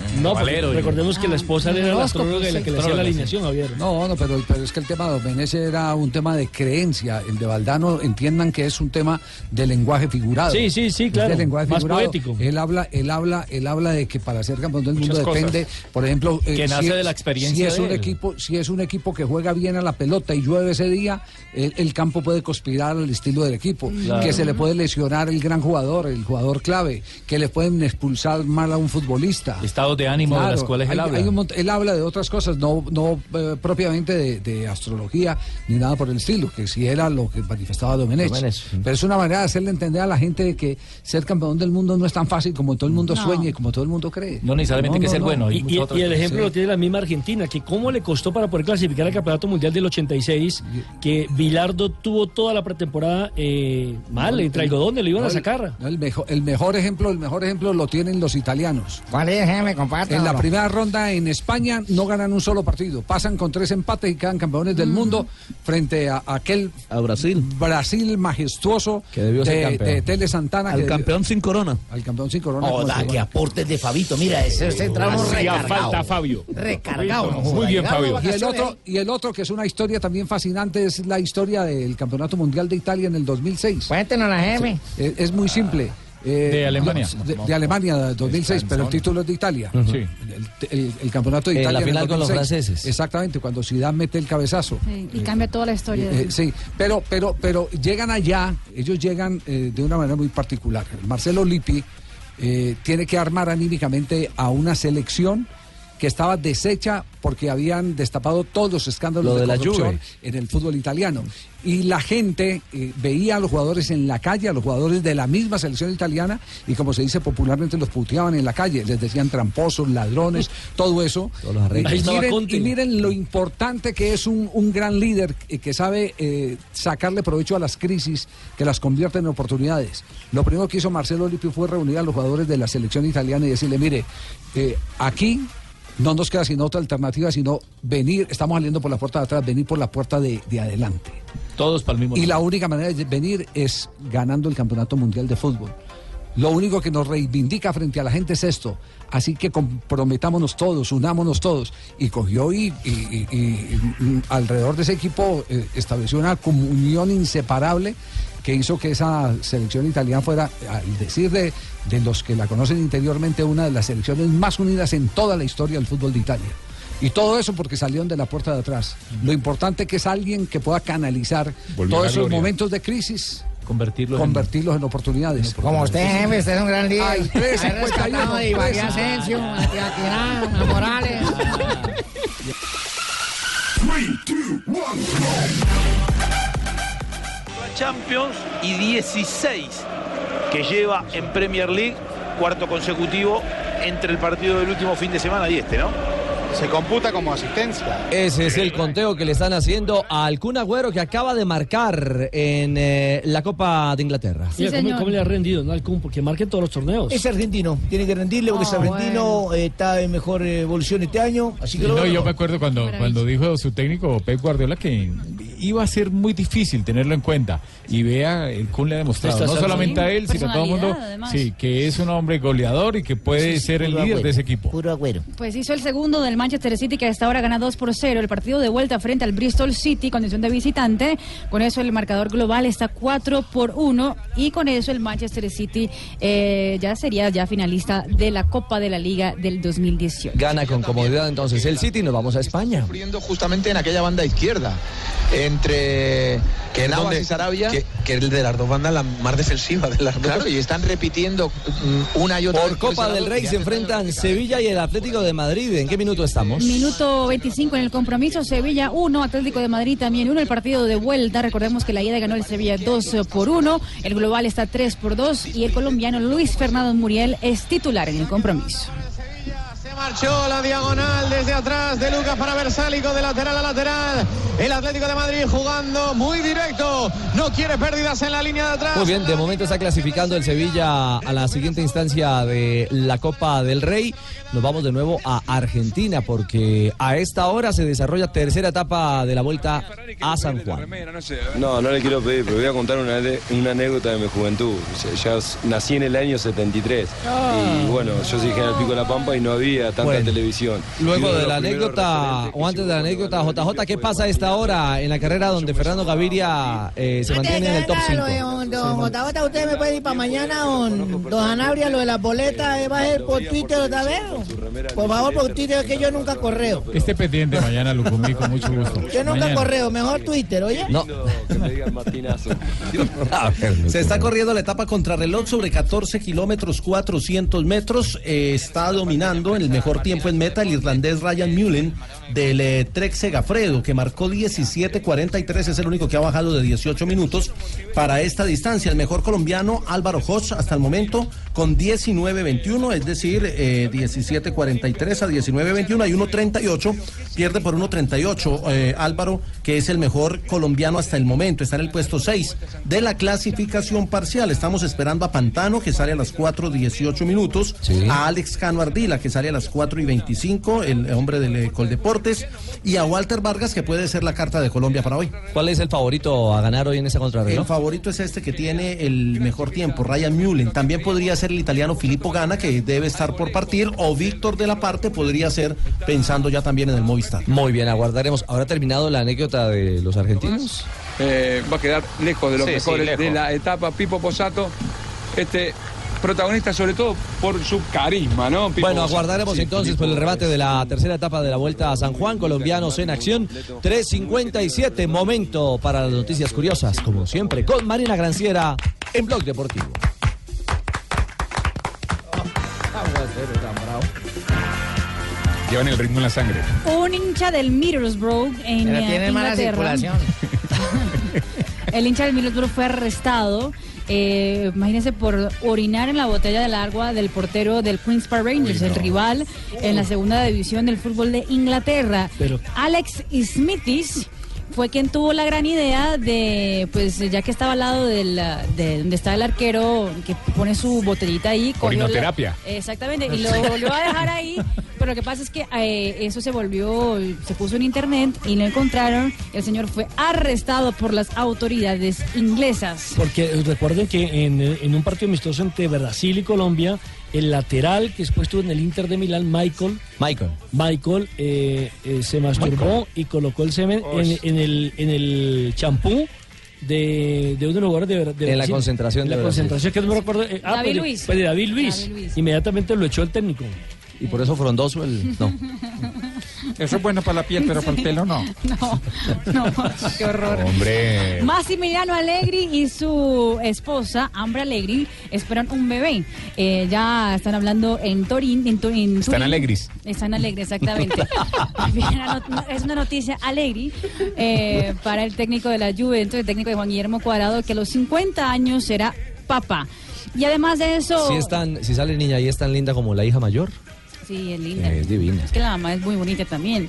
[SPEAKER 25] Ah,
[SPEAKER 13] era
[SPEAKER 26] No, porque
[SPEAKER 13] valero. y-
[SPEAKER 26] recordemos que la esposa
[SPEAKER 8] Ah,
[SPEAKER 26] era la
[SPEAKER 8] horóscopo,
[SPEAKER 26] astróloga y la
[SPEAKER 8] sí.
[SPEAKER 26] que le hacía la
[SPEAKER 8] Astróloga, sí.
[SPEAKER 26] alineación, Javier.
[SPEAKER 8] No, no, pero, pero es que el tema de Domenech era un tema de creencia. El de Valdano, entiendan que es un tema de lenguaje figurado.
[SPEAKER 26] Sí, sí, sí,
[SPEAKER 8] Es
[SPEAKER 26] claro,
[SPEAKER 8] de lenguaje
[SPEAKER 26] más
[SPEAKER 8] figurado.
[SPEAKER 26] poético.
[SPEAKER 8] Él habla, él habla, él habla de que para ser campeón del mundo
[SPEAKER 13] Muchas cosas.
[SPEAKER 8] depende, por ejemplo,
[SPEAKER 13] Que nace de
[SPEAKER 8] es-
[SPEAKER 13] la experiencia
[SPEAKER 8] Si es
[SPEAKER 13] de
[SPEAKER 8] un
[SPEAKER 13] él.
[SPEAKER 8] equipo, si es un equipo que juega bien a la pelota y llueve ese día, el, el campo puede conspirar al estilo del equipo,
[SPEAKER 26] Mm.
[SPEAKER 13] Claro.
[SPEAKER 8] que se le puede lesionar el gran jugador, el jugador clave, que le pueden expulsar mal a un futbolista.
[SPEAKER 13] Estados de ánimo de las
[SPEAKER 8] Claro,
[SPEAKER 13] cuales él
[SPEAKER 8] hay-
[SPEAKER 13] habla.
[SPEAKER 8] hay un mont- él habla de otras cosas, no, no eh, propiamente de, de astrología ni nada por el estilo, que si era lo que manifestaba Domenech.
[SPEAKER 10] Domenech,
[SPEAKER 8] Pero es una manera de hacerle entender a la gente de que ser campeón del mundo no es tan fácil como todo el mundo
[SPEAKER 26] No.
[SPEAKER 8] sueña y como todo el mundo cree.
[SPEAKER 13] No necesariamente que ser bueno, hay
[SPEAKER 26] Y,
[SPEAKER 13] muchas
[SPEAKER 26] y-
[SPEAKER 13] otras
[SPEAKER 26] y el
[SPEAKER 13] cosas.
[SPEAKER 26] ejemplo
[SPEAKER 13] Sí.
[SPEAKER 26] lo tiene la misma Argentina, que cómo le costó para poder clasificar al Campeonato Mundial del 86, que Bilardo tuvo toda la pretemporada eh, mal, entre algodones, lo iban
[SPEAKER 8] No,
[SPEAKER 26] a
[SPEAKER 8] el-
[SPEAKER 26] sacar.
[SPEAKER 8] no, el, mejor, el mejor ejemplo, el mejor ejemplo lo tienen los italianos.
[SPEAKER 19] ¿Cuál es? Déjeme compartir.
[SPEAKER 8] En la primera ronda en España no ganan un solo partido, pasan con tres empates y quedan campeones
[SPEAKER 19] Mm.
[SPEAKER 8] del mundo frente a, aquel Brasil Brasil majestuoso
[SPEAKER 11] Que debió ser
[SPEAKER 8] de-
[SPEAKER 11] campeón.
[SPEAKER 8] de Tele Santana.
[SPEAKER 11] Al
[SPEAKER 8] que debió-
[SPEAKER 11] campeón sin corona.
[SPEAKER 8] Al campeón sin corona.
[SPEAKER 19] Oh,
[SPEAKER 8] como
[SPEAKER 19] da,
[SPEAKER 8] se llama.
[SPEAKER 19] que aportes de Fabito. Mira, ese ese entramos
[SPEAKER 8] Hacía
[SPEAKER 19] recargado.
[SPEAKER 8] falta,
[SPEAKER 12] Fabio.
[SPEAKER 19] Recargado. no
[SPEAKER 8] Muy
[SPEAKER 19] joda,
[SPEAKER 8] bien,
[SPEAKER 19] llegamos
[SPEAKER 8] Fabio.
[SPEAKER 19] de
[SPEAKER 8] Y el,
[SPEAKER 19] vacaciones.
[SPEAKER 8] otro, y el otro, que es una historia también fascinante, es la historia del Campeonato Mundial de Italia en el 2006.
[SPEAKER 19] Cuéntenos la Jaime.
[SPEAKER 8] Es, es muy simple. Eh,
[SPEAKER 12] Ah, De Alemania.
[SPEAKER 8] De, de Alemania, 2006, pero el título es de Italia.
[SPEAKER 12] Ujú. Sí.
[SPEAKER 8] El, el- el Campeonato de
[SPEAKER 10] En la
[SPEAKER 8] Italia. en el
[SPEAKER 10] final con los
[SPEAKER 8] 2006.
[SPEAKER 10] franceses.
[SPEAKER 8] Exactamente, cuando Zidane mete el cabezazo.
[SPEAKER 15] Sí, Y cambia toda la historia.
[SPEAKER 8] Eh, sí, pero, pero, pero llegan allá, ellos llegan eh, de una manera muy particular. Marcelo Lippi eh, tiene que armar anímicamente a una selección que estaba deshecha porque habían destapado todos los escándalos
[SPEAKER 10] Lo de la
[SPEAKER 8] corrupción
[SPEAKER 10] Juve.
[SPEAKER 8] en el fútbol italiano. Y la gente eh, veía a los jugadores en la calle, a los jugadores de la misma selección italiana, y como se dice popularmente, los puteaban en la calle, les decían tramposos, ladrones, todo eso.
[SPEAKER 10] arreglos. Ahí
[SPEAKER 8] Y
[SPEAKER 10] estaba
[SPEAKER 8] miren,
[SPEAKER 10] Conte.
[SPEAKER 8] y miren lo importante que es un, un gran líder eh, que sabe eh, sacarle provecho a las crisis, que las convierte en oportunidades. Lo primero que hizo Marcelo Lippi fue reunir a los jugadores de la selección italiana y decirle, mire, eh, aquí no nos queda sino otra alternativa, sino venir, estamos saliendo por la puerta de atrás, venir por la puerta de, de adelante.
[SPEAKER 13] Todos para el mismo
[SPEAKER 8] Y la
[SPEAKER 13] lado.
[SPEAKER 8] única manera de venir es ganando el Campeonato Mundial de Fútbol. Lo único que nos reivindica frente a la gente es esto. Así que comprometámonos todos, unámonos todos. Y cogió y, y- y- y- y alrededor de ese equipo eh, estableció una comunión inseparable que hizo que esa selección italiana fuera, al decir de, de los que la conocen interiormente, una de las selecciones más unidas en toda la historia del fútbol de Italia. Y todo eso porque salieron de la puerta de atrás. Lo importante que es alguien que pueda canalizar
[SPEAKER 13] Volvió
[SPEAKER 8] todos
[SPEAKER 13] la
[SPEAKER 8] esos
[SPEAKER 13] gloria.
[SPEAKER 8] momentos de crisis,
[SPEAKER 13] Convertirlos en-
[SPEAKER 8] convertirlos en oportunidades. Como
[SPEAKER 19] Usted, jefe, usted es un gran líder.
[SPEAKER 8] Ay, tres,
[SPEAKER 19] Ha
[SPEAKER 8] cincuenta y uno,
[SPEAKER 19] rescatado a Di María
[SPEAKER 8] tres.
[SPEAKER 19] Asensio, a Tibaquirá, a Morales.
[SPEAKER 5] Champions y 16 que lleva en Premier League, cuarto consecutivo entre el partido del último fin de semana y este, ¿no? Se computa como asistencia.
[SPEAKER 10] Ese es el conteo que le están haciendo al Kun Agüero que acaba de marcar en eh, la Copa de Inglaterra.
[SPEAKER 26] Mira, ¿cómo- ¿cómo, le ha rendido no, al Kun? Porque marque todos los torneos.
[SPEAKER 25] Es argentino, tiene que rendirle
[SPEAKER 19] Ah,
[SPEAKER 25] porque es argentino, eh, está en mejor eh, evolución este año, así que lo
[SPEAKER 12] No,
[SPEAKER 25] bueno.
[SPEAKER 12] yo me acuerdo cuando, cuando dijo su técnico Pep Guardiola que iba a ser muy difícil tenerlo en cuenta. Y vea, el Kun le ha demostrado, Está no cerca. solamente a él,
[SPEAKER 25] Sí,
[SPEAKER 12] sino a todo el mundo,
[SPEAKER 15] personalidad, además.
[SPEAKER 12] sí, que es un hombre goleador y que puede ser el líder de ese equipo.
[SPEAKER 25] Puro agüero.
[SPEAKER 15] Pues hizo el segundo del Manchester City que hasta ahora gana 2 por 0. El partido de vuelta frente al Bristol City, condición de visitante. Con eso el marcador global está 4 por 1 y con eso el Manchester City eh, ya sería ya finalista de la Copa de la Liga del 2018.
[SPEAKER 10] Gana con comodidad entonces el City y nos vamos a España.
[SPEAKER 9] justamente en aquella banda izquierda. Entre que Navas y Sarabia. Que, es de las dos bandas la más defensiva de las Claro, y están repitiendo mm, una y otra
[SPEAKER 10] Por
[SPEAKER 9] vez
[SPEAKER 10] Copa
[SPEAKER 9] ese
[SPEAKER 10] del
[SPEAKER 9] lado,
[SPEAKER 10] Rey
[SPEAKER 9] y
[SPEAKER 10] se
[SPEAKER 9] antes-
[SPEAKER 10] enfrentan Sevilla y el Atlético de Madrid. ¿En qué minuto estamos?
[SPEAKER 15] Minuto 25 en el compromiso, Sevilla 1, Atlético de Madrid también 1, el partido de vuelta, recordemos que la ida ganó el Sevilla 2 por 1, el global está 3 por 2 y el colombiano Luis Fernando Muriel es titular en el compromiso.
[SPEAKER 25] Marchó la diagonal desde atrás de Lucas para Versálico de lateral a lateral. El Atlético de Madrid jugando muy directo. No quiere pérdidas en la línea de atrás.
[SPEAKER 10] Muy bien, de momento está clasificando el Sevilla a la siguiente instancia de la Copa del Rey. Nos vamos de nuevo a Argentina porque a esta hora se desarrolla tercera etapa de la vuelta a San Juan.
[SPEAKER 4] No, no le quiero pedir, pero voy a contar una, ale- una anécdota de mi juventud. Ya- Ya, s- nací en el año 73 y bueno, yo soy general Pico de la Pampa y no había tanta
[SPEAKER 10] Ah. Bueno.
[SPEAKER 4] televisión. Y
[SPEAKER 10] Luego
[SPEAKER 4] uno
[SPEAKER 10] de
[SPEAKER 4] los
[SPEAKER 10] la
[SPEAKER 4] primeros
[SPEAKER 10] anécdota, o antes de la anécdota, JJ, ¿qué pasa a esta hora en la carrera donde Fernando Gaviria eh, se mantiene en el top 5?
[SPEAKER 14] eh, Don Jotavota, usted me puede ir para mañana, don, don Anabria, lo de las boletas, eh, va a ser por Twitter otra vez. Por favor, por Twitter, que yo nunca correo.
[SPEAKER 12] Este pendiente mañana lo comí con mucho gusto.
[SPEAKER 14] Yo nunca
[SPEAKER 12] Mañana.
[SPEAKER 14] correo, mejor Twitter, oye.
[SPEAKER 4] que me digan Martinazo.
[SPEAKER 11] Se está corriendo la etapa contrarreloj sobre 14 kilómetros 400 metros. Eh, está dominando en el mejor tiempo en meta el irlandés Ryan Mullen del eh, Trek Segafredo, que marcó 17.43. Es el único que ha bajado de 18 minutos para esta distancia. El mejor colombiano Álvaro Hoss hasta el momento con 19.21, es decir, eh, 17.43 a 19.21. Hay 1.38, pierde por 1.38 eh, Álvaro, que es el mejor colombiano hasta el momento. Está en el puesto 6 de la clasificación parcial. Estamos esperando a Pantano, que sale a las 4.18 minutos, a Alex Cano Ardila, que sale a las 4.25, el hombre del eh, Coldeportes, y a Walter Vargas, que puede ser la carta de Colombia para hoy.
[SPEAKER 10] ¿Cuál es el favorito a ganar hoy en esa
[SPEAKER 11] El
[SPEAKER 10] contrarreloj?
[SPEAKER 11] favorito es este que tiene el mejor tiempo, Ryan Mullen. También podría ser el italiano Filippo Gana, que debe estar por partir, o Víctor de la Parte podría ser pensando ya también en el Movistar.
[SPEAKER 10] Muy bien, aguardaremos. ¿Habrá terminado la anécdota de los argentinos?
[SPEAKER 32] Eh, va a quedar lejos de los
[SPEAKER 10] Sí, sí,
[SPEAKER 32] mejores
[SPEAKER 10] lejos.
[SPEAKER 32] de la etapa. Pipo Posato, este protagonista sobre todo por su carisma, ¿no? Pipo
[SPEAKER 10] Bueno,
[SPEAKER 32] Posato.
[SPEAKER 10] aguardaremos
[SPEAKER 32] Sí,
[SPEAKER 10] entonces por el remate de la tercera etapa de la Vuelta a San Juan, colombianos en acción, 3.57, momento para las noticias curiosas, como siempre, con Marina Granciera en Blog Deportivo.
[SPEAKER 12] Pero tan bravo. Llevan el ritmo en la sangre.
[SPEAKER 15] Un hincha del Middlesbrough en
[SPEAKER 12] Pero
[SPEAKER 15] eh,
[SPEAKER 12] tienen mala
[SPEAKER 15] Inglaterra.
[SPEAKER 12] circulación.
[SPEAKER 15] El hincha del Middlesbrough fue arrestado. eh, imagínense por orinar en la botella del agua del portero del Queens Park Rangers, el rival en la segunda división del fútbol de Inglaterra.
[SPEAKER 26] Pero-
[SPEAKER 15] Alex Smithis fue quien tuvo la gran idea de, pues ya que estaba al lado del, ah, de donde está el arquero que pone su botellita ahí. cogió la-
[SPEAKER 2] Orinoterapia.
[SPEAKER 15] Exactamente, y lo volvió a dejar ahí. Pero lo que pasa es que eh, eso se volvió, se puso en internet y no encontraron. El señor fue arrestado por las autoridades inglesas.
[SPEAKER 26] Porque eh, recuerden que en, eh, en un partido amistoso entre Brasil y Colombia, el lateral que expuesto en el Inter de Milán, Michael,
[SPEAKER 10] Michael.
[SPEAKER 26] Michael eh, eh, se masturbó y colocó el semen en, en el, en el champú. De, de uno de los jugadores de, Bra- de
[SPEAKER 10] En la
[SPEAKER 26] Brasil.
[SPEAKER 10] concentración
[SPEAKER 26] En
[SPEAKER 10] de
[SPEAKER 26] la
[SPEAKER 10] Brasil.
[SPEAKER 26] concentración que no me recuerdo eh,
[SPEAKER 15] David
[SPEAKER 26] pues de-
[SPEAKER 15] Luiz.
[SPEAKER 26] pues de David Luis
[SPEAKER 15] David Luis.
[SPEAKER 26] inmediatamente lo echó el técnico
[SPEAKER 10] Y por eso frondoso el. No.
[SPEAKER 12] Eso es bueno para la piel, pero para el pelo no.
[SPEAKER 15] No, no, qué horror.
[SPEAKER 12] Hombre.
[SPEAKER 15] Massimiliano Allegri y su esposa, Ambra Allegri, esperan un bebé. Eh, ya están hablando en Torín. En Turín- en
[SPEAKER 12] Están
[SPEAKER 15] Turín.
[SPEAKER 12] alegres.
[SPEAKER 15] Están alegres, exactamente. Una not- es una noticia alegre eh, para el técnico de la Juventus, el técnico de Juan Guillermo Cuadrado, que a los 50 años será papá. Y además de eso...
[SPEAKER 10] Si, es tan- si sale niña y es tan linda como la hija mayor,
[SPEAKER 15] Sí, es linda.
[SPEAKER 10] es divina.
[SPEAKER 15] Es que la mamá es muy bonita también.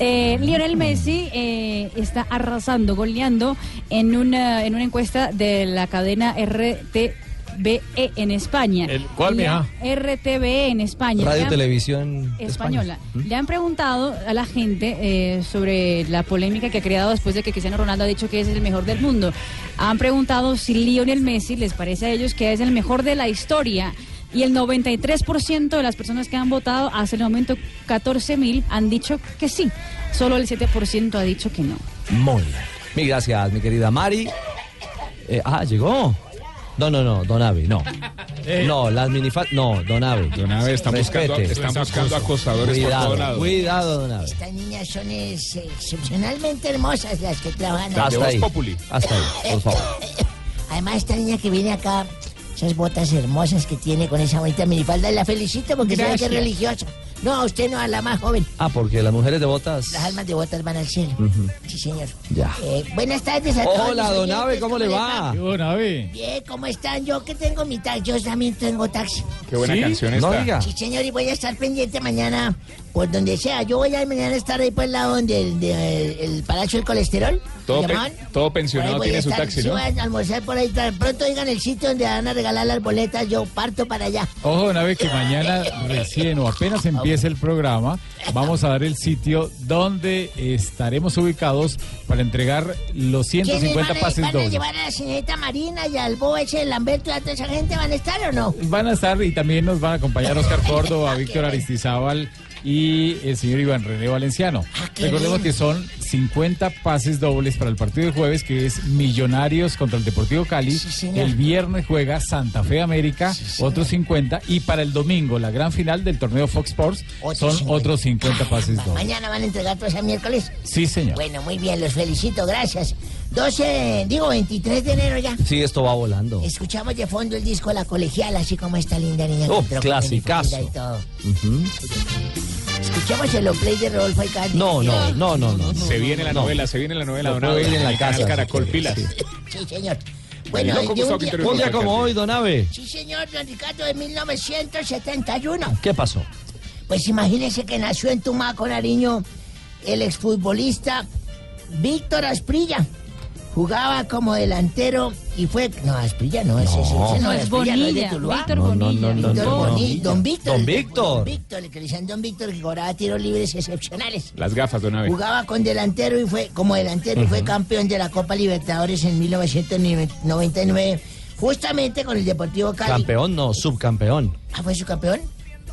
[SPEAKER 15] Eh, Lionel Messi eh, está arrasando, goleando en una, en una encuesta de la cadena RTBE E en España.
[SPEAKER 10] El- ¿cuál,
[SPEAKER 15] Le-
[SPEAKER 10] mija?
[SPEAKER 15] RTBE E en España. Le
[SPEAKER 10] Radio
[SPEAKER 15] han-
[SPEAKER 10] Televisión
[SPEAKER 15] Española.
[SPEAKER 10] España.
[SPEAKER 15] Le han preguntado a la gente eh, sobre la polémica que ha creado después de que Cristiano Ronaldo ha dicho que es el mejor del mundo. Han preguntado si Lionel Messi les parece a ellos que es el mejor de la historia. Y el 93% de las personas que han votado, hasta el momento 14.000, han dicho que sí. Solo el 7% ha dicho que no.
[SPEAKER 10] Muy bien. Mil gracias, mi querida Mari. Eh, ah, llegó. No, no, no, Don Abe, no.
[SPEAKER 2] Eh.
[SPEAKER 10] No, las minifal... No, Don Abe. Don Abe
[SPEAKER 2] está buscando- está buscando acosadores por
[SPEAKER 10] cuidado,
[SPEAKER 2] todos lados.
[SPEAKER 10] Cuidado, Don Abe.
[SPEAKER 21] Estas niñas son ex- excepcionalmente hermosas las que trabajan aquí.
[SPEAKER 10] Hasta ahí. Hasta ahí, por favor.
[SPEAKER 21] Además, esta niña que viene acá, esas botas hermosas que tiene con esa bonita minifalda, la felicito porque sabe que es
[SPEAKER 10] Gracias.
[SPEAKER 21] religiosa. No, a usted no, a la más joven.
[SPEAKER 10] Ah, porque las mujeres de botas...
[SPEAKER 21] Las almas de botas van al cielo.
[SPEAKER 10] Ujú.
[SPEAKER 21] Sí, señor.
[SPEAKER 10] Ya.
[SPEAKER 21] Eh, buenas tardes a todos.
[SPEAKER 10] Hola,
[SPEAKER 21] mis
[SPEAKER 10] Don
[SPEAKER 21] oyentes,
[SPEAKER 10] Abe, ¿cómo le va? Don Abe.
[SPEAKER 21] Bien, ¿cómo están? Yo que tengo mi taxi, yo también tengo taxi.
[SPEAKER 10] Qué buena ¿Sí? canción No
[SPEAKER 21] está.
[SPEAKER 10] esta. diga.
[SPEAKER 21] Sí, señor, y voy a estar pendiente mañana por donde sea. Yo voy a mañana estar ahí por el lado del el Palacio del Colesterol.
[SPEAKER 2] Todo,
[SPEAKER 21] ¿Me
[SPEAKER 2] pe-
[SPEAKER 21] llamaban?
[SPEAKER 2] todo
[SPEAKER 21] Por ahí
[SPEAKER 2] pensionado
[SPEAKER 21] voy a
[SPEAKER 2] tiene su
[SPEAKER 21] estar,
[SPEAKER 2] taxi,
[SPEAKER 21] sí,
[SPEAKER 2] ¿no?
[SPEAKER 21] voy a almorzar por ahí. Tan pronto digan el sitio donde van a regalar las boletas, yo parto para allá.
[SPEAKER 12] Ojo, Don Abe, que mañana recién o apenas empiece el programa, vamos a dar el sitio donde estaremos ubicados para entregar los
[SPEAKER 21] ¿Quiénes
[SPEAKER 12] 150
[SPEAKER 21] van a,
[SPEAKER 12] pases
[SPEAKER 21] van a
[SPEAKER 12] dobles.
[SPEAKER 21] llevar a la señorita Marina y al bobo ese de Lamberto y a toda esa gente? ¿Van a estar o no?
[SPEAKER 12] Van a estar y también nos van a acompañar Oscar Córdoba, Víctor Aristizábal y el señor Iván René Valenciano.
[SPEAKER 21] Ah, qué
[SPEAKER 12] Recordemos
[SPEAKER 21] bien.
[SPEAKER 12] que son 50 pases dobles para el partido del jueves, que es Millonarios contra el Deportivo Cali.
[SPEAKER 21] señor.
[SPEAKER 12] el viernes juega Santa Fe América, otros 50. Y para el domingo, la gran final del torneo Fox Sports, son otros 50 pases dobles.
[SPEAKER 21] Mañana van a entregar todos el miércoles.
[SPEAKER 12] Sí, señor.
[SPEAKER 21] Bueno, muy bien, los felicito, gracias. 12, digo 23 de enero ya.
[SPEAKER 10] Sí, esto va volando.
[SPEAKER 21] Escuchamos de fondo el disco La Colegiala, así como esta linda niña. que
[SPEAKER 10] Oh,
[SPEAKER 21] entró con
[SPEAKER 10] clasicazo.
[SPEAKER 21] minifalda y todo.
[SPEAKER 10] Ujú.
[SPEAKER 21] Escuchamos el play de Rodolfo Icardi.
[SPEAKER 10] No, no, no, no, no.
[SPEAKER 2] Se viene la
[SPEAKER 10] No.
[SPEAKER 2] novela, se viene la novela.
[SPEAKER 10] Lo
[SPEAKER 2] don
[SPEAKER 10] puede
[SPEAKER 2] Abe,
[SPEAKER 10] ver en la
[SPEAKER 2] el canal
[SPEAKER 10] casa,
[SPEAKER 2] Caracol
[SPEAKER 10] si
[SPEAKER 2] Pilas.
[SPEAKER 21] Sí, señor. Bueno,
[SPEAKER 10] Loco
[SPEAKER 21] de un
[SPEAKER 10] Gustavo
[SPEAKER 21] día-
[SPEAKER 10] Quintero y Un día como hoy, Don Abe.
[SPEAKER 21] Sí, señor, don Ricardo, de 1971.
[SPEAKER 10] ¿Qué pasó?
[SPEAKER 21] Pues imagínense que nació en Tumaco, Nariño, el exfutbolista Víctor Asprilla. Jugaba como delantero y fue. No, Asprilla no es
[SPEAKER 10] No.
[SPEAKER 21] eso.
[SPEAKER 10] No,
[SPEAKER 21] es
[SPEAKER 10] es
[SPEAKER 21] Asprilla, no es de
[SPEAKER 10] Pues Bonilla,
[SPEAKER 21] Tuluá.
[SPEAKER 10] Víctor No, no, Bonilla. no, no,
[SPEAKER 21] Víctor
[SPEAKER 10] no, no.
[SPEAKER 21] Boni- Don Víctor.
[SPEAKER 10] Don
[SPEAKER 21] el que-
[SPEAKER 10] Víctor.
[SPEAKER 21] Don Víctor, el que le decían Don Víctor, que cobraba tiros libres excepcionales.
[SPEAKER 2] Las gafas, don Abe.
[SPEAKER 21] Jugaba con delantero y fue como delantero y fue campeón de la Copa Libertadores en 1999, justamente con el Deportivo Cali.
[SPEAKER 10] Campeón, no, subcampeón.
[SPEAKER 21] Ah, fue su campeón.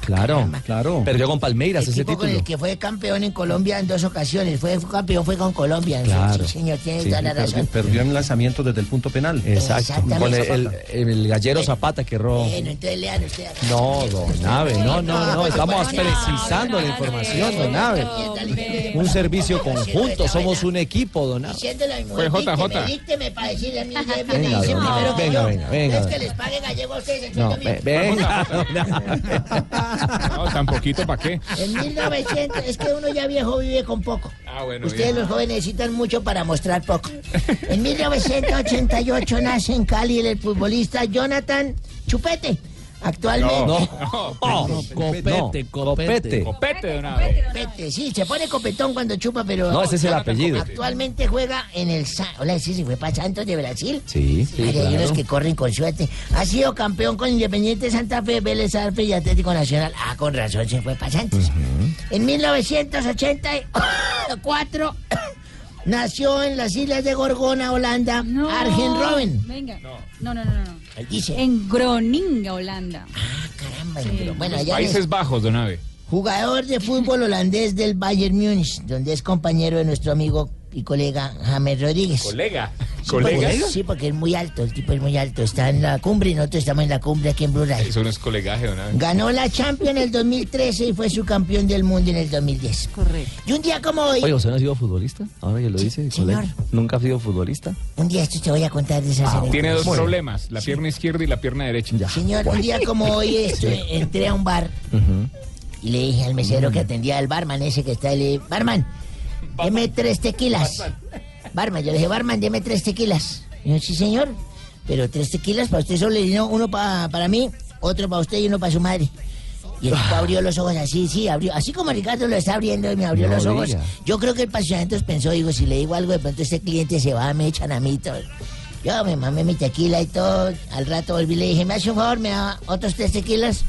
[SPEAKER 10] Claro, claro. Perdió con Palmeiras ese
[SPEAKER 21] Equipo con
[SPEAKER 10] título.
[SPEAKER 21] el que fue campeón en Colombia en dos ocasiones. Fue fue campeón, fue con Colombia.
[SPEAKER 10] Claro.
[SPEAKER 21] Sí, señor, tiene
[SPEAKER 10] Sí,
[SPEAKER 21] toda la
[SPEAKER 10] perdió-
[SPEAKER 21] razón.
[SPEAKER 11] Perdió en lanzamiento desde el punto penal.
[SPEAKER 21] Exacto.
[SPEAKER 10] Con el, el- el gallero Zapata que erró.
[SPEAKER 21] Bueno, entonces lean usted acá.
[SPEAKER 10] No, don Abe, no, no, no, estamos precisando la información, don Abe. Un servicio conjunto, somos un equipo, don Abe.
[SPEAKER 21] Diciéndole a mi
[SPEAKER 10] Fue
[SPEAKER 21] mujer
[SPEAKER 10] JJ.
[SPEAKER 21] dícteme, dícteme para decirle a mi jefe,
[SPEAKER 10] Venga,
[SPEAKER 21] me dicen
[SPEAKER 10] don Abe,
[SPEAKER 21] primero que
[SPEAKER 10] venga,
[SPEAKER 21] yo.
[SPEAKER 10] venga, venga,
[SPEAKER 21] Es que
[SPEAKER 10] venga.
[SPEAKER 21] les pague gallego a ustedes.
[SPEAKER 10] No,
[SPEAKER 21] entonces a mí-
[SPEAKER 10] ve- venga, don Abe.
[SPEAKER 2] No, tan poquito, ¿para qué?
[SPEAKER 21] En 1900, es que uno ya viejo vive con poco.
[SPEAKER 2] Ah, bueno,
[SPEAKER 21] Ustedes
[SPEAKER 2] bien.
[SPEAKER 21] los jóvenes necesitan mucho para mostrar poco. En 1988 nace en Cali el futbolista Jonathan Chupete. Actualmente.
[SPEAKER 13] No, no, copete, copete. Copete de una vez.
[SPEAKER 21] Copete, sí, se pone copetón cuando chupa, pero.
[SPEAKER 10] No, ese es el apellido.
[SPEAKER 21] Actualmente juega en el. Sa- Hola, ese se fue para Santos de Brasil.
[SPEAKER 10] Sí, sí,
[SPEAKER 21] Ay, Hay
[SPEAKER 10] claro.
[SPEAKER 21] unos que corren con suerte. Ha sido campeón con Independiente Santa Fe, Vélez Arfe y Atlético Nacional. Ah, con razón se fue para Santos. En 1984 nació en las islas de Gorgona, Holanda, Arjen Robben.
[SPEAKER 15] Venga. No, no, no, no. no.
[SPEAKER 21] Ahí dice.
[SPEAKER 15] En Groninga, Holanda.
[SPEAKER 21] Caramba, pero bueno,
[SPEAKER 2] Los
[SPEAKER 21] allá en
[SPEAKER 2] Países Bajos, don Ave.
[SPEAKER 21] Jugador de fútbol holandés del Bayern Múnich, donde es compañero de nuestro amigo y colega James Rodríguez.
[SPEAKER 2] Colega.
[SPEAKER 21] Sí,
[SPEAKER 2] Colega.
[SPEAKER 21] porque- Sí, porque es muy alto, el tipo es muy alto. Está en la cumbre y nosotros estamos en la cumbre aquí en Blue Radio.
[SPEAKER 2] Eso no es colegaje, don Ave.
[SPEAKER 21] Ganó la Champions en el 2013 y fue su campeón del mundo en el 2010. Correcto. Y un día como hoy,
[SPEAKER 10] Oye, ¿usted no ha sido futbolista? Ahora que lo dice,
[SPEAKER 21] señor.
[SPEAKER 10] colega. ¿Nunca ha sido futbolista?
[SPEAKER 21] un día esto te voy a contar de esas anécdotas.
[SPEAKER 2] Tiene dos
[SPEAKER 21] Bueno.
[SPEAKER 2] problemas, la pierna izquierda y la pierna derecha.
[SPEAKER 21] Señor, un día como hoy esto, entré a un bar y le dije al mesero que atendía al barman ese que está ahí, barman, deme tres tequilas. Barman, yo le dije, barman, deme tres tequilas. Y yo, sí, señor, pero tres tequilas para usted solo, y no, uno pa- para mí, otro para usted y uno para su madre. Y el tipo abrió los ojos así, sí, abrió, así como Ricardo lo está abriendo y me abrió
[SPEAKER 10] No
[SPEAKER 21] los ojos.
[SPEAKER 10] diga.
[SPEAKER 21] Yo creo que el pasillamiento pensó, digo, si le digo algo, de pronto este cliente se va, me echan a mí todo. Yo me mamé mi tequila y todo. Al rato volví y le dije, ¿me hace un favor? ¿Me da otros tres tequilas?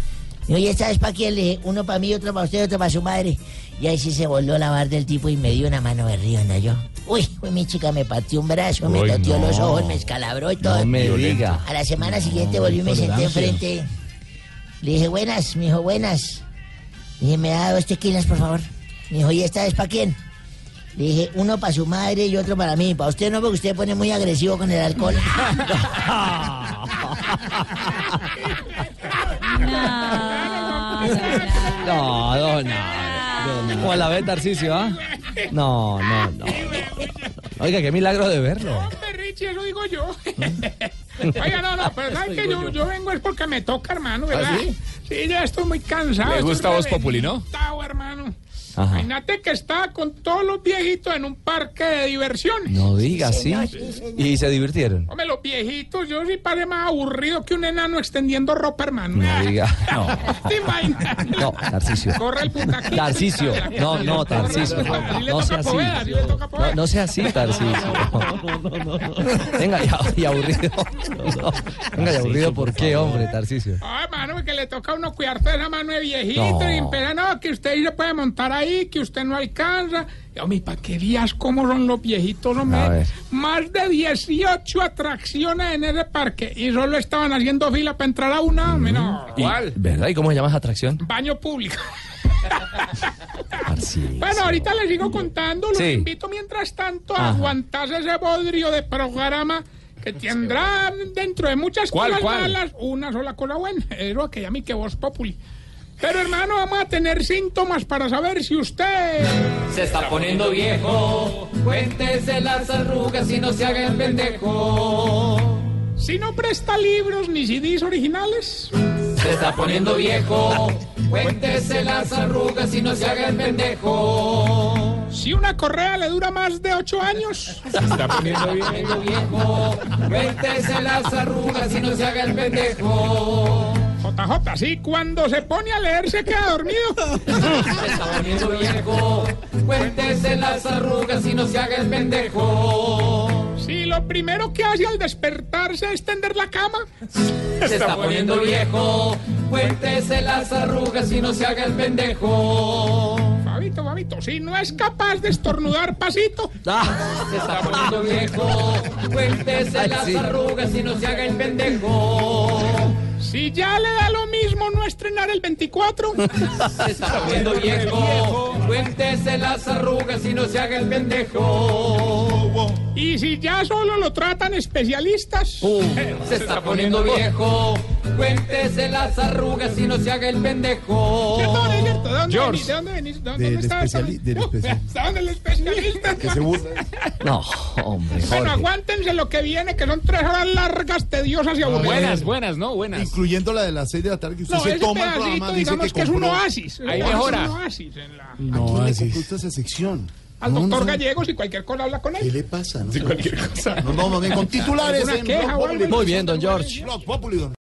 [SPEAKER 21] Y oye, ¿sabes para quién? Le dije, uno para mí, otro para usted, otro para su madre. Y ahí sí se voló la bar del tipo y me dio una mano de río, anda yo. Uy, uy, mi chica me partió un brazo, me
[SPEAKER 10] Uy,
[SPEAKER 21] toteó
[SPEAKER 10] no.
[SPEAKER 21] los ojos, me escalabró y todo.
[SPEAKER 10] No me diga.
[SPEAKER 21] A la semana siguiente volví y me senté
[SPEAKER 10] intolerancia.
[SPEAKER 21] enfrente. Le dije, buenas, me dijo, buenas. Le dije, ¿me da dos tequilas, por favor? Me dijo, ¿y esta es para quién? Le dije, uno para su madre y otro para mí. Para usted no, porque usted pone muy agresivo con el alcohol.
[SPEAKER 10] No, no, no. O a la vez, Tarcisio, ¿ah? No, no, no. Oiga, qué milagro de
[SPEAKER 2] eh.
[SPEAKER 10] verlo.
[SPEAKER 17] Hombre, Richie, eso digo yo. Oiga, no, no, pero ¿sabes que yo, yo vengo es porque me toca, hermano, ¿verdad?
[SPEAKER 2] ¿Ah, sí?
[SPEAKER 17] Sí, ya estoy muy cansado.
[SPEAKER 2] ¿Le
[SPEAKER 17] estoy
[SPEAKER 2] gusta Voz Populi, no?
[SPEAKER 17] reventado, hermano.
[SPEAKER 2] Ajá.
[SPEAKER 17] Imagínate que estaba con todos los viejitos en un parque de diversiones.
[SPEAKER 10] No diga, sí.
[SPEAKER 17] señor, sí, señor.
[SPEAKER 10] Y se divirtieron.
[SPEAKER 17] Hombre, los viejitos, yo sí paré más aburrido que un enano extendiendo ropa, hermano.
[SPEAKER 10] No diga. No,
[SPEAKER 17] ¿Te imaginas?
[SPEAKER 10] no, Tarcisio.
[SPEAKER 17] Corre el putaquito.
[SPEAKER 10] Tarcisio. No, no, Tarcisio.
[SPEAKER 17] Así le
[SPEAKER 10] No sea
[SPEAKER 17] toca
[SPEAKER 10] así.
[SPEAKER 17] Poveda, así le toca
[SPEAKER 10] No, no sea así, Tarcisio. Venga, y, y aburrido. No. Venga, y aburrido, ¿por qué, hombre, Tarcisio?
[SPEAKER 17] Ah, mano, que le toca a uno cuidarse de la mano de viejito
[SPEAKER 10] No.
[SPEAKER 17] y empezar, no, que usted se puede montar ahí, que usted no alcanza. Y, hombre, ¿para qué días cómo son los viejitos,
[SPEAKER 10] A
[SPEAKER 17] hombre?
[SPEAKER 10] ver.
[SPEAKER 17] Más de 18 atracciones en ese parque y solo estaban haciendo fila para entrar a una, hombre, no.
[SPEAKER 10] Y- ¿Verdad? ¿Y cómo se llama esa atracción?
[SPEAKER 17] Baño público.
[SPEAKER 10] Tarcisio.
[SPEAKER 17] Bueno, ahorita les sigo contando. Los
[SPEAKER 10] Sí.
[SPEAKER 17] invito mientras tanto a
[SPEAKER 10] Ajá.
[SPEAKER 17] aguantarse ese bodrio de programa que tendrá dentro de muchas
[SPEAKER 2] ¿Cuál,
[SPEAKER 17] cosas
[SPEAKER 2] cuál?
[SPEAKER 17] malas una sola cosa buena. Eso que a mí que vos populi. Pero hermano, vamos a tener síntomas para saber si usted
[SPEAKER 23] Se está poniendo viejo. Cuéntese las arrugas y no se haga el pendejo.
[SPEAKER 17] si no presta libros ni CDs originales.
[SPEAKER 23] Se está poniendo viejo. Cuéntese las arrugas y no se haga el pendejo.
[SPEAKER 17] Si una correa le dura más de ocho años.
[SPEAKER 23] Se está poniendo viejo. Cuéntese las arrugas y no se haga el pendejo.
[SPEAKER 17] JJ, así cuando se pone a leer se queda dormido.
[SPEAKER 23] Se está poniendo viejo. Cuéntese las arrugas y no se haga el pendejo.
[SPEAKER 17] Si lo primero que hace al despertarse es tender la cama.
[SPEAKER 23] Se está poniendo viejo. Cuéntese las arrugas y no se haga el pendejo.
[SPEAKER 17] Fabito, Fabito, si no es capaz de estornudar pasito.
[SPEAKER 23] Ah. Se está poniendo viejo. Cuéntese las arrugas y no se haga el pendejo.
[SPEAKER 17] Si ya le da lo mismo no estrenar el 24.
[SPEAKER 23] Se está poniendo viejo. Cuéntese las arrugas y no se haga el pendejo.
[SPEAKER 37] Uh,
[SPEAKER 17] Y si ya solo lo tratan especialistas.
[SPEAKER 23] Se está poniendo viejo.
[SPEAKER 37] Cuéntese las arrugas y no se haga el pendejo.
[SPEAKER 17] ¿Cierto, no es cierto? ¿De dónde
[SPEAKER 37] George.
[SPEAKER 17] venís? ¿De dónde venís? ¿Dónde,
[SPEAKER 13] Del
[SPEAKER 17] dónde estabas?
[SPEAKER 13] especiali- del
[SPEAKER 17] Uh,
[SPEAKER 13] especial-
[SPEAKER 17] ¿Estaban el especialista?
[SPEAKER 13] Que se burla.
[SPEAKER 24] No, hombre.
[SPEAKER 17] Bueno,
[SPEAKER 13] Jorge.
[SPEAKER 17] aguántense lo que viene, que son tres horas largas, tediosas y aburridas.
[SPEAKER 13] buenas, ¿no? Buenas. Incluyendo la de las 6 de la tarde que usted
[SPEAKER 17] No,
[SPEAKER 13] se
[SPEAKER 17] ese
[SPEAKER 13] toma el
[SPEAKER 17] pedacito,
[SPEAKER 13] programa, dice
[SPEAKER 17] digamos
[SPEAKER 13] que,
[SPEAKER 17] que, es un
[SPEAKER 13] compró.
[SPEAKER 17] oasis. Es un oasis en la-
[SPEAKER 13] No, ¿A quién le compró usted esa sección?
[SPEAKER 17] Al
[SPEAKER 13] No,
[SPEAKER 17] doctor
[SPEAKER 13] no.
[SPEAKER 17] Gallegos y cualquier cosa habla con
[SPEAKER 13] ¿Qué
[SPEAKER 17] él.
[SPEAKER 13] le pasa? No
[SPEAKER 17] Sí,
[SPEAKER 13] sé.
[SPEAKER 17] cualquier cosa.
[SPEAKER 13] Nos vamos a ver con titulares ¿eh?
[SPEAKER 17] ¿Alguna
[SPEAKER 13] en
[SPEAKER 17] queja
[SPEAKER 13] Blog
[SPEAKER 17] o algo?
[SPEAKER 13] Populi.
[SPEAKER 17] Muy bien,
[SPEAKER 24] don George.
[SPEAKER 13] Blog Populi, don